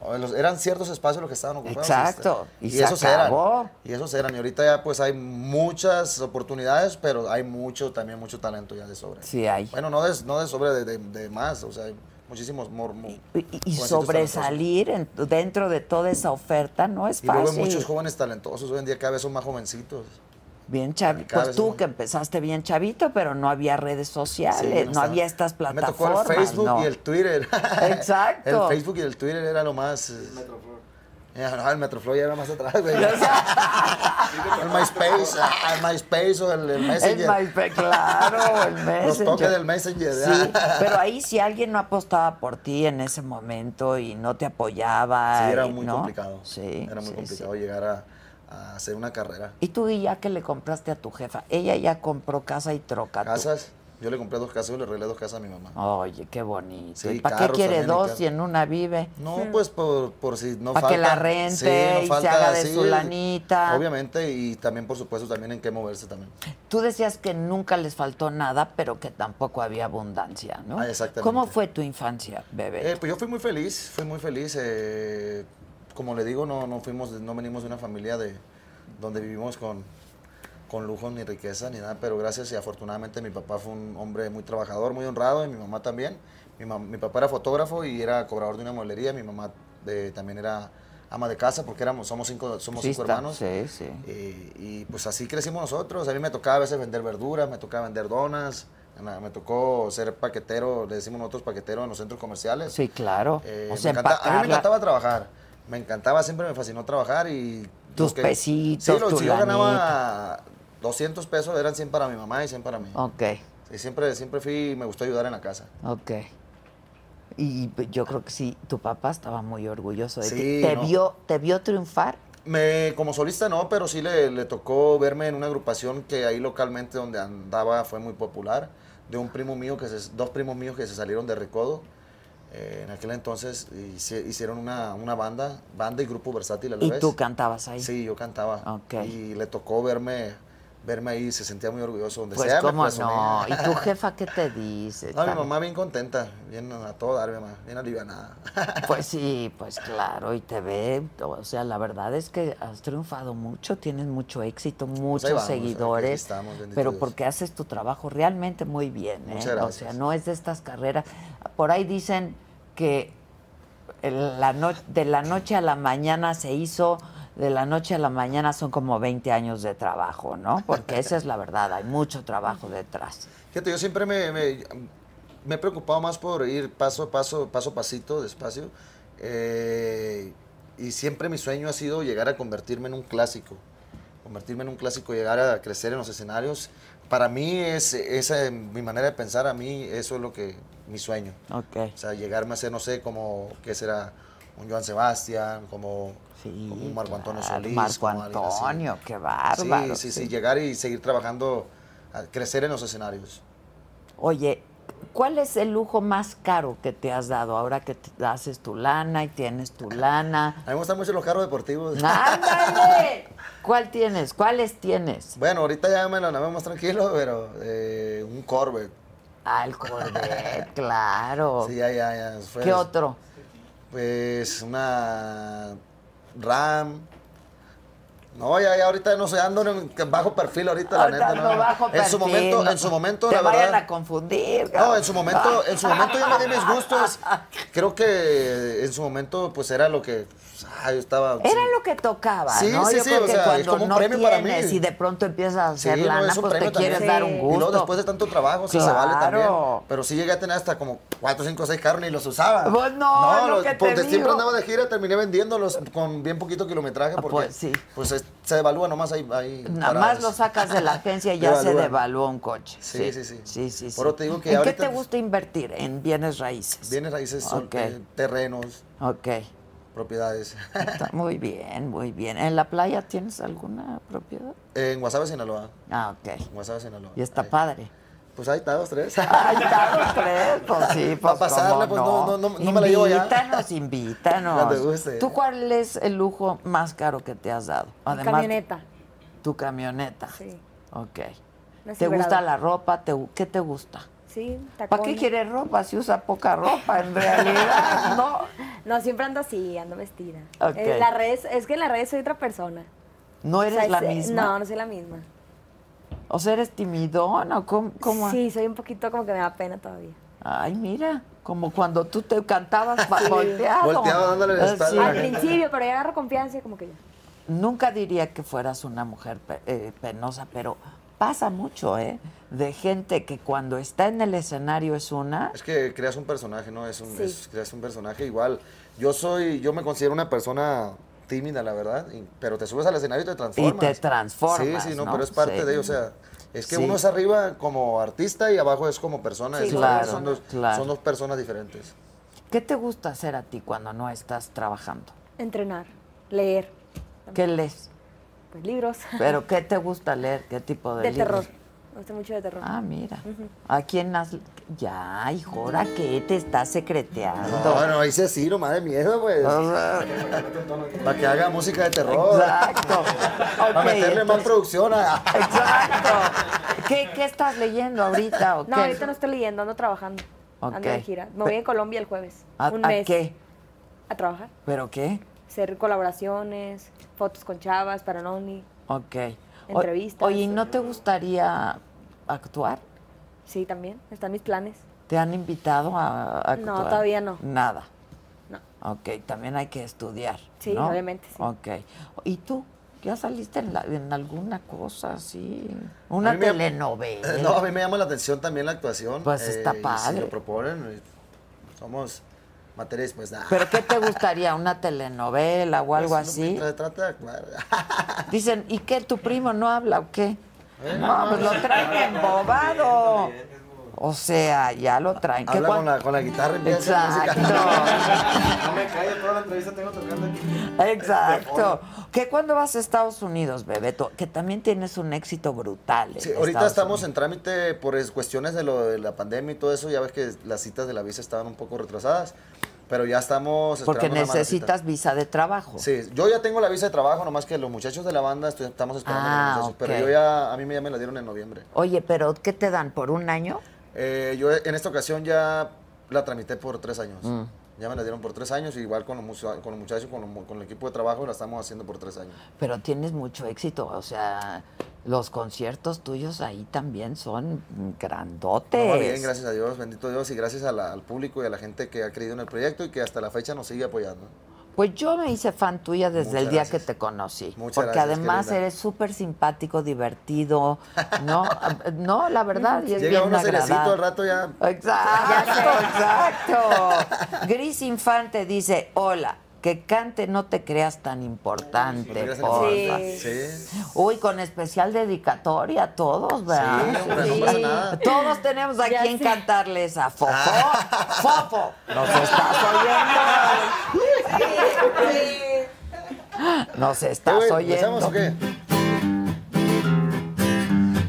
o los- eran ciertos espacios los que estaban ocupados.
Exacto,
este,
y se acabó.
eran. Y esos eran, y ahorita ya pues hay muchas oportunidades, pero hay mucho, también mucho talento ya de sobra.
Sí hay.
Bueno, no de, no de sobra, de, de- de más, o sea, hay muchísimos mor- mo-
Y- y- y
jovencitos talentosos.
sobresalir en- dentro de toda esa oferta no es
Y luego
fácil.
hay muchos jóvenes talentosos, hoy en día cada vez son más jovencitos.
Bien chavito.
Cada vez
Pues tú
más.
que empezaste bien chavito, pero no había redes
Sí,
sociales, no
estaba-
había estas
Me
plataformas.
tocó el Facebook
no.
y el Twitter.
Exacto.
El Facebook y el Twitter era lo más. Metroflor. el Metroflor ya era más atrás, güey. el MySpace, ah, el MySpace o el, el
El
Messenger.
MySpace, claro, el Messenger.
Los toques del Messenger.
Sí,
ah.
pero ahí si alguien no apostaba por ti en ese momento y no te apoyaba.
ah, Sí, era
y-
muy
¿no?
complicado.
Sí.
Era muy
sí,
complicado
sí.
llegar a, a hacer una carrera.
Y tú y ya que le compraste a tu jefa, ella ya compró casa y troca. tú.
Casas, yo le compré dos casas y le arreglé dos casas a mi mamá.
Oye, qué bonito.
Sí,
¿Y para qué
carros
quiere
también,
dos
carros.
si en una vive?
No, pues por, por si no
Pa'
falta.
que la rente y se haga de su lanita.
Obviamente, y también, por supuesto, también en qué moverse también.
Tú decías que nunca les faltó nada, pero que tampoco había abundancia, ¿no?
Ah, exactamente.
¿Cómo fue tu infancia, bebé?
Eh, pues yo fui muy feliz, fui muy feliz. eh, como le digo, no, no fuimos, no venimos de una familia de donde vivimos con, con lujos ni riqueza ni nada, pero gracias y afortunadamente mi papá fue un hombre muy trabajador, muy honrado y mi mamá también. Mi, mam- mi papá era fotógrafo y era cobrador de una mueblería, mi mamá eh, también era ama de casa porque éramos, somos cinco, somos
Sí,
cinco
está-
hermanos.
Sí, sí.
Eh, y pues así crecimos nosotros. A mí me tocaba a veces vender verduras, me tocaba vender donas, na- me tocó ser paquetero, le decimos nosotros paquetero en los centros comerciales.
Sí, claro.
Eh,
o sea,
me encanta- a mí me
empacarla.
encantaba trabajar. Me encantaba, siempre me fascinó trabajar y...
Tus
lo que-
pesitos,
Sí, lo-
tu
si yo ganaba 200 pesos, eran 100 para mi mamá y 100 para mí.
Ok,
Y siempre, siempre fui, me gustó ayudar en la casa.
ok. Y yo creo que sí, tu papá estaba muy orgulloso de
Sí,
ti. ¿Te,
no.
vio, ¿Te vio triunfar?
Me, como solista no, pero sí le, le tocó verme en una agrupación que ahí localmente donde andaba fue muy popular, de un primo mío, que se- dos primos míos que se salieron de Recodo. eh, en aquel entonces hici- hicieron una, una banda, banda y grupo versátil a la
Y
vez.
tú cantabas ahí.
Sí, yo cantaba.
Ok.
Y le tocó verme, verme ahí, se sentía muy orgulloso donde
Pues
sea. me
cómo no.
presumía.
¿Y tu jefa qué te dice?
No, mi
Tan-
mamá bien contenta, bien a todo dar, mi mamá, bien alivianada.
Pues sí, pues claro, y te ve, o sea, la verdad es que has triunfado mucho, tienes mucho éxito, muchos
Pues vamos, aquí
seguidores,
estamos, bendito
pero
Dios.
porque haces tu trabajo realmente muy bien, ¿eh?
Muchas gracias.
O sea, no es de estas carreras. Por ahí dicen que el- la no- de la noche a la mañana se hizo, de la noche a la mañana son como 20 años de trabajo, ¿no? Porque esa es la verdad, hay mucho trabajo detrás.
Fíjate, yo siempre me, me- me he preocupado más por ir paso a paso, paso a pasito, despacio. eh, y siempre mi sueño ha sido llegar a convertirme en un clásico. convertirme en un clásico, llegar a crecer en los escenarios. Para mí es esa es mi manera de pensar, a mí eso es lo que mi sueño.
Ok.
O sea, llegarme a ser, no sé, como, ¿qué será? Un Joan Sebastián, como,
Sí,
como un Marco Antonio
claro,
Solís.
Marco
como alguien así.
Antonio, qué bárbaro,
Sí, sí, sí,
sí.
llegar y seguir trabajando, a crecer en los escenarios.
Oye, ¿cuál es el lujo más caro que te has dado ahora que te haces tu lana y tienes tu lana?
A mí me gustan mucho los carros deportivos.
Ah. ¡Ándale! ¿Cuál tienes? ¿Cuáles tienes?
Bueno, ahorita ya me lo navego más tranquilo, pero eh, un Corvette.
Ah, el Corvette, claro.
Sí, ya, ya, ya. Fue-
¿Qué otro?
Pues una RAM. No, ya, ya ahorita no sé, ando en bajo perfil ahorita, la
Ahorita
neta.
ando
no.
bajo
en su
perfil,
momento,
no
en su momento,
te
la
vayan
verdad.
a confundir.
No,
cabrón.
en su momento, en su momento yo me di mis gustos. Creo que en su momento, pues era lo que. ah, yo estaba.
Era lo que tocaba,
Sí,
¿no?
sí,
Yo
sí,
creo
o
que
sea, es
cuando
como un
no
premio para mí.
tienes y de pronto empiezas a
Sí,
hacer
no,
lana,
es un
pues te
premio
quieres
también.
dar un gusto.
Y luego después de tanto trabajo, sí se vale
Claro.
también. Pero sí llegué a tener hasta como 4, 5, 6 carros y los usaba.
Pues no, es lo que te
porque
digo.
siempre andaba de gira, terminé vendiéndolos con bien poquito kilometraje porque
Pues sí.
pues, es- se devalúa nomás ahí. ahí
Nada
para-
más lo sacas de la agencia y ya se
Devalúa.
devaluó un coche.
Sí, sí, sí.
sí, sí, sí.
Por eso te digo que
¿En qué
ahorita-
te gusta invertir? En bienes raíces.
Bienes raíces, sol-
Ok.
eh, terrenos,
Ok.
propiedades.
Está muy bien, muy bien. ¿En la playa tienes alguna propiedad?
en Guasave, Sinaloa.
Ah, ok.
En Guasave, Sinaloa.
Y está
Ahí.
padre.
Pues ahí está, dos, tres.
Ahí está, los tres, pues sí, pues
Pa' pasarla,
cómo
pues,
no.
no, no, no, no me la llevo ya.
Invítanos, invítanos.
Ya te guste.
¿Tú cuál es el lujo más caro que te has dado? Además,
camioneta.
Tu camioneta.
Sí.
Ok.
Una
¿Te gusta
Silverado.
la ropa? ¿Te gu- ¿Qué te gusta?
Sí,
¿Para
tacones.
qué quieres ropa si usa poca ropa en realidad? No.
Ah. No, siempre ando así, ando vestida.
Ok.
En las redes- es que en las redes soy otra persona.
¿No eres
O sea,
la
es- eh,
misma?
No, no soy la misma.
¿O sea, eres timidón o cómo? cómo?
Sí, soy un poquito como que me da pena todavía.
Ay, mira, como cuando tú te cantabas pa- volteado.
Volteado dándole la
Ah,
espalda
sí.
a la
Al principio, pero ya agarro confianza y como que ya.
Nunca diría que fueras una mujer pe- eh, penosa, pero pasa mucho, ¿eh? De gente que cuando está en el escenario es una...
Es que creas un personaje, ¿no? Es un,
Sí.
es- creas un personaje igual. Yo soy, yo me considero una persona tímida, la verdad, y- pero te subes al escenario y te transformas.
Y te transformas,
Sí, sí, no,
¿no?
pero es parte
Sí.
de ello, o sea, es que
Sí.
uno es arriba como artista y abajo es como persona.
Sí,
es-
claro,
son, dos,
claro.
son dos personas diferentes.
¿Qué te gusta hacer a ti cuando no estás trabajando?
Entrenar, leer,
¿Qué lees?
pues libros.
¿Pero qué te gusta leer? ¿Qué tipo de
de
Pues, libros?
terror. Me gusta mucho de terror.
Ah, mira. ¿A quién has...? Ya, hijo, ¿ahora qué? Te estás secreteando.
No, no, hice así, nomás de miedo, pues. Para que haga música de terror.
Exacto.
Para
Ok,
meterle más
entonces-
producción a-
Exacto. ¿Qué, qué estás leyendo ahorita? o
no,
qué?
ahorita no estoy leyendo, ando trabajando. Ando de
Ok.
gira. Me voy a Colombia el jueves.
¿A,
un
a
mes.
qué?
A trabajar.
¿Pero qué?
Hacer colaboraciones, fotos con chavas, para Noni.
Ok. O-
Entrevistas.
Oye, ¿y ¿no te gustaría actuar?
Sí, también. Están mis planes.
¿Te han invitado a, a
No,
actuar?
todavía no.
Nada.
No.
Ok, también hay que estudiar.
Sí,
¿no?
obviamente, sí.
Ok. ¿Y tú? ¿Ya saliste en, la- en alguna cosa así? ¿Una
mí me-
telenovela?
No, a mí me llama la atención también la actuación. eh,
Pues está
y
padre.
Si lo proponen, somos materias, pues nada.
¿Pero qué te gustaría? ¿Una telenovela o algo
Pues, no,
así?
mientras trata de actuar.
Dicen, ¿y qué? ¿Tu primo no habla o qué?
¿Eh?
No, pues lo traen embobado. O sea, ya lo traen. ¿Qué
Habla
cuan-
con la, ah, con la guitarra y empieza a hacer música.
Exacto.
No me callo, toda la entrevista tengo tocando aquí.
Exacto. ¿Qué cuándo vas a Estados Unidos, Bebeto? Que también tienes un éxito brutal. en
Sí, ahorita
Estados
estamos
Unidos.
en trámite por es- cuestiones de lo de la pandemia y todo eso. Ya ves que las citas de la visa estaban un poco retrasadas, pero ya estamos.
Porque
esperando una mala cita.
necesitas visa de trabajo.
Sí, yo ya tengo la visa de trabajo, nomás que los muchachos de la banda estoy- estamos esperando. a
Ah,
los muchachos,
ok.
Pero yo ya, a mí ya me la dieron en noviembre.
Oye, pero ¿qué te dan? ¿Por un año?
Eh, yo en esta ocasión ya la tramité por tres años.
Mm.
Ya me la dieron por tres años, y igual con los, musa- con los muchachos, con, los mu- con el equipo de trabajo, la estamos haciendo por tres años.
Pero tienes mucho éxito. O sea, los conciertos tuyos ahí también son grandotes.
No, bien, gracias a Dios, bendito Dios, y gracias a la- al público y a la gente que ha creído en el proyecto y que hasta la fecha nos sigue apoyando.
Pues yo me hice fan tuya desde
Muchas
el día
gracias.
que te conocí.
Muchas
porque
gracias,
además
qué linda.
eres súper simpático, divertido. No, no, la verdad, y es
Llega
bien
uno cerecito al rato
agradable.
ya.
Exacto, exacto. Gris Infante dice, hola, que cante No te creas tan importante. porfa.
Sí.
Sí.
Uy, con especial dedicatoria todos,
Sí,
¿verdad?
hombre,
Sí.
no pasa nada. Ah.
Todos tenemos a
Ya
quien
sé.
cantarles a Fofo. Fofo, nos estás oyendo. Nos
Eh,
estás
güey, ¿empezamos
oyendo.
o qué?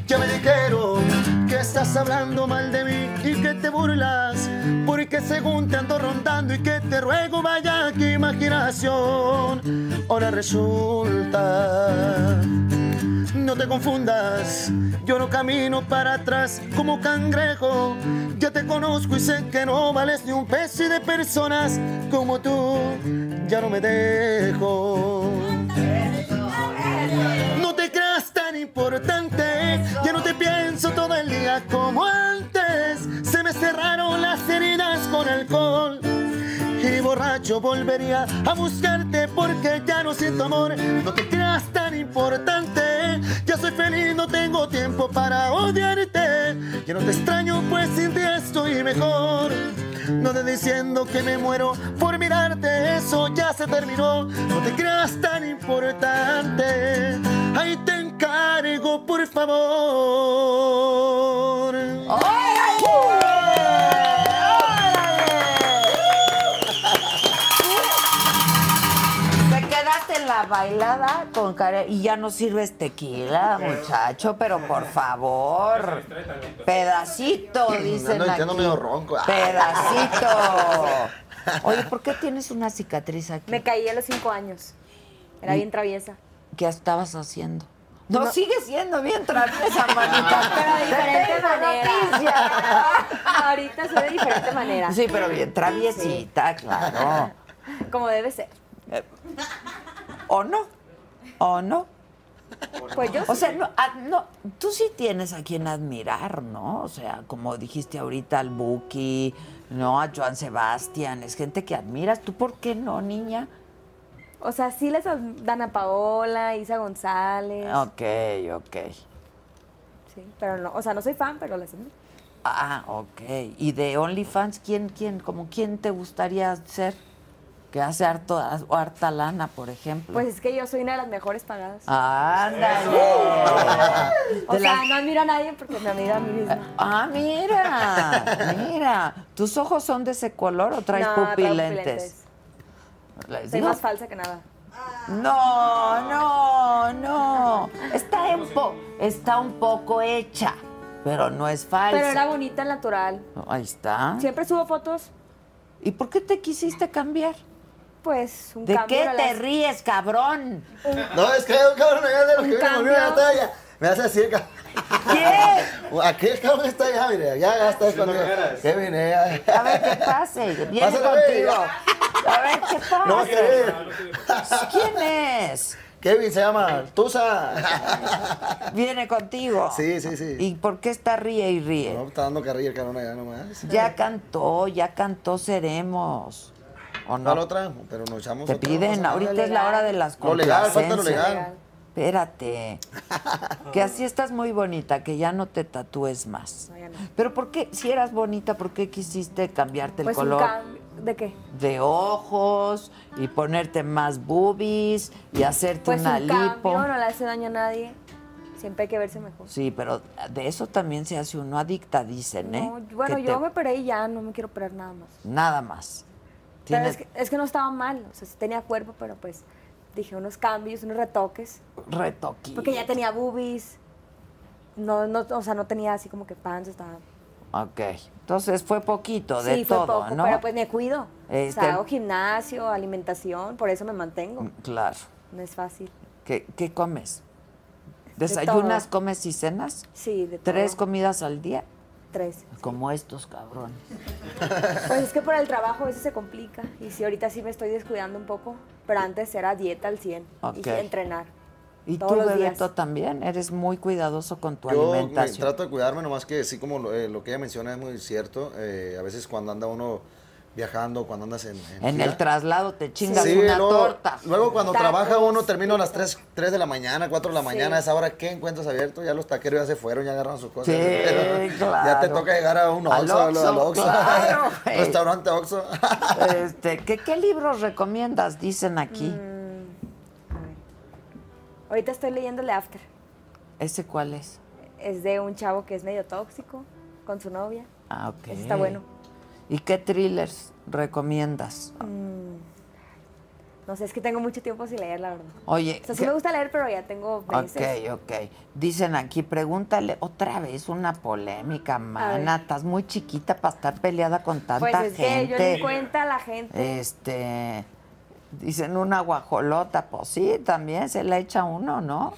Ya me dijeron que estás hablando mal de mí y que te burlas Porque según te ando rondando y que te ruego vaya que imaginación Ahora resulta no te confundas, yo no camino para atrás como cangrejo. Ya te conozco y sé que no vales ni un peso y de personas como tú ya no me dejo. No te creas tan importante, ya no te pienso todo el día como antes. Se me cerraron las heridas con alcohol. Y borracho volvería a buscarte porque ya no siento amor. No te creas tan importante. Ya soy feliz, no tengo tiempo para odiarte. Ya no te extraño, pues sin ti estoy mejor. No te diciendo que me muero por mirarte, eso ya se terminó. No te creas tan importante. Ahí te encargo, por favor.
Te quedaste en la bailada con cara y ya no sirves tequila, muchacho, pero por favor. Pedacito, dicen
Ando echando medio
aquí.
ronco. Ah.
Pedacito. Oye, ¿por qué tienes una cicatriz aquí?
Me caí a los cinco años. Era bien traviesa.
¿Qué estabas haciendo? No, sigue siendo bien traviesa, manita.
Pero de diferente
Te tengo
manera.
noticias.
Ahorita soy de diferente manera.
Sí, pero bien traviesita, claro.
Como debe ser.
¿O no? ¿O no?
Pues yo
O sea, no, ah, no, tú sí tienes a quien admirar, ¿no? O sea, como dijiste ahorita al Buki, ¿no? A Joan Sebastián, es gente que admiras. ¿Tú por qué no, niña?
O sea, sí les dan a Paola, Isa González.
Ok, ok.
Sí, pero no, o sea, no soy fan, pero las admiro.
Ah, ok. ¿Y de OnlyFans quién, quién, como quién te gustaría ser? Que hace harto, harta lana, por ejemplo.
Pues es que yo soy una de las mejores pagadas.
¡Ándale!
o
Ah, De
sea,
la-
no admiro a nadie porque me admiro a mí misma.
Ah, mira, mira. ¿Tus ojos son de ese color o traes
No, traigo
pupilentes? Les
Soy
digo-
más falsa que nada.
No, no, no. Está, en po- está un poco hecha, pero no es falsa. Ah.
Pero era bonita, natural.
Ahí está.
Siempre subo fotos,
¿Y por qué te quisiste cambiar?
pues, un
¿De
cambio.
qué
era
te
las-
ríes, cabrón?
No, es que hay un cabrón allá de los que viene a volver la
cambio.
talla. Me hace así el cabrón.
¿Qué?
Aquel cabrón está allá, mira, ya, ya está escondido. Que vine, ya.
A ver qué pase. Viene
Pásale,
contigo.
ya.
A ver qué pasa.
No va a querer.
¿Quién es?
Kevin se llama Tusa.
Viene contigo.
Sí, sí, sí.
¿Y por qué está ríe y ríe?
No, está dando carrilla el cabrón allá nomás.
Ya cantó, ya cantó Seremos. ¿O no?
No lo trajo, pero nos echamos
Te
otra
piden,
cosa.
ahorita es la hora de las
Lo legal, falta lo
complacencias.
legal.
Espérate. Que así estás muy bonita, que ya no te tatúes más.
No, ya no.
Pero ¿por qué, si eras bonita, por qué quisiste cambiarte el
Pues un
color
cambio. ¿De qué?
de ojos y ponerte más boobies y hacerte
Pues
una
un
lipo?
cambio, no le hace daño a nadie. Siempre hay que verse mejor.
Sí, pero de eso también se hace uno adicta, dicen, ¿eh?
No, bueno,
Que
yo
te-
me operé y ya no me quiero operar nada más.
Nada más.
Pero
Tienes
es que, es que no estaba mal, o sea, sí tenía cuerpo, pero pues dije unos cambios, unos retoques,
retoquillos.
porque ya tenía boobies, no, no, o sea, no tenía así como que panza, estaba...
Ok. Entonces fue poquito de
sí,
todo,
fue poco,
¿no?
pero pues me cuido.
Este-
O sea, hago gimnasio, alimentación, por eso me mantengo.
Mm, Claro.
No es fácil.
¿Qué, qué comes? ¿Desayunas,
todo.
comes y cenas?
Sí, de todo.
¿Tres comidas al día?
Tres.
Como estos cabrones.
Pues es que por el trabajo eso se complica, y sí, ahorita sí me estoy descuidando un poco, pero antes era dieta al 100
Ok.
y entrenar.
¿Y
Todos
tú,
los días.
Bebeto, también? Eres muy cuidadoso con tu
Yo me
alimentación.
trato de cuidarme, nomás que sí, como lo, eh, lo que ella menciona es muy cierto. eh, a veces cuando anda uno viajando, cuando andas en... en
En
gira.
el traslado te chingas
Sí,
una
luego,
torta.
Luego cuando
Tacos.
trabaja uno, termina a las 3, de la mañana, 4 de la mañana, a esa hora, ¿qué encuentras abierto? Ya los taqueros ya se fueron, ya agarraron sus cosas.
Sí,
Ya te
claro.
toca llegar a un
Al
Oxxo, al
Oxxo,
al Oxxo.
claro, güey.
Restaurante Oxxo.
Este, ¿qué, ¿Qué libros recomiendas? Dicen aquí.
Mm. Ahorita estoy leyendo el de After.
¿Ese cuál es?
Es de un chavo que es medio tóxico con su novia.
Ah, ok.
Ese está bueno.
¿Y qué thrillers recomiendas?
Mm. No sé, es que tengo mucho tiempo sin leer, la verdad.
Oye,
O sea, sí
¿qué-
me gusta leer, pero ya tengo meses.
Ok, ok. Dicen aquí, pregúntale otra vez una polémica, mana.
ver.
Estás muy chiquita para estar peleada con tanta
Pues es que
gente.
yo le cuenta a la gente.
Este. Dicen una guajolota, pues sí, también se la echa uno, ¿no?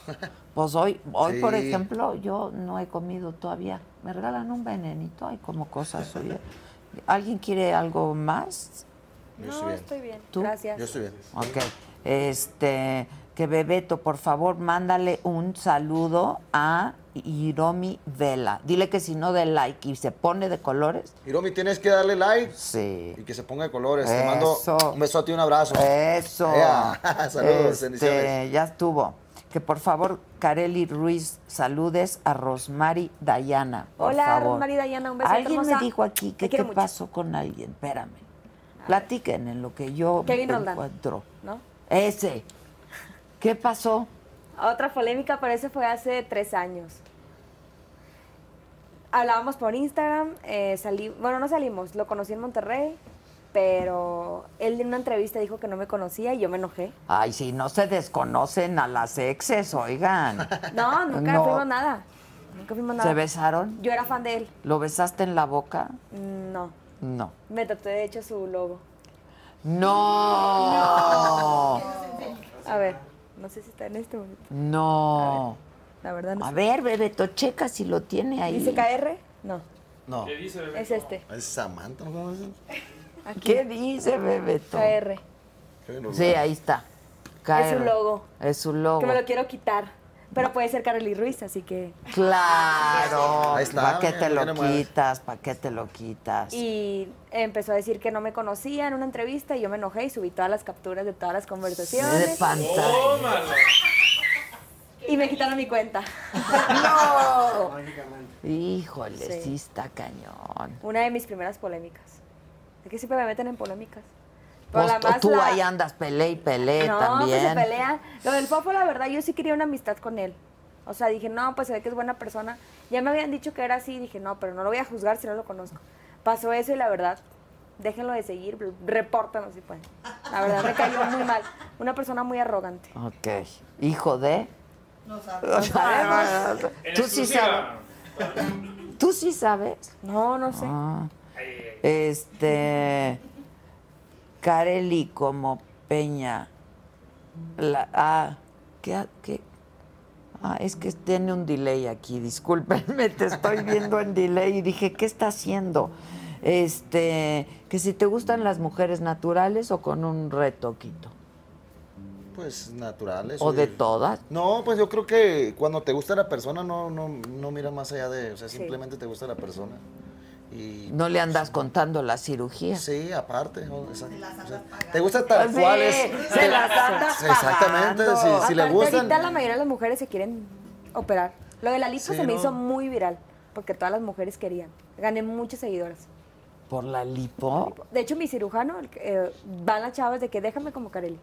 Pues hoy, hoy por
Sí.
ejemplo, yo no he comido todavía. Me regalan un venenito, hay como cosas suyas. ¿Alguien quiere algo más?
Yo
No,
estoy bien.
estoy bien.
¿Tú?
Gracias.
Yo estoy bien.
Ok. Este, que Bebeto, por favor, mándale un saludo a Hiromi Vela. Dile que si no de like y se pone de colores.
Hiromi, tienes que darle like
Sí.
y que se ponga de colores. Te mando
Eso. Eh.
un beso a ti, un abrazo.
Eso.
Ea. Saludos,
Este,
bendiciones.
Ya estuvo. Que por favor, Kareli Ruiz, saludes a Rosmary Dayana. por
Hola,
favor.
Rosmary Dayana, un beso
Alguien me
hermosa.
dijo aquí que qué
Te quiero mucho.
pasó con alguien. Espérame. Platiquen en lo que yo
Kevin
me
Roldán.
encuentro.
¿No?
Ese. ¿Qué pasó?
Otra polémica, pero ese fue hace tres años. Hablábamos por Instagram, eh, salí, bueno, no salimos, lo conocí en Monterrey, pero él en una entrevista dijo que no me conocía y yo me enojé.
Ay, si no se desconocen a las exes, oigan.
No, nunca
No.
fuimos nada. Nunca fuimos nada.
¿Se besaron?
Yo era fan de él.
¿Lo besaste en la boca?
No.
No.
Me tatué de hecho su logo.
No.
A ver, no sé si está en este momento.
No.
La verdad no
A
sé.
ver, Bebeto, checa si lo tiene ahí.
¿Dice KR? No.
No.
¿Qué dice, bebé?
Es este.
Es Samantha, ¿no? ¿Cómo se llama?
¿Qué dice Bebeto?
KR.
Kevin Roldán.
Sí, ahí está. Caer.
Es su logo.
Es su logo.
Que me lo quiero quitar. Pero puede ser Carly Ruiz, así que.
Claro.
Ahí está,
¿Para qué
mira,
te
mira,
lo
mueve.
quitas? ¿Para qué te lo quitas?
Y empezó a decir que no me conocía en una entrevista y yo me enojé y subí todas las capturas de todas las
de
conversaciones.
pantalla.
Tómala.
Y me quitaron mi cuenta.
Híjole,
Sí.
sí está cañón.
Una de mis primeras polémicas. Es que siempre me meten en polémicas. Pero
Pues
la
tú-
más
tú
la-
ahí andas pelea y pelea
no,
también.
pues se pelean. Lo del Fofo, la verdad, yo sí quería una amistad con él. O sea, dije, no, pues se ve que es buena persona. Ya me habían dicho que era así, dije, no, pero no lo voy a juzgar si no lo conozco. Pasó eso y la verdad, déjenlo de seguir, bl- repórtanos si pueden. La verdad, me cayó muy mal. Una persona muy arrogante.
Ok. Hijo de.
No sabes.
No sabemos.
En
Tú sí
exclusiva.
sabes. Tú sí sabes.
No, no sé.
Ah. Este. Kareli como Peña. La, ah, ¿qué, ha- qué? Ah, es que tiene un delay aquí, discúlpenme, te estoy viendo en delay y dije, ¿qué está haciendo? Este, que si te gustan las mujeres naturales o con un retoquito.
Pues naturales.
O de
todo.
todas.
No, pues yo creo que cuando te gusta la persona no, no, no mira más allá de, o sea, simplemente te gusta la persona. Y
No le andas contando la cirugía.
sí, aparte, o- esa- o sea, te gusta tal
Sí,
cual es.
se las andas
Exactamente,
pagando.
Ah, si, si le
Aparte,
gustan.
ahorita la mayoría de las mujeres se quieren operar. Lo de la lipo
Sí,
se me
¿no?
hizo muy viral, porque todas las mujeres querían. Gané muchas seguidoras.
Por la lipo.
De hecho, mi cirujano, el que, eh, van las chavas de que déjame como Carelli.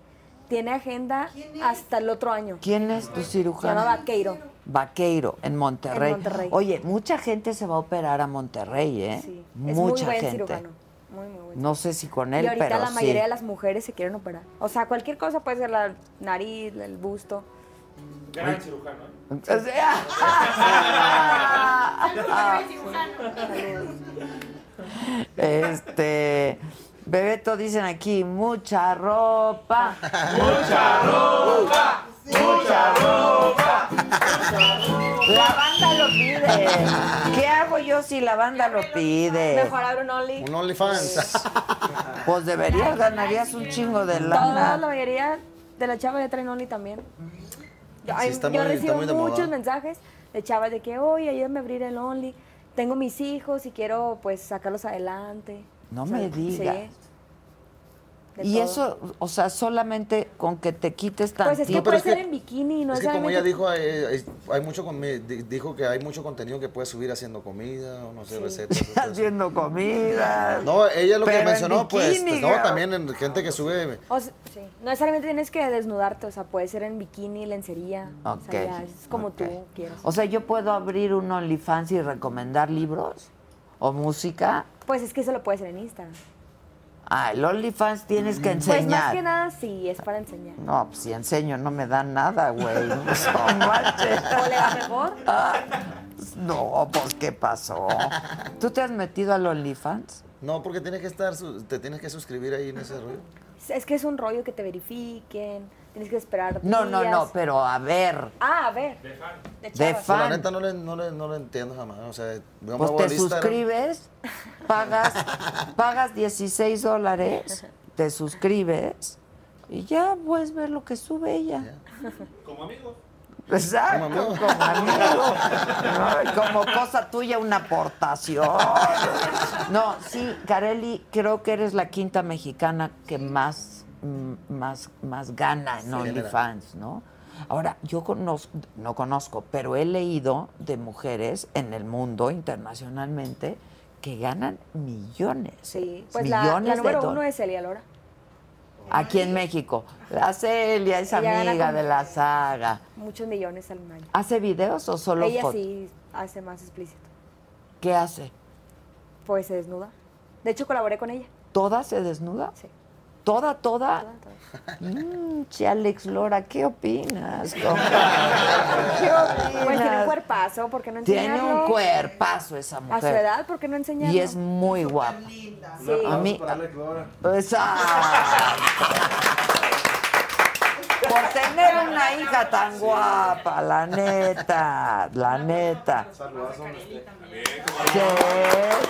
Tiene agenda hasta el otro año.
¿Quién es tu
Se llama
cirujano?
Vaqueiro.
Vaqueiro, en Monterrey.
En Monterrey.
Oye, mucha gente se va a operar a Monterrey, ¿eh?
Sí.
Mucha
es muy buen
gente.
cirujano. Muy, muy buen.
No sé si con
y
él,
ahorita
pero
la
sí.
mayoría de las mujeres se quieren operar. O sea, cualquier cosa puede ser la nariz, el busto.
Gran cirujano.
O
¿eh?
Ah. sea- este. Bebeto dicen aquí, mucha ropa.
Mucha ropa. Mucha ropa.
La banda lo pide. ¿Qué hago yo si la banda lo pide?
Mejor abre un Only.
Un OnlyFans.
Pues deberías, ganarías un chingo de
Toda la
lana.
mayoría de las chavas ya traen Only también. Yo, ay,
está
yo
muy- está
recibo
muy de moda.
muchos mensajes de chavas de que, oye, ayúdame a abrir el Only. Tengo mis hijos y quiero, pues, sacarlos adelante.
No
O sea,
me digas.
sí. de
Y
todo.
eso, o sea, solamente con que te quites
Pues es
tantito.
que
No, pero
puede
es que-
ser en bikini, no
es que como
solamente-
ella dijo, eh, es- hay mucho con- me di- dijo que hay mucho contenido que puedes subir haciendo comida, o no sé, recetas. o todo eso.
haciendo comida.
No, ella lo
Pero
que
en
mencionó, pues,
bikini,
pues, no,
girl.
también en gente que sube,
O s- sí, no necesariamente tienes que desnudarte, o sea, puede ser en bikini, lencería, o sea,
Ok,
ya es como
ok.
tú quieras.
O sea, yo puedo abrir un OnlyFans y recomendar libros o música.
Pues es que eso lo puedes hacer en Instagram.
Ah, el OnlyFans tienes que enseñar.
Pues más que nada sí, es para enseñar.
No, pues si enseño no me dan nada, güey. No manches.
¿O le va mejor?
Ah, no, pues ¿qué pasó? ¿Tú te has metido al OnlyFans?
no, porque tienes que estar, su- te tienes que suscribir ahí en ese rollo.
Es- Es que es un rollo que te verifiquen, tienes que esperar
No, no,
días.
no, pero a ver.
Ah, a ver. De
De
chavas.
Pues, la
Fan.
neta no le, no, le, no le entiendo jamás, o sea, yo me
Pues
voy
te
al Instagram.
suscribes, pagas, pagas 16 dólares, te suscribes y ya puedes ver lo que sube ella.
Como amigos.
Exacto,
Como amigo.
como amigo. No, y como cosa tuya, una aportación. No, sí, Carelli, creo que eres la quinta mexicana que más, mm, más, más gana en OnlyFans, ¿no? Ahora, yo conozco, no conozco, pero he leído de mujeres en el mundo, internacionalmente, que ganan millones.
Sí, pues la, la
millones
número
de
uno
dólares.
es Elia Lora.
Aquí en México. La Celia es
Ella gana
amiga
como-
de la saga.
Muchos millones al año.
¿Hace videos o solo
Ella
fotos?
sí hace más explícito.
¿Qué hace?
Pues se desnuda. De hecho, colaboré con ella.
¿Toda se desnuda?
Sí.
¿Toda, toda?
Toda, toda.
Mm, che, Alex Lora, ¿qué opinas? compadre? ¿Qué opinas?
Pues tiene un cuerpazo, ¿por qué no
Tiene
enseñarlo?
un cuerpazo esa mujer.
A su edad, ¿por qué no enseñarlo?
Y es muy guapa.
linda.
Sí.
A mí...
Para Alex Lora.
Exacto. Por tener una hija tan guapa, la neta, la neta. Sí,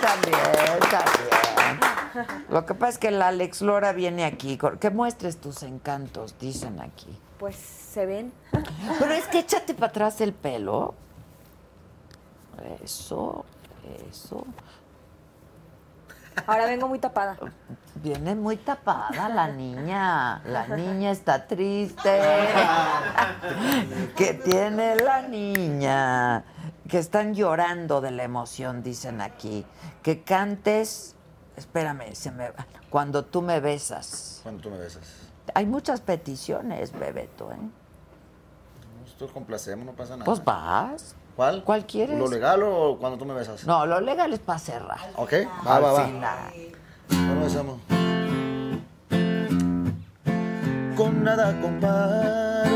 también, también. Lo que pasa es que la Alex Lora viene aquí, con- que muestres tus encantos, dicen aquí.
Pues se ven.
Pero es que échate para atrás el pelo. Eso, eso.
Ahora vengo muy tapada.
Viene muy tapada la niña. La niña está triste. ¿Qué tiene la niña? Que están llorando de la emoción, dicen aquí. Que cantes. Espérame, se me va. Cuando tú me besas.
Cuando tú me besas.
Hay muchas peticiones, Bebeto, ¿eh?
Nosotros complacemos, no pasa nada.
Pues vas.
¿Cuál?
¿Cuál quieres?
¿Lo legal o cuando tú me besas?
No, lo legal es para cerrar.
¿Ok? Va, va, va.
Al final.
Bueno, besamos. Con nada comparo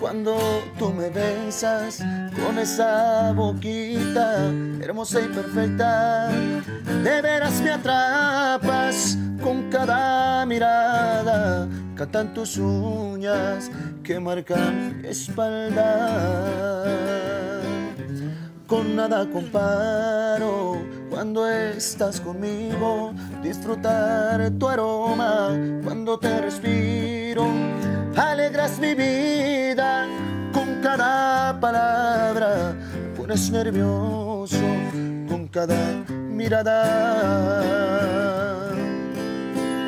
cuando tú me besas con esa boquita hermosa y perfecta. De veras me atrapas con cada mirada. Cantan tus uñas que marcan mi espalda con nada comparo cuando estás conmigo, disfrutar tu aroma cuando te respiro, alegras mi vida con cada palabra, pones nervioso con cada mirada.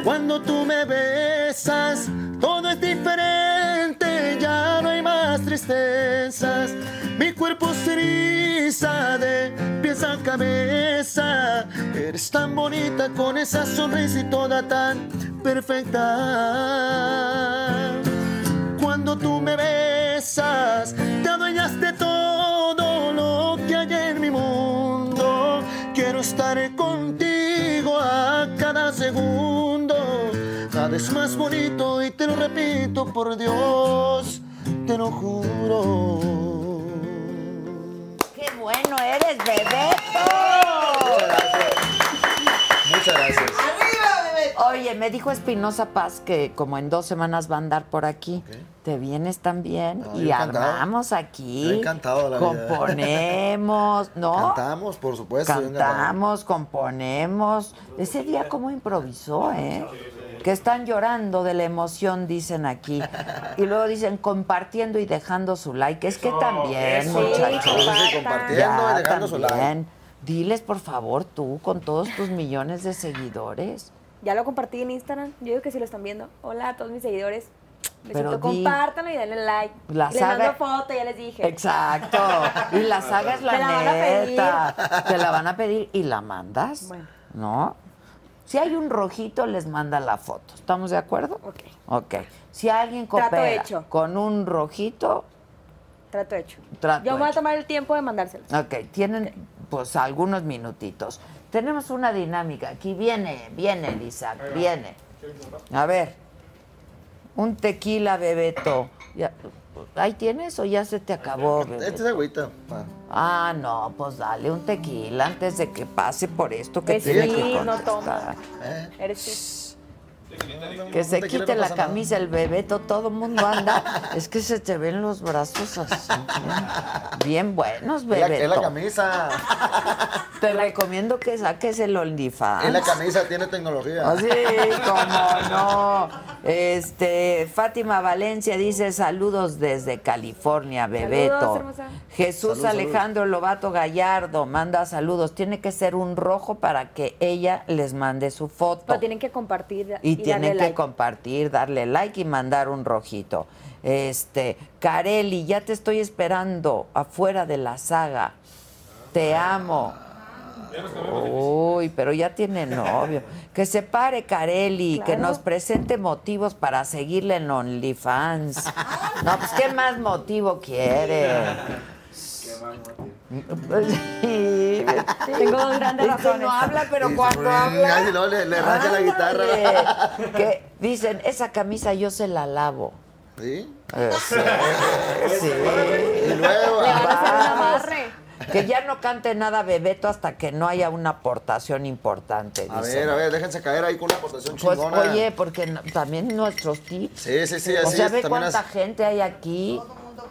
Cuando tú me besas, todo es diferente, ya no hay más tristezas. Mi cuerpo se eriza de pies a cabeza. Eres tan bonita con esa sonrisa y toda tan perfecta. Cuando tú me besas, te adueñas de todo lo que hay en mi mundo. Quiero estar contigo a cada segundo. Nada es más bonito y te lo repito por Dios, te lo juro.
¡Qué bueno eres, Bebeto!
Muchas gracias.
Oye, me dijo Espinosa Paz que como en dos semanas va a andar por aquí. Te vienes también
No,
y
Ah, yo encantado.
armamos aquí.
Yo encantado, la verdad.
Componemos, ¿no?
Cantamos, por supuesto. yo encantado.
Cantamos, componemos. Ese día cómo improvisó, ¿eh? Que están llorando de la emoción, dicen aquí. Y luego dicen compartiendo y dejando su like. Es que
Eso,
también,
eso.
muchachos.
Eso sí, compartiendo
Ya,
y dejando su like.
también. Diles, por favor, tú, con todos tus millones de seguidores,
Ya lo compartí en Instagram. Yo digo que si lo están viendo. Hola a todos mis seguidores.
Pero
Besito,
di-
compártanlo y denle like.
La
Les
saga-
mando foto, ya les dije.
Exacto. Y la saga es la,
Te la van a pedir.
neta. Te la van a pedir y la mandas.
Bueno.
¿No? Si hay un rojito, les manda la foto. ¿Estamos de acuerdo?
Ok.
Ok. Si alguien
Trato
coopera
hecho.
con un rojito,
Trato hecho.
Trato
Yo me voy a
hecho.
tomar el tiempo de mandárselos.
ok, tienen pues algunos minutitos. Tenemos una dinámica. Aquí viene, viene, Lisa, viene. A ver, un tequila, Bebeto. Ya- ¿Ahí tienes o ya se te acabó,
Esta
Bebeto?
es agüita. pa.
Ah, no, pues dale un tequila antes de que pase por esto que
Pues
tiene
sí,
que
no
contestar.
¿Eh?
Eres
Que se
Tequila no
quite la
pasa nada.
camisa el bebeto, todo el mundo anda. es que se te ven los brazos así. Bien, bien buenos,
Es la,
bebeto.
es la camisa.
Te recomiendo que saques el OnlyFans.
Es la camisa, tiene tecnología.
Así, como no. Este, Fátima Valencia dice saludos desde California, Bebeto.
Saludos, hermosa.
Jesús
Saludos,
Alejandro Lobato Gallardo manda saludos. Tiene que ser un rojo para que ella les mande su foto.
Lo tienen que compartir
Y,
y,
tienen
darle
que
like.
compartir, darle like y mandar un rojito. Este, Careli, ya te estoy esperando afuera de la saga. Te amo. Uy, pero ya tiene novio. Que se pare Carelli, que
Claro.
nos presente motivos para seguirle en OnlyFans. No, pues ¿qué más motivo quiere? Sí,
Tengo dos grandes
es que
razones.
no habla, pero
Y-
cuando habla...
Ay, no, le, le rasga la guitarra.
Ándale. Que dicen, esa camisa yo se la lavo.
¿Sí?
Eh, sí, sí.
Y luego.
Le van a hacer un
Vamos.
amarre.
Que ya no cante nada Bebeto hasta que no haya una aportación importante.
A
dicen.
ver, a ver, déjense caer ahí con la aportación
Pues,
chingona.
oye, porque no- también nuestros tips.
Sí, sí, sí,
o
así
sea,
es.
ve
también
cuánta
así-
gente hay aquí.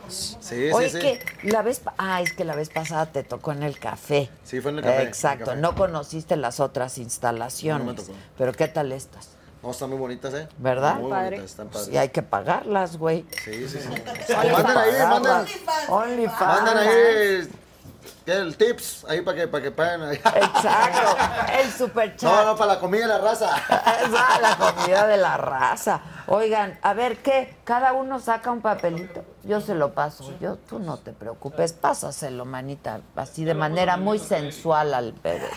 Sí,
Oye,
sí, sí.
que la vez... pa- Ah, es que la vez pasada te tocó en el café.
Sí, fue en el café, en el
Exacto,
café.
no conociste las otras instalaciones.
No me tocó.
Pero ¿qué tal estas?
No, están muy bonitas, ¿eh?
¿Verdad?
Muy
Padre.
bonitas, están padres.
Pues, Y hay que pagarlas, güey.
Sí, sí, sí.
Hay que
Manden ahí,
pagarlas.
manden,
OnlyFans.
manden ahí ¿qué? el tips, ahí para que, para que paguen. ahí.
Exacto, el super
No,
chat.
no, para la comida y la raza.
Esa, la comida de la raza. Oigan, a ver, ¿qué? Cada uno saca un papelito. Yo se lo paso. Yo, tú no te preocupes. Pásaselo, manita. Así de manera muy sensual al bebé.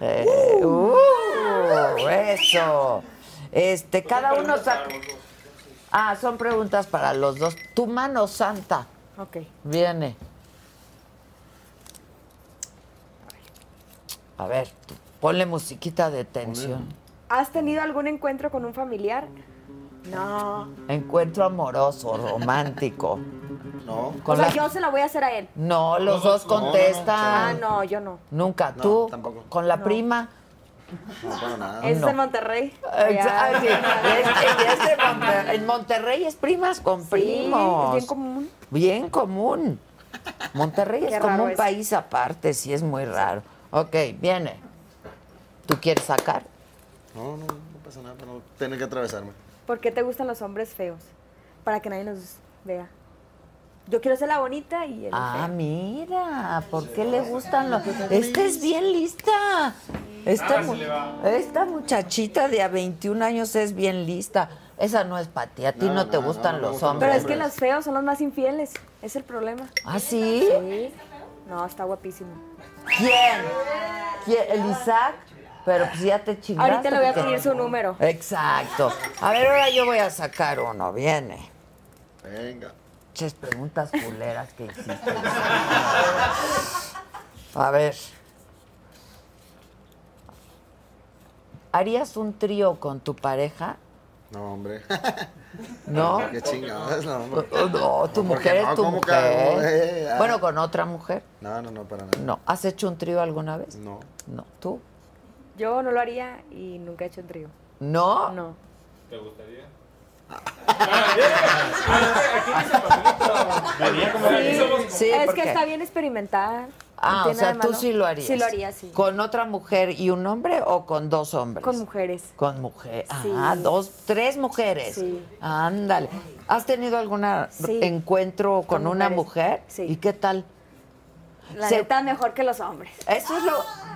Eh, uh, eso. Este, cada uno saca. Ah, son preguntas para los dos. Tu mano santa
Ok.
viene. A ver, tú, ponle musiquita de tensión.
¿Has tenido algún encuentro con un familiar? No.
Encuentro amoroso, romántico.
No.
Con
o sea,
la-
yo se la voy a hacer a él.
No, los dos
no, no,
contestan.
Ah, no, yo no.
Nunca
No,
tú.
tampoco.
Con la prima.
No, para nada.
Es
Ah, no.
en Monterrey.
Exacto, Ah, sí.
Allá.
Es que es de Monter- en Monterrey es primas con
Sí,
primos.
es bien común.
Bien común. Monterrey
Qué
es como
raro
un
es.
país aparte, sí es muy raro. Ok, viene. ¿Tú quieres sacar?
No, no, no pasa nada, pero no tienen que atravesarme.
¿Por qué te gustan los hombres feos? Para que nadie nos vea. Yo quiero ser la bonita y él el
Ah,
feo.
mira, ¿por qué le gustan los...? Esta es bien lista. Esta,
Ah, se
mu-
le va.
esta muchachita de a 21 años es bien lista. Esa no es para ti, a ti no,
No,
te
no, no,
gustan
no me
los
gustan los
Pero
hombres.
es que los feos son los más infieles. Es el problema.
¿Ah, sí?
No, está guapísimo.
¿Quién? ¿Quién? ¿El Isaac? Pero pues ya te chingaste.
Ahorita le voy a
porque-
pedir su número.
Exacto. A ver, ahora yo voy a sacar uno, viene.
Venga.
Ches preguntas culeras que hiciste. A ver. ¿Harías un trío con tu pareja?
No, hombre.
¿No?
Qué chingadas, no, hombre.
Oh, No, tu
No, ¿por qué
mujer es
no?
tu
¿Cómo que
mujer.
no? Eh, ah.
Bueno, con otra mujer.
No, no, no, para nada.
No. ¿Has hecho un trío alguna vez?
No.
No. ¿Tú?
Yo no lo haría y nunca he hecho un trío.
¿No?
No.
¿Te gustaría? Ah, ¿eh? Ah, no, aquí dice papelito.
Sí,
es
¿por
que
qué?
está bien experimentar.
Ah,
no
o
tiene nada
sea,
de
tú
malo.
sí lo harías.
Sí lo haría, sí. Con,
¿Con otra mujer y un hombre o con dos hombres?
mujeres.
Con mujer.
Sí.
Ah, dos, tres mujeres.
Sí.
Ándale. ¿Has tenido algún
Sí.
encuentro con,
Con
una
mujeres.
mujer?
Sí.
¿Y qué tal?
La
Se-
neta, mejor que los hombres.
Eso es lo.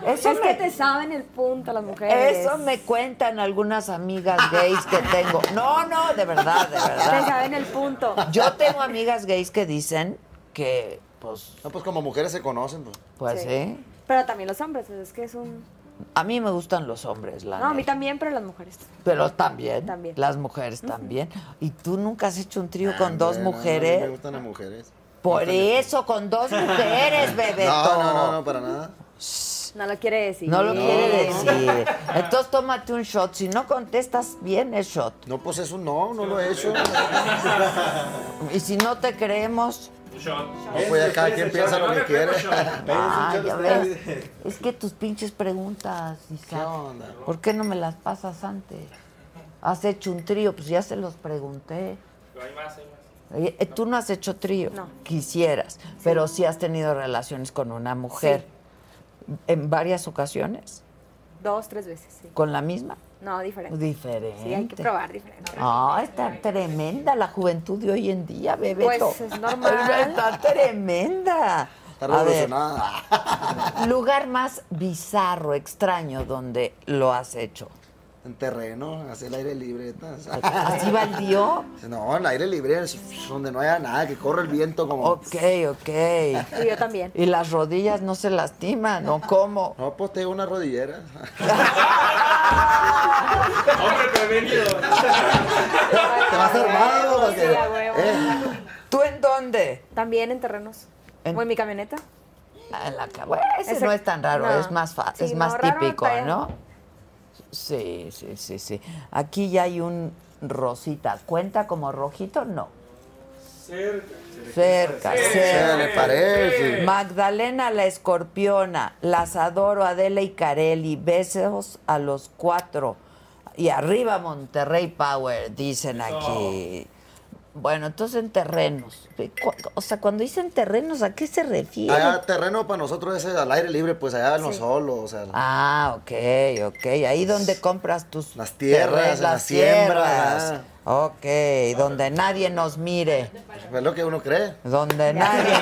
Eso
es
me-
que te saben el punto las mujeres.
Eso me cuentan algunas amigas gays que tengo. No, no, de verdad, de
Te
verdad.
saben el punto.
Yo tengo amigas gays que dicen que, pues,
No, pues como mujeres se conocen, pues.
pues sí.
Sí. Pero también los hombres, pues, es que es un...
A mí me gustan los hombres, la
No, a mí
neta.
también, pero las mujeres.
Pero también,
También.
las mujeres también. Y tú nunca has hecho un trío
Ah,
con dos
bueno, a mí
mujeres.
Me gustan las mujeres.
Por
Gustan-
eso, con dos mujeres, Bebeto.
No, no, no, no, para nada.
No lo quiere decir.
No lo
No.
quiere decir. Entonces tómate un shot. Si no contestas bien, es shot.
No, pues es un no, no lo he hecho.
Y si no te creemos,
Un shot.
No, pues ya cada quien piensa lo que quiere.
ah, ya ves. Es que tus pinches preguntas,
¿Qué
Isaac.
onda?
¿Por qué no me las pasas antes? Has hecho un trío, pues ya se los pregunté.
Pero hay más, hay más.
Eh, eh, Tú no has hecho trío,
No.
quisieras, pero sí has tenido relaciones con una mujer en varias ocasiones,
Dos, tres veces, sí.
con la misma,
No, diferente.
diferente.
Sí, hay que probar diferente.
Ah, está tremenda la juventud de hoy en día, bebé.
Pues, es normal.
Está tremenda.
Está
A ver,
revolucionada.
lugar más bizarro, extraño donde lo has hecho.
En terreno, así el aire libre. ¿no?
¿Así baldío?
No, en aire libre, es donde no haya nada, que corre el viento como...
Ok, ok.
Y yo también.
Y las rodillas no se lastiman, ¿no? ¿Cómo?
No, pues tengo una rodillera.
Hombre prevenido.
Te vas armado,
Sí,
porque-
a huevo.
eh,
¿Tú en dónde?
También en terrenos.
En-
O en mi camioneta.
Ah, En la ca- Bueno, ese
Ese-
no es tan raro,
no.
es más fa-
Sí,
es más
no, raro,
típico,
pero-
¿no? Sí, sí, sí, sí. Aquí ya hay un rosita. ¿Cuenta como rojito? No.
Cerca.
Cerca,
¿Qué
cerca.
le parece?
Magdalena la escorpiona, las adoro Adela y Carelli, besos a los cuatro. Y arriba Monterrey Power, dicen aquí. Bueno, entonces en terrenos. Cu- O sea, cuando dicen terrenos, ¿a qué se refiere?
Allá terreno para nosotros es al aire libre, pues allá en los solos, o sea,
Ah, ok, ok. Ahí donde compras tus
Las tierras,
terrenos,
en
las
las siembras.
tierras. Ok, donde nadie nos mire,
es lo que uno cree.
donde nadie.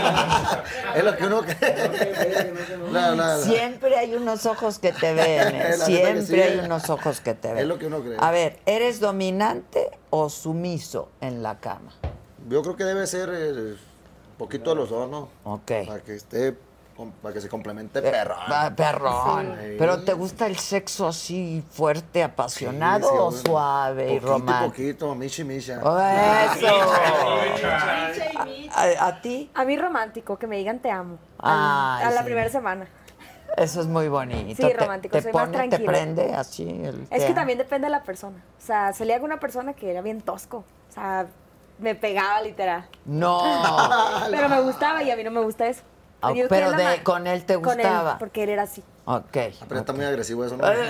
Es lo que uno cree. La- la- la-
Siempre hay unos ojos que te ven,
La
eh.
neta que
siempre
sí.
hay unos ojos que te ven.
Es lo que uno cree.
A ver, ¿eres dominante o sumiso en la cama?
Yo creo que debe ser eh, poquito de los dos, ¿no?
Ok.
Para que esté, com- para que se complemente perro.
Ah, perrón.
Sí.
¿Pero te gusta el sexo así fuerte, apasionado o suave y romántico?
Poquito, michi, micha.
Eso.
Cerca.
¿A- ¿A ti?
A mí romántico, que me digan te amo.
Ay,
Al- a la
sí.
primera semana.
Eso es muy bonito.
Sí,
Te-
romántico,
Te,
soy más
pone, te
tranquila.
prende así. El
Es
te-
que también depende de la persona. O sea, salía con una persona que era bien tosco. O sea, me pegaba literal.
No.
Pero me gustaba y a mí no me gusta eso.
Ah,
Yo
pero
quería la
de-
ma-
con él te
Con
gustaba.
él, porque él era así.
ok.
Pero está muy agresivo eso, ¿no? Ah,
Pero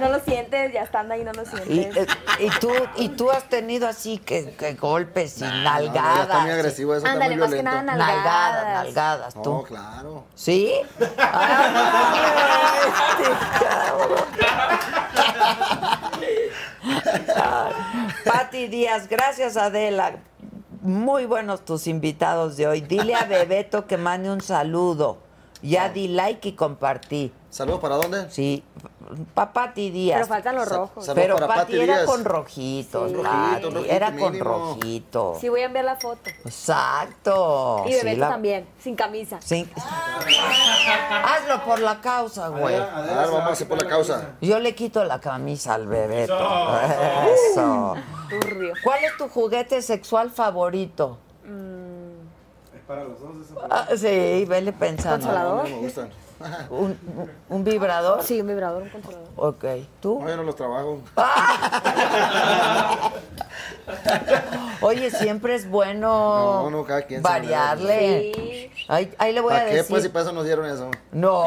no lo sientes, ya estando ahí no lo
Ah. Y, eh,
sientes.
y tú, y tú has tenido así que, que golpes y
No, no, ya
nalgadas.
está muy
sí.
agresivo eso,
Ándale,
está
más
muy
que nada
violento.
Nalgadas,
nalgadas.
nalgadas, tú.
No, claro.
¿Sí? Ay, este cabrón. Pati Díaz, gracias Adela. Muy buenos tus invitados de hoy. Dile a Bebeto que mande un saludo. Ya di like y compartí.
¿Saludos para dónde?
Sí, pa Pati Díaz.
Pero faltan los
Sa-
rojos.
sa-
Pero
Saludos para
Pati
Pati
era
Díaz.
con rojitos,
Sí.
Pati,
Rojito, rojito
era con
mínimo.
rojito.
Sí, voy a enviar la foto.
Exacto.
Y
Sí,
Bebeto
la-
también, sin camisa.
Sí. Hazlo por la causa, güey.
A ver, vamos a hacer por la causa.
Yo le quito la camisa al bebé. Eso.
Turbio.
¿Cuál es tu juguete sexual favorito?
Mm.
Es para los dos eso.
Ah, sí, vele pensando.
No
¿Consolador?
me gustan.
¿Un, un vibrador?
Sí, un vibrador, un controlador.
Ok. ¿Tú?
No, yo no los trabajo.
Oye, siempre es bueno
No, no, cada quien sabe.
variarle.
Sí.
Ahí, ahí le voy a
¿Para qué?
decir.
Pues si para eso nos dieron eso.
No,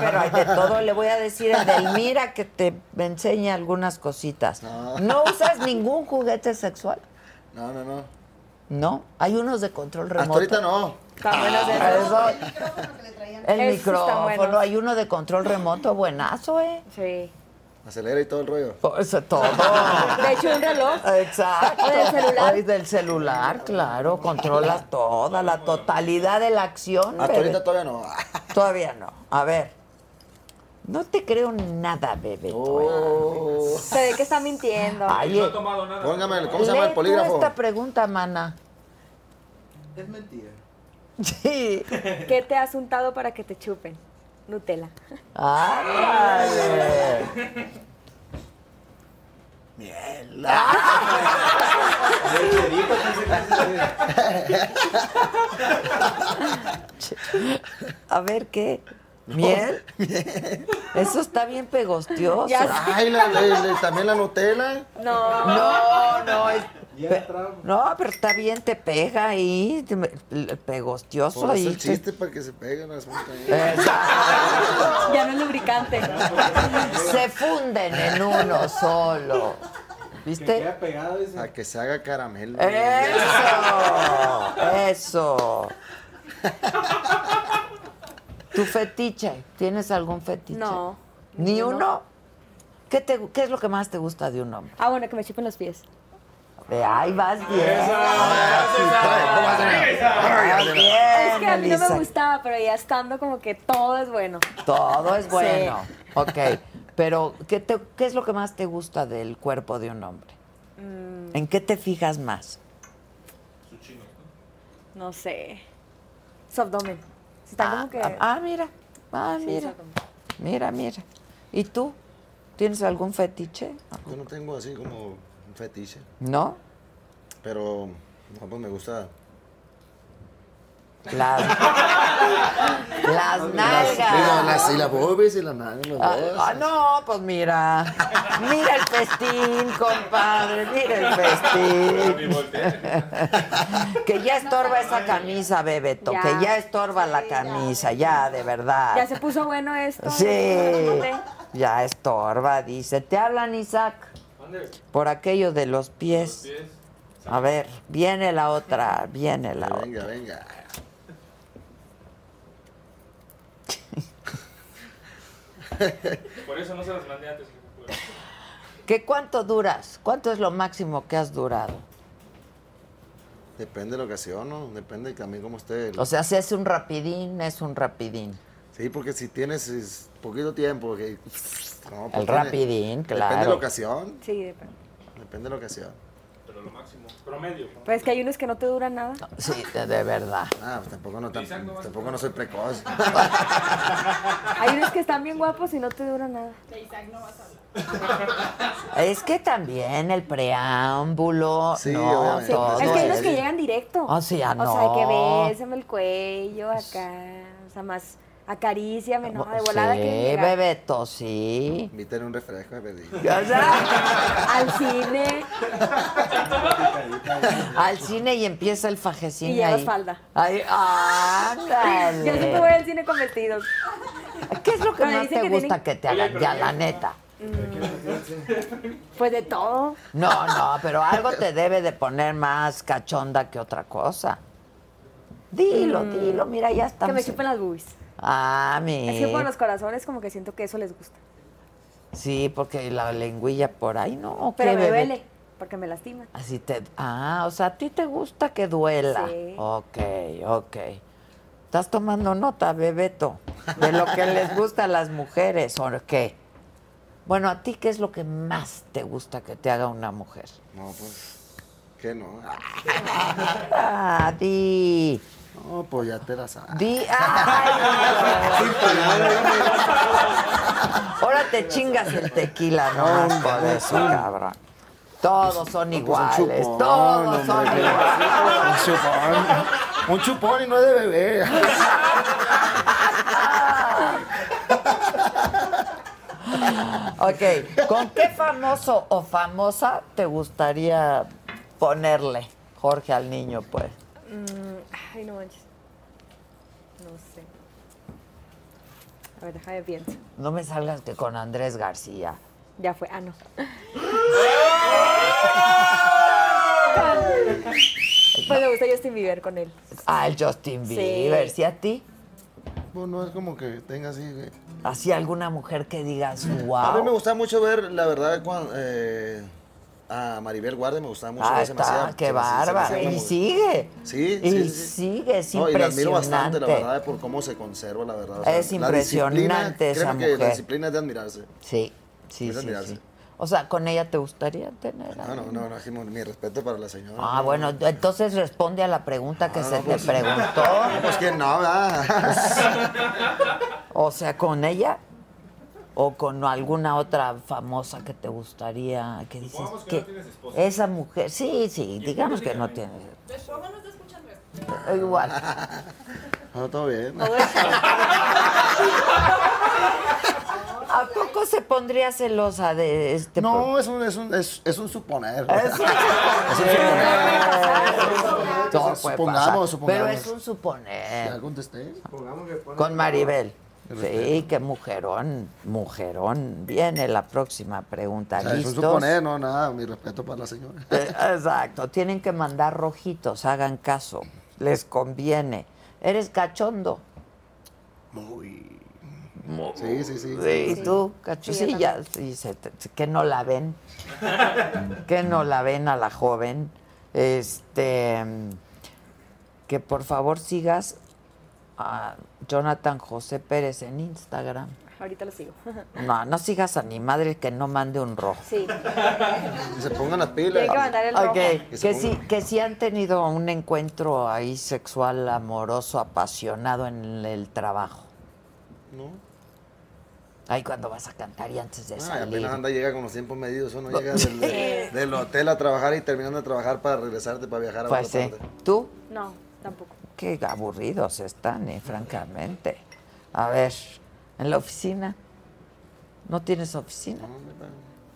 pero hay de todo. Le voy a decir a Delmira que te enseñe algunas cositas.
No.
¿No usas ningún juguete sexual?
No, no, no.
¿No? Hay unos de control
Hasta
remoto.
ahorita no.
Está buenas de
Ah, eso-
El micrófono que le traían.
El
Esos están
micrófono,
buenos.
hay uno de control remoto buenazo, ¿eh?
Sí.
Acelera y todo el rollo.
Por eso todo.
De hecho, un reloj.
Exacto.
O del celular.
Ay, del celular, claro. Controlas toda, la totalidad de la acción.
Hasta
bebé.
ahorita todavía no.
Todavía no. A ver, No te creo nada, bebé.
Oh.
Se ve que está mintiendo.
Ay,
No
eh,
he tomado nada.
Póngame el- ¿Cómo se llama
lee
el
tú
polígrafo?
esta pregunta, mana.
Es mentira.
Sí.
¿Qué te has untado para que te chupen? Nutella.
Ándale. A ver qué. ¿Miel? Eso está bien pegostioso.
Ya sé.
Ay, la- la- la- también la Nutella.
No.
No, no, es-
Ya entramos.
no, pero está bien, te pega ahí, te- el pegostioso
Por eso
ahí.
Pues, el chiste para que se peguen las
Eh.
montañas.
Exacto.
Ya no es lubricante.
Se funden en uno solo.
Que
¿Viste?
queda pegado dice.
A que se haga caramelo.
Eh. Eso, eso. ¿Tu fetiche? ¿Tienes algún fetiche?
No.
¿Ni
ninguno.
uno? ¿Qué, te, gu- ¿Qué es lo que más te gusta de un hombre?
Ah, bueno, que me chupen los pies.
Ve, Ahí vas bien. Vas
Ay,
bien,
Es que a mí no me
Elisa.
gustaba, pero ya estando como que todo es bueno.
Todo es bueno. Ok. Pero, ¿qué, te- ¿qué es lo que más te gusta del cuerpo de un hombre?
Mm.
¿En qué te fijas más?
No sé. Su abdomen. Está como que.
Ah, ah, mira. Ah,
Sí,
mira.
su abdomen.
Mira, mira. ¿Y tú? ¿Tienes algún fetiche?
Yo no tengo así como un fetiche,
¿No?
pero no, pues me gusta.
Las, las nalgas.
Digo, las, y las boobies y las nalgas. las
Ah,
dos.
ah, no, pues mira. Mira el festín, compadre. Mira el festín. Que ya estorba esa camisa, Bebeto.
Ya.
Que ya estorba la camisa, ya, de verdad.
Ya se puso bueno esto.
Sí. Ya estorba, dice. ¿Te hablan, Isaac?
Ande,
Por aquello de los
los
pies.
pies.
A ver, viene la otra, viene la otra.
Venga, venga.
Por eso no se las mandé antes. hijo de puta.
¿Qué cuánto duras? ¿Cuánto es lo máximo que has durado?
Depende de la ocasión, ¿no? Depende también cómo esté. el-
O sea, si es un rapidín, es un rapidín.
Sí, porque si tienes es, poquito tiempo, que- no, pues,
El
tiene-
rapidín,
Depende de la
claro.
ocasión.
Sí, de pronto.
Depende de la ocasión.
Pero lo máximo. Promedio.
Pero es que hay unos que no te duran nada.
Sí, de, de verdad.
Ah, pues tampoco no, tan-
Isaac no va a-
tampoco no soy precoz.
Hay unos que están bien guapos y no te duran nada.
Es que también el preámbulo,
Sí,
no,
obviamente.
todo.
es que hay
no
unos que
es-
llegan directo.
Ah, sí, ah,
O sea,
no. Pues
que bésame el cuello acá. O sea, más acaríciame, ¿no? De volada
sí,
que llegar
Bebeto, sí.
Invítale un refresco, me pedí.
O sea,
al cine.
al cine y empieza el fajecín
Y llevas
ahí.
falda.
Ay, ándale.
Yo siempre voy al cine con vestidos.
¿Qué es lo que
Pero
más
dicen
te
que
gusta
tienen-
que te
Oye,
hagan?
pero
Ya,
ya
la
está.
neta.
Pues de todo.
No, no, pero algo te debe de poner más cachonda que otra cosa. Dilo, dilo, mira, ya estamos.
Mm. Que me chupen las boobies.
Ah, mira.
Es que por los corazones como que siento que eso les gusta.
Sí, porque la lengüilla por ahí, ¿no? ¿O
Pero
qué,
me
bebé?
duele porque me lastima.
Así te... Ah, o sea, a ti te gusta que duela.
Sí.
Ok, ok. Estás tomando nota, Bebeto, de lo que les gusta a las mujeres, ¿o qué? Bueno, ¿a ti qué es lo que más te gusta que te haga una mujer?
No, pues. ¿Qué no? Ah,
Ah, di,
No, pues ya te la sabes.
di, ay, ahora te chingas el tequila, no más por eso, cabrón. Todos son iguales,
chupón,
todos
hombre,
son
que-
iguales.
Un chupón. Un chupón y no es de bebé.
Ok, ¿con qué famoso o famosa te gustaría ponerle Jorge al niño, pues?
Mm, ay, no manches. No sé. A ver, déjame pienso.
No me salgas que con Andrés García.
Ya fue. Ah, no. Pues me gusta Justin Bieber con él.
Ah, el Justin
Sí.
Bieber, ¿sí a ti?
Pues no es como que tenga así. güey.
Así alguna mujer que digas,
A mí me
wow.
gusta mucho ver, la verdad, cuando, eh, a Maribel Guardia, me gustaba mucho.
Ah,
se me hacía-
está,
se
qué
me- se me hacía
bárbaro.
como-
Y sigue.
Sí,
y
sí, sí.
sigue, es
No, y la admiro bastante, la
impresionante.
verdad, por cómo se conserva, la verdad. o sea,
Es
la disciplina,
impresionante esa
créeme que
mujer.
La disciplina es de admirarse.
Sí, sí,
Es de
sí,
admirarse.
sí. O sea, ¿con ella te gustaría tener? a
Ah, No, no, no, no, Jimón, mi respeto para la señora.
Ah,
no,
bueno, entonces responde a la pregunta que
no,
se
pues,
te preguntó.
no, Pues que no, ¿verdad?
O sea, ¿con ella? ¿O con alguna otra famosa que te gustaría? Que dices
Supongamos que
que
no tienes esposa.
esa mujer, sí, sí, digamos que no tienes. Igual.
No, todo bien.
¿A poco se pondría celosa de este?
No, es un, es un, es, es un suponer.
pro- Es un suponer. Todo puede pasar.
Supongamos, supongamos.
Pero es un
¿Ya
suponer.
contesté?
Con Maribel. Sí, qué mujerón, mujerón. Viene la próxima pregunta.
O sea, es un
¿Listos?
suponer, no, nada, mi respeto para la señora.
Eh, Exacto, tienen que mandar rojitos, hagan caso, les conviene. Eres cachondo.
Muy. Sí, sí, sí.
Sí, ¿Y tú, cachondo? Sí, ya, sí, se te- que no la ven, que no la ven a la joven. Este, que por favor sigas a Jonathan José Pérez en Instagram.
Ahorita lo sigo.
No, no sigas a mi madre que no mande un rojo.
Sí,
Que se pongan las pilas.
tiene que mandar el rojo.
Ok, que sí, que sí han tenido un encuentro ahí sexual, amoroso, apasionado en el trabajo.
No.
Ay, cuando vas a cantar y antes de
Ay,
salir.
apenas anda, llega con los tiempos medidos. Uno llega del, del hotel a trabajar y terminando de trabajar para regresarte, para viajar a
Pues
otra
sí.
parte.
¿Tú?
No, tampoco.
Qué aburridos están, eh, francamente. A ver, en la oficina. ¿No tienes oficina?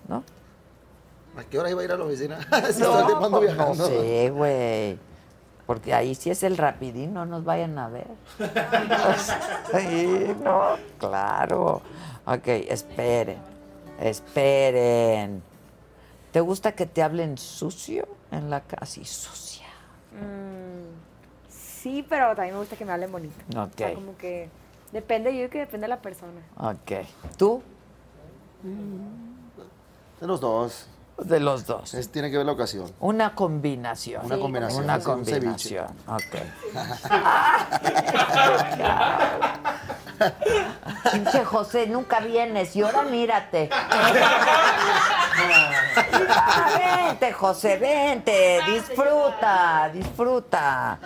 ¿No?
¿A qué hora iba a ir a la oficina? Si todo el tiempo ando
pues no
viajando.
sé, güey. Porque ahí sí es el rapidín, no nos vayan a ver. sí, no, claro. Ok, esperen, esperen. ¿Te gusta que te hablen sucio en la casa? Así, sucia.
Mm, Sí, pero también me gusta que me hablen bonito. O sea,
Ok.
como que depende, yo creo que depende de la persona.
Ok. ¿Tú?
De los dos.
De los dos.
Es- tiene que ver la ocasión.
Una combinación.
Una Sí, combinación,
Una
sí, un ceviche.
combinación. ok. Pinche José, nunca vienes. Y ahora mírate. Ah, vente, José, vente. Disfruta, disfruta.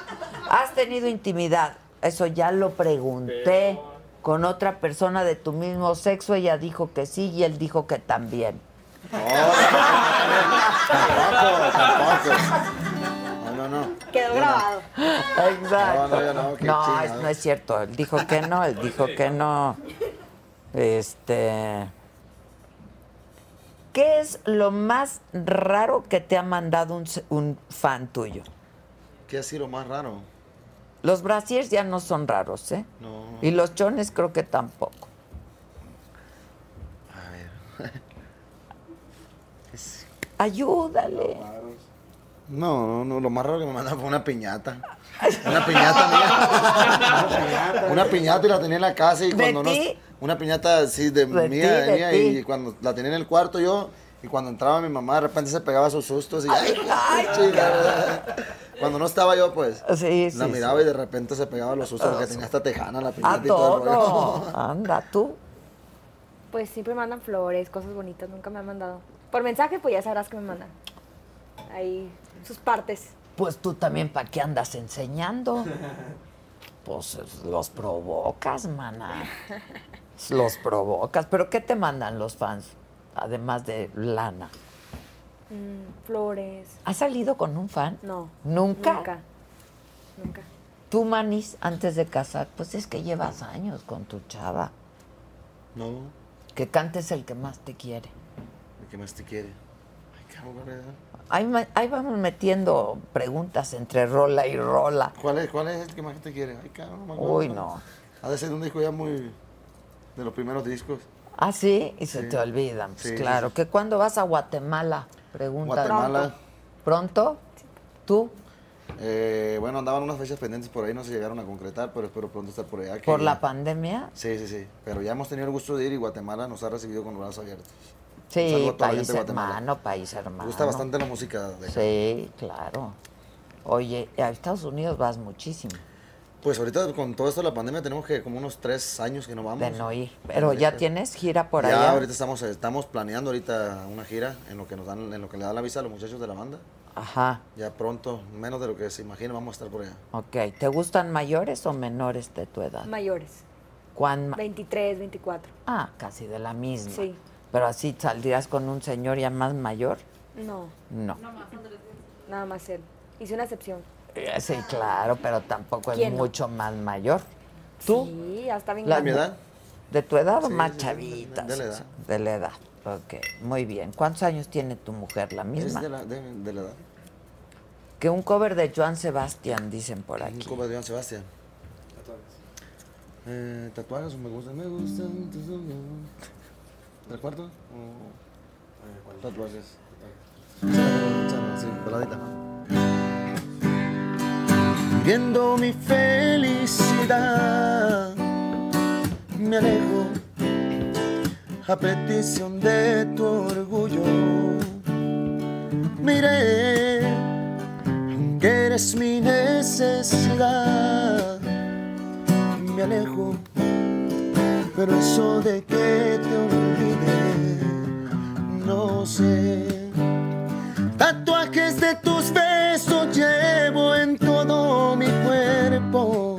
¿Has tenido intimidad? Eso ya lo pregunté. Con otra persona de tu mismo sexo, ella dijo que sí y él dijo que también.
Tampoco, tampoco. No, no, no.
Quedó grabado.
Exacto.
No, no, yo no, qué
No,
chingada.
es, no es cierto. Él dijo que no, él dijo que no. Este. ¿Qué es lo más raro que te ha mandado un, se- un fan tuyo?
¿Qué ha sido lo más raro?
Los brasiers ya no son raros, ¿eh?
No.
Y los chones creo que tampoco.
A ver.
Ayúdale.
No, no, no, lo más raro que me mandaron fue una piñata. Una piñata mía. una piñata y la tenía en la casa y
¿De
cuando no.
ti?
Una piñata sí de,
De
mía,
ti,
de
de
mía,
ti.
y cuando la tenía en el cuarto yo, y cuando entraba mi mamá de repente se pegaba sus sustos y ay, chica. Cuando no estaba yo, pues.
Sí, sí,
La
sí. Ah,
miraba y de repente se pegaba los sustos porque tenía hasta tejana la piñata
A
y todo el rollo.
todo. Anda, tú.
Pues siempre me mandan flores, cosas bonitas, nunca me han mandado. Por mensaje, pues ya sabrás que me mandan. Ahí, sus partes.
Pues tú también, ¿para qué andas enseñando? Pues los provocas, mana. Los provocas. ¿Pero qué te mandan los fans? Además de lana.
Mm, flores.
¿Has salido con un fan?
No.
¿Nunca?
Nunca. Nunca.
Tú, Manis, antes de casar, pues es que llevas años con tu chava.
No,
Que cantes el que más te quiere.
¿qué más te quiere? Ay, cabrón, ¿verdad?
Ahí, ma- ahí vamos metiendo preguntas entre rola y rola.
¿Cuál es, ¿Cuál es el que más te quiere? Ay, cabrón, me acuerdo.
Uy, no.
Ha de ser un disco ya muy. de los primeros discos.
Ah, sí, y se
Sí.
te olvidan. Pues
Sí, sí,
claro.
sí.
¿Que cuándo vas a Guatemala? Pregunta.
Guatemala.
¿Pronto? ¿Tú?
Eh, bueno, andaban unas fechas pendientes por ahí, no se llegaron a concretar, pero espero pronto estar por allá. que-
¿Por la pandemia?
Sí, sí, sí. Pero ya hemos tenido el gusto de ir y Guatemala nos ha recibido con los brazos abiertos.
Sí,
Saludo a toda la
país
gente de Guatemala.
hermano, país hermano.
Me gusta bastante la música de acá.
Sí, claro. Oye, a Estados Unidos vas muchísimo
Pues ahorita con todo esto de la pandemia tenemos que como unos tres años que no vamos.
de no ir. Pero ya tienes gira por
ya
allá.
ahorita estamos, estamos planeando ahorita una gira en lo que nos dan, en lo que le dan la visa a los muchachos de la banda.
Ajá,
Ya pronto, menos de lo que se imagina, vamos a estar por allá.
ok. ¿Te gustan mayores o menores de tu edad?
Mayores,
¿Cuán ma-
23, 24.
Ah, casi de la misma.
Sí.
Pero así saldrías con un señor ya más mayor.
No,
No.
nada más él. Hice una excepción.
Eh, Sí, claro, pero tampoco es
¿Quién no?
mucho más mayor. ¿Tú?
Sí, hasta bien
La-
¿De mi edad?
¿De tu edad o
Sí,
más
sí, sí,
chavitas?
de la
o
edad.
sea, De la edad. Ok, muy bien. ¿Cuántos años tiene tu mujer? La
Es
misma.
de la, de, de la edad.
Que un cover de Joan Sebastián, dicen por
Un
aquí.
cover de Joan Sebastián. Eh, tatuajes, me gustan, me gustan tus ojos. ¿Tres cuartos? O... Tatuajes. Sí, peladita. Viendo mi felicidad, me alejo a petición de tu orgullo. Miré que eres mi necesidad. Me alejo, pero eso de que te olvide, no sé. Tatuajes de tus besos llevo en todo mi cuerpo.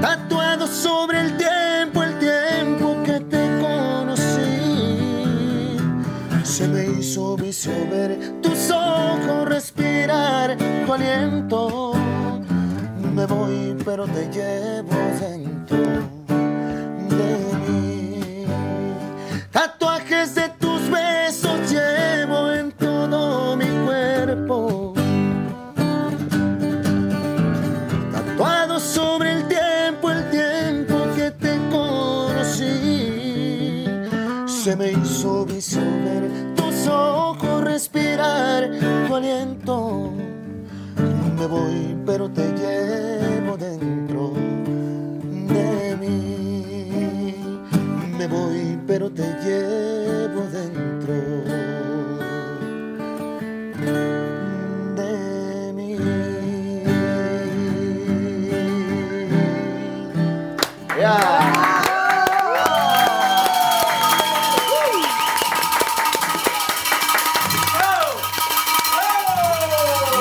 Tatuado sobre el tiempo, el tiempo que te conocí. Se me hizo vicio ver tus ojos respirar tu aliento. Me voy, pero te llevo dentro de mí. Tatuajes de tus besos llevo en todo mi cuerpo. Tatuado sobre el tiempo, el tiempo que te conocí. Se me hizo vicio ver tus ojos respirar tu aliento. Me voy, pero te llevo dentro de mí. Me voy, pero te llevo dentro de mí.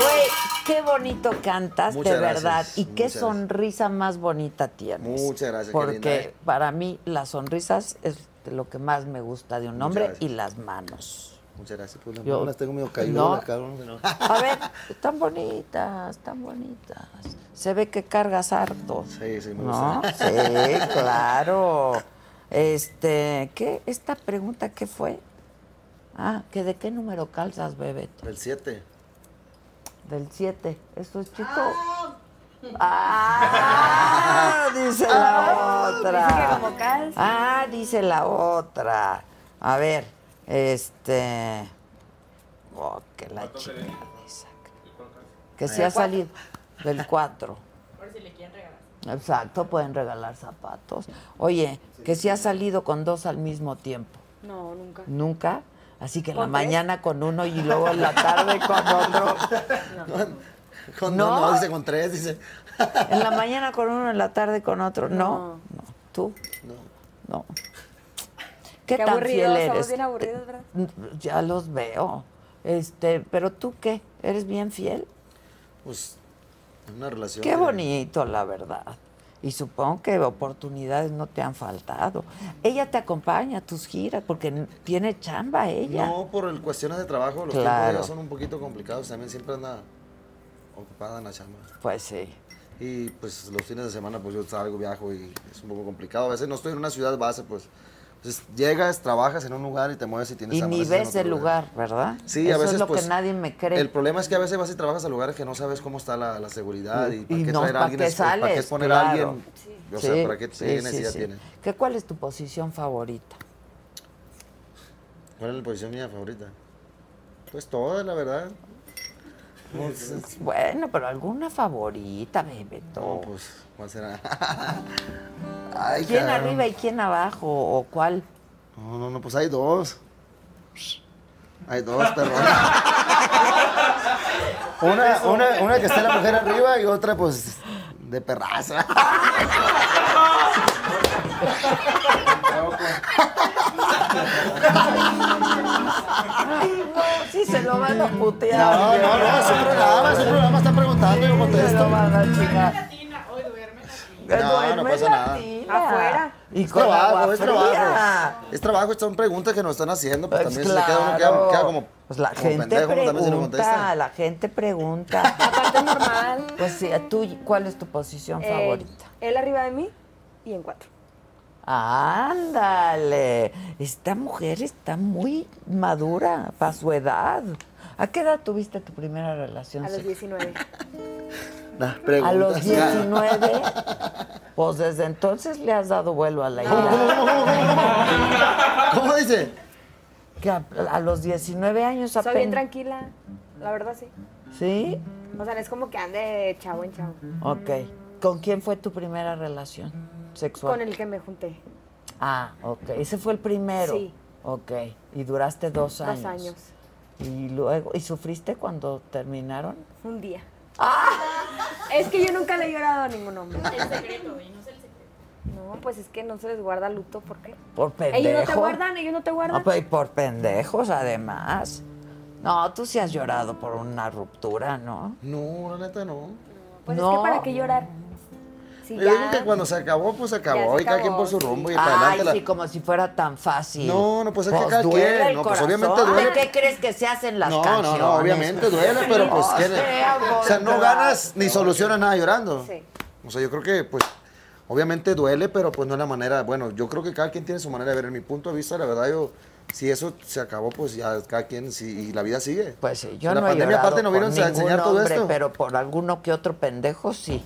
Güey, qué bonito cantas,
Muchas
de
gracias,
verdad. Y qué
muchas gracias.
sonrisa más bonita tienes.
Muchas gracias, qué
Porque
linda, ¿eh?
para mí las sonrisas es de lo que más me gusta de un
Muchas
hombre
gracias.
y las manos.
Muchas gracias. Pues las
Yo-
manos tengo medio caídas,
No.
las cabrón, pero-
A ver, están bonitas, están bonitas. Se ve que cargas harto.
Sí, sí, me
¿No?
gusta.
Sí, claro. Este, ¿qué? ¿Esta pregunta qué fue? Ah, que de qué número calzas, bebé.
El 7.
Del 7. Eso es chico. ¡Ah! Dice la otra.
Ah, Dice que como calza.
Ah, dice la otra. A ver, este. Oh, que la
¿Cuánto
chica
querés?
Que se ha salido del 4. Exacto, pueden regalar zapatos. Oye, que si ha salido con dos al mismo tiempo.
No, nunca.
Nunca. Así que en la
¿Con tres?
mañana con uno y luego en la tarde con otro.
Con,
No.
no, no, dice con 3, dice.
En la mañana con uno, en la tarde con otro. No,
No.
no. ¿Tú?
No.
No. ¿Qué,
Qué
tan
aburridos,
fiel
somos
eres? Mm,
bien aburridos, ¿verdad?
Ya los veo. Este, pero tú qué? ¿Eres bien fiel?
Pues una relación.
Qué
que-
bonito, la verdad. Y supongo que oportunidades no te han faltado. Ella te acompaña a tus giras porque n- tiene chamba ella.
No, por el- cuestiones de trabajo, los tiempos de
Claro.
ella son un poquito complicados. También siempre anda ocupada en la chamba.
Pues sí.
Y pues los fines de semana, pues yo salgo, viajo y es un poco complicado. A veces no estoy en una ciudad base, pues. Entonces llegas, trabajas en un lugar y te mueves y tienes
Y
chamba,
ni
Pues a veces en otro
ves el lugar, ¿verdad?
Sí,
Eso
a veces
es lo
pues,
que nadie me cree.
El problema es que a veces vas y trabajas a lugares que no sabes cómo está la, la seguridad y, para
Y
qué
no,
traer a
¿para
alguien,
qué
es- para qué
sales?
poner a
Claro.
alguien. O sea, para qué tienes necesidad
sí.
tienes.
¿Qué, ¿Cuál es tu posición favorita?
¿Cuál es la posición mía favorita? Pues todas, la verdad. Pues,
Bueno, pero alguna favorita, Bebeto.
No, pues, ¿cuál será? Ay,
¿Quién
cabrón.
arriba y quién abajo? ¿O cuál?
No, no, no, pues hay dos. Hay dos, perdón. Una, una, una que esté la mujer arriba y otra, pues, de perraza.
Sí, se lo van a putear.
No, no, no, es un programa, es un programa, está preguntando, yo
Se lo
contesto.
van a chingar. Eh,
Latina, hoy duerme latina.
No, no
Duerme
pasa
en la
nada.
tina.
Afuera.
Y
Es
con
trabajo,
agua
es
fría.
trabajo. Es trabajo, son preguntas que nos están haciendo, pues
Pues
también se le queda uno, queda, queda como,
Pues la
como
gente
pendejo, uno también se lo
pregunta,
contesta.
la gente pregunta.
Aparte normal.
Pues sí, tú, ¿cuál es tu posición
eh,
favorita?
él arriba de mí y en cuatro.
Ándale, esta mujer está muy madura para su edad. ¿A qué edad tuviste tu primera relación?
A los
sexual?
19.
Las
A
preguntas.
los 19. Pues desde entonces le has dado vuelo a la idea.
¿Cómo dice?
Que a, a los 19 años
Soy bien
apenas.
tranquila. La verdad, sí.
¿Sí?
O sea, no es como que ande de chavo en chavo.
Ok. ¿Con quién fue tu primera relación sexual?
Con el que me junté.
Ah, ok. Ese fue el primero.
Sí.
Ok. Y duraste dos años.
Dos años.
Y luego, ¿y sufriste cuando terminaron?
Un día.
¡Ah!
Es que yo nunca le he llorado a ningún hombre.
Secreto, y no se le
No, pues es que no se les guarda luto, ¿por qué?
Por pendejo.
Ellos no te guardan, ellos no te guardan.
No, pues, y por pendejos, además. No, tú sí has llorado por una ruptura, ¿no?
No, la neta no.
Pues es
no.
que para qué llorar. Si
Yo
ya.
digo que cuando se acabó, pues se acabó,
se
y cada quien
acabó,
por su rumbo y para
Ay,
adelante. la-
sí, como si fuera tan fácil.
No, no, pues es que cada
duele
quien,
el
no, pues,
corazón.
obviamente duele.
¿De qué crees que se hacen las
no,
canciones?
no, no, obviamente duele, pero pues
No
¿qué?
sea,
O sea, no
Borja.
ganas ni solucionas nada llorando.
Sí.
O sea, yo creo que pues obviamente duele, pero pues no es la manera, bueno, yo creo que cada quien tiene su manera de ver. En mi punto de vista, la verdad, yo si eso se acabó, pues ya cada quien sí, y la vida sigue.
Pues sí, yo
la
no he
pandemia
llorado
aparte no
por
vieron a
ningún
enseñar todo
hombre,
esto.
pero por alguno que otro pendejo sí.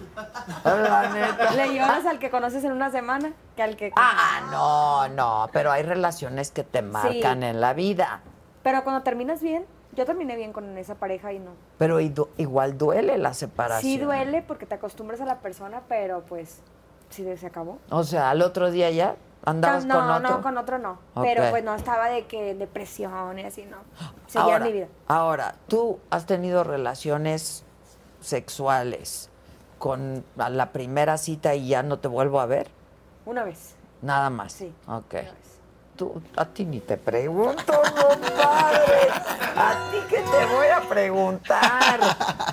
La neta.
Le lloras al que conoces en una semana que al que.
Ah, no, no, pero hay relaciones que te marcan en la vida.
Pero cuando terminas bien, yo terminé bien con esa pareja y no.
Pero y du- igual duele la separación.
Sí duele porque te acostumbras a la persona, pero pues sí se acabó.
O sea, al otro día ya andabas
no,
con otro.
no, con otro no.
Ok.
Pero pues no estaba de que en depresión y así, no. Seguía
ahora,
mi vida.
ahora, tú has tenido relaciones sexuales con a la primera cita y ya no te vuelvo a ver,
Una vez.
nada más.
Sí,
Ok.
una vez.
Tú, a ti ni te pregunto, compadre. A ti que te voy a preguntar.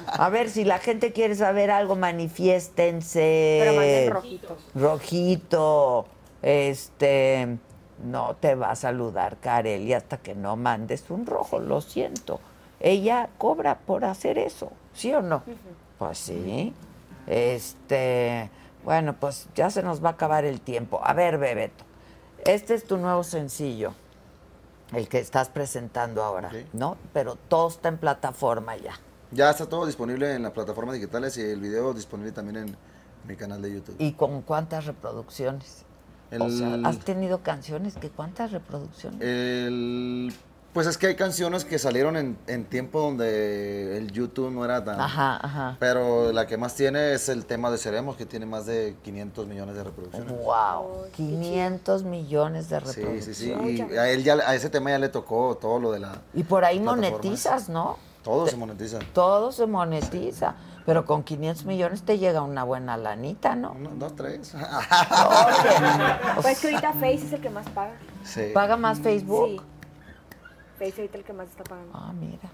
A ver, si la gente quiere saber algo, manifiéstense.
Pero
Eh.
manden rojitos.
Rojito, este, no te va a saludar Kareli hasta que no mandes un rojo, lo siento. Ella cobra por hacer eso, ¿sí o no? Pues sí. Este, bueno, pues ya se nos va a acabar el tiempo. A ver, Bebeto, este es tu nuevo sencillo, el que estás presentando ahora,
Ok.
¿no? Pero todo está en plataforma ya.
Ya está todo disponible en las plataformas digitales y el video disponible también en mi canal de YouTube.
¿Y con cuántas reproducciones? O
El-
sea, ¿has tenido canciones que cuántas reproducciones?
El- pues es que hay canciones que salieron en, en tiempo donde el YouTube no era tan...
Ajá, ajá.
Pero la que más tiene es el tema de Seremos, que tiene más de 500 millones de reproducciones.
Wow, 500 millones de
Sí,
reproducciones.
sí, sí. Y a él ya, a ese tema ya le tocó todo lo de la...
Y por ahí
plataformas.
monetizas, ¿no?
Todo se monetiza.
Todo se monetiza, pero con 500 millones te llega una buena lanita, ¿no?
Uno, dos, tres.
Oye,
Pues que ahorita Face es el que más paga.
Sí.
paga más Facebook.
Sí. Face ahorita el que más está pagando.
Ah, mira.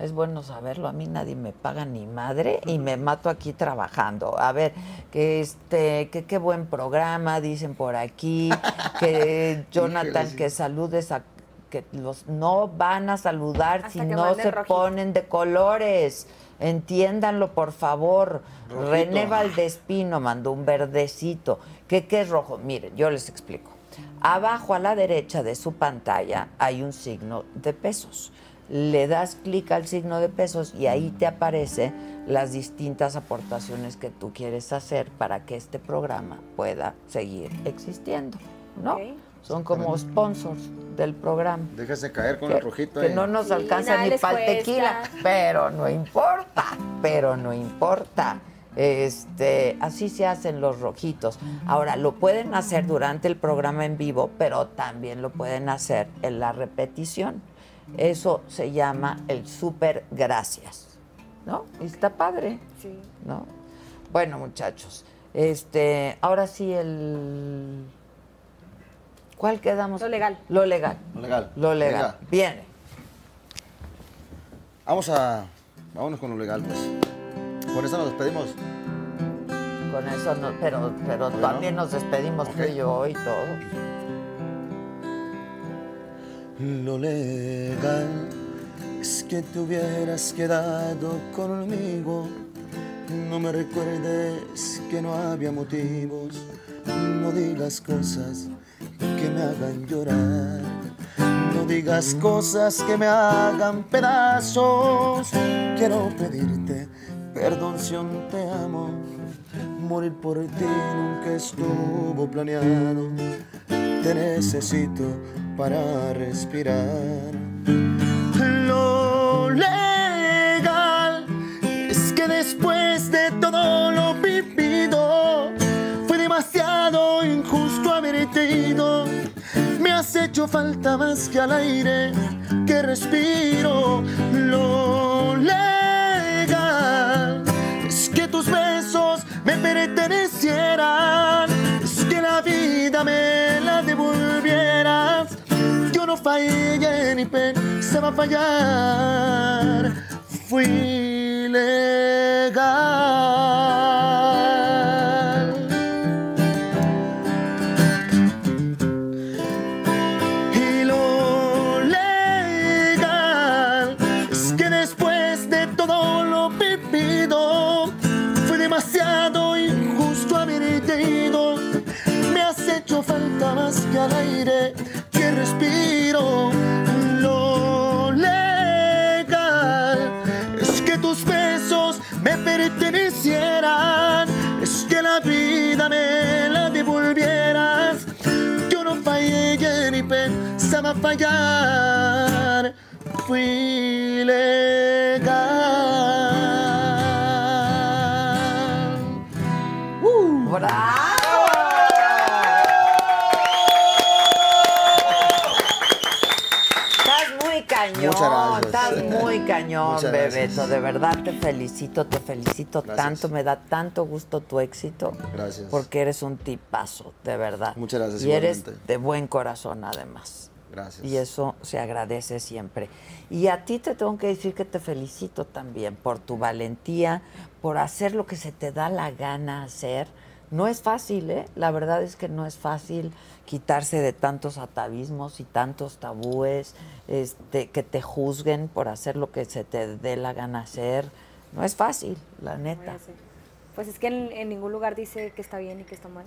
Es bueno saberlo. A mí nadie me paga ni madre y me mato aquí trabajando. A ver, que este, que qué buen programa, dicen por aquí. Que
Híjole,
Jonathan,
sí.
que saludes a que los no van a saludar
Hasta
si
que
no
manden
se
rojito.
ponen de colores. Entiéndanlo, por favor.
Rojito.
René Valdespino mandó un verdecito. ¿Qué, ¿Qué es rojo? Miren, yo les explico. Abajo a la derecha de su pantalla hay un signo de pesos. Le das clic al signo de pesos y ahí te aparecen las distintas aportaciones que tú quieres hacer para que este programa pueda seguir existiendo. ¿No?
Ok.
Son como sponsors del programa
Déjese caer con
que,
el rojito
que
ahí.
no nos
Sí,
alcanza
nada
ni
les
para el tequila,
cuesta.
pero no importa, pero no importa. Este, así se hacen los rojitos. Ahora, lo pueden hacer durante el programa en vivo, pero también lo pueden hacer en la repetición. Eso se llama el super gracias. ¿No? Y está padre.
Sí.
¿no? Bueno, muchachos, este, ahora sí el ¿Cuál quedamos?
Lo legal.
Lo legal.
Legal.
Lo legal.
Venga,
Viene.
Vamos a. Vámonos con lo legal, pues. Con eso nos despedimos.
Con eso no, pero pero
Bueno.
también nos despedimos tú y yo y todo.
Lo legal es que te hubieras quedado conmigo. No me recuerdes que no había motivos. No digas cosas que me hagan llorar. No digas cosas que me hagan pedazos. Quiero pedirte perdón si aún te amo. Morir por ti nunca estuvo planeado te necesito para respirar. Lo legal es que después de todo lo vivido, fue demasiado injusto haberte ido. Me has hecho falta más que al aire que respiro. Lo legal es que tus besos me pertenecieran, es que la vida me la devolvieras. Yo no fallé ni pensaba fallar, fui legal. Y lo legal es que después de todo lo vivido, fue demasiado injusto haberte ido. Me has hecho falta más que al aire que respiro. Lo legal es que tus besos me pertenecieran, es que la vida me la devolvieras. Yo no fallé ni pensaba fallar. Fui legal.
¡Bravo! Estás muy cañón,
Muchas gracias.
estás muy cañón,
Muchas gracias.
Bebeto. De verdad te felicito, te felicito
Gracias.
tanto, me da tanto gusto tu éxito.
Gracias.
Porque eres un tipazo, de verdad.
Muchas gracias,
Y eres
igualmente.
de buen corazón además.
Gracias.
Y eso se agradece siempre. Y a ti te tengo que decir que te felicito también por tu valentía, por hacer lo que se te da la gana hacer. No es fácil, ¿eh? La verdad es que no es fácil quitarse de tantos atavismos y tantos tabúes, este, que te juzguen por hacer lo que se te dé la gana hacer. No es fácil, la neta.
Pues, Pues es que en, en ningún lugar dice que está bien y que está mal.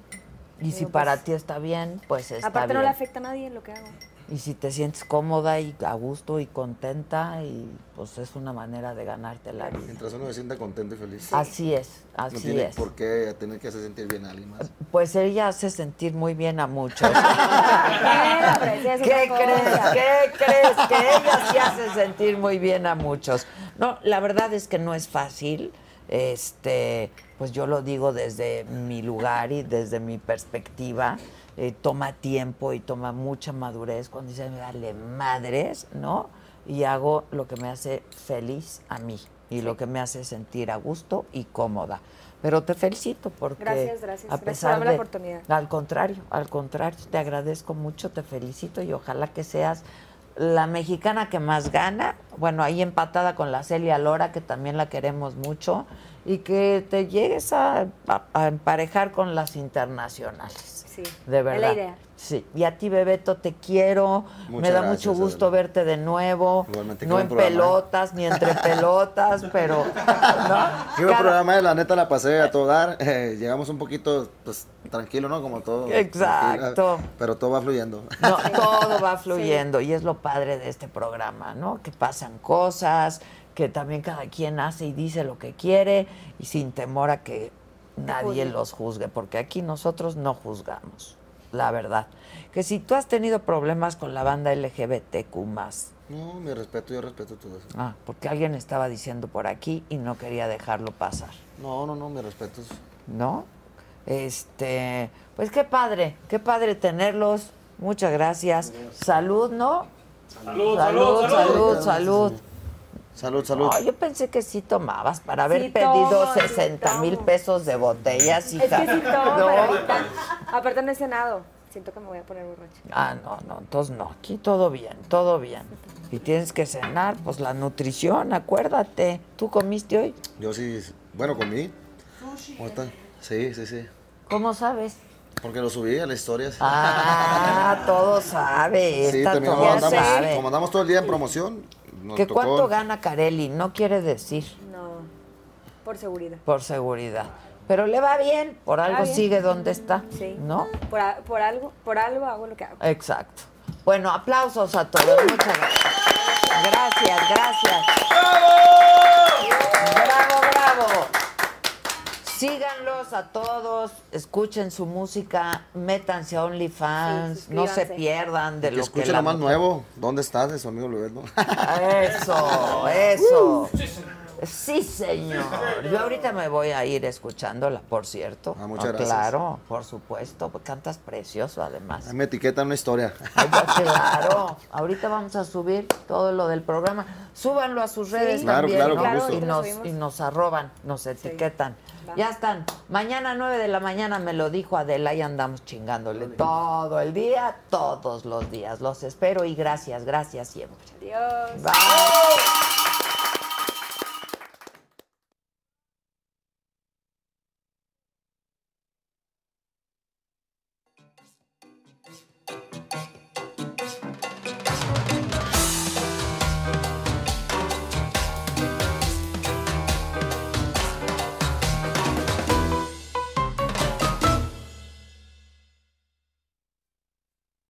Y si
Digo,
para
pues,
ti está bien, pues está
Aparte
bien.
no le afecta a nadie lo que hago.
Y si te sientes cómoda y a gusto y contenta, y pues es una manera de ganarte la vida.
Mientras uno se sienta contento y feliz.
Así es,
No
así
tiene
es.
por qué tener que hacer sentir bien a alguien más.
Pues ella hace sentir muy bien a muchos.
Bueno, pero esa es
¿Qué
otra
crees?
cosa.
¿Qué crees? Que ella sí hace sentir muy bien a muchos. No, la verdad es que no es fácil. Este, pues yo lo digo desde mi lugar y desde mi perspectiva. Eh, toma tiempo y toma mucha madurez cuando dices, dale madres, ¿no? Y hago lo que me hace feliz a mí y lo que me hace sentir a gusto y cómoda. Pero te felicito porque
Gracias, gracias.
a
Gracias por
pesar
darme la
de-
oportunidad.
al contrario, al contrario, te agradezco mucho, te felicito y ojalá que seas la mexicana que más gana, bueno, ahí empatada con la Celia Lora, que también la queremos mucho, y que te llegues a, a- a emparejar con las internacionales.
Sí,
De
es la
verdad.
idea.
Sí, y a ti, Bebeto, te quiero. Me
Muchas
da
gracias,
mucho gusto
Adela.
verte de nuevo.
Igualmente, qué
no
buen
en
programa. ¿eh?
pelotas, ni entre pelotas, pero. ¿no?
Qué buen
Cada-
programa, eh, la neta la pasé a todo dar. Eh, llegamos un poquito, pues, tranquilo, ¿no? Como todo.
Exacto.
tranquilo, Pero todo va fluyendo.
No, todo va fluyendo y es lo padre de este programa, ¿no? Que pasan cosas, que también cada quien hace y dice lo que quiere y sin temor a que nadie
juzguen.
los juzgue, porque aquí nosotros no juzgamos. la verdad. Que si tú has tenido problemas con la banda LGBTQ más,
No, mi respeto, yo respeto todo eso.
ah, porque alguien estaba diciendo por aquí y no quería dejarlo pasar,
No, no, no, mi respeto.
¿no? Este, pues qué padre, qué padre tenerlos. Muchas gracias. Salud, ¿no?
Salud,
salud, salud. salud.
Salud, salud.
No, yo pensé que sí tomabas para haber
Sí
pedido
tomo, sí
60 mil
tomo.
pesos de botellas, hija.
Es que sí tomo,
No.
pero ahorita. Aparte no he cenado. Siento que me voy a poner borracha.
Ah, no, no, entonces no, aquí todo bien, todo bien. Y tienes que cenar, pues la nutrición, acuérdate. ¿Tú comiste hoy?
Yo sí, bueno, comí. ¿Cómo está? Sí, sí, sí.
¿Cómo sabes?
Porque lo subí a las historias.
Ah, todo sabe.
sí,
esta
también como
todo
andamos,
sabe.
como andamos todo el día en promoción, nos
¿Que
tocó-
cuánto gana Carelli? No quiere decir,
No. Por seguridad.
por seguridad. Pero le va bien, por algo
bien.
sigue donde está,
Sí.
¿no?
Por, a- por algo, por algo hago lo que hago.
Exacto. Bueno, aplausos a todos. Muchas gracias. Gracias, gracias. ¡Bravo! ¡Bravo, bravo! Síganlos a todos, escuchen su música, métanse a OnlyFans,
Sí,
no se
suscríbanse.
pierdan de
Que
lo que
escuche
la
lo más nuevo. ¿Dónde estás de su amigo Luis? no?
Eso, eso.
Uh.
Sí, señor. Yo ahorita me voy a ir escuchándola, por cierto.
Ah, muchas
No,
gracias.
Claro, por supuesto. pues Cantas precioso, además.
Ahí me etiqueta una historia.
Ay, pues, claro. Ahorita vamos a subir todo lo del programa. Súbanlo a sus redes
Claro,
también,
claro,
¿no?
con gusto.
y, nos,
Lo subimos.
y nos arroban, nos etiquetan.
Va.
Ya están. Mañana 9 de la mañana me lo dijo Adela y andamos chingándole todo el día, todos los días. Los espero y gracias, gracias siempre.
Adiós.
Bye.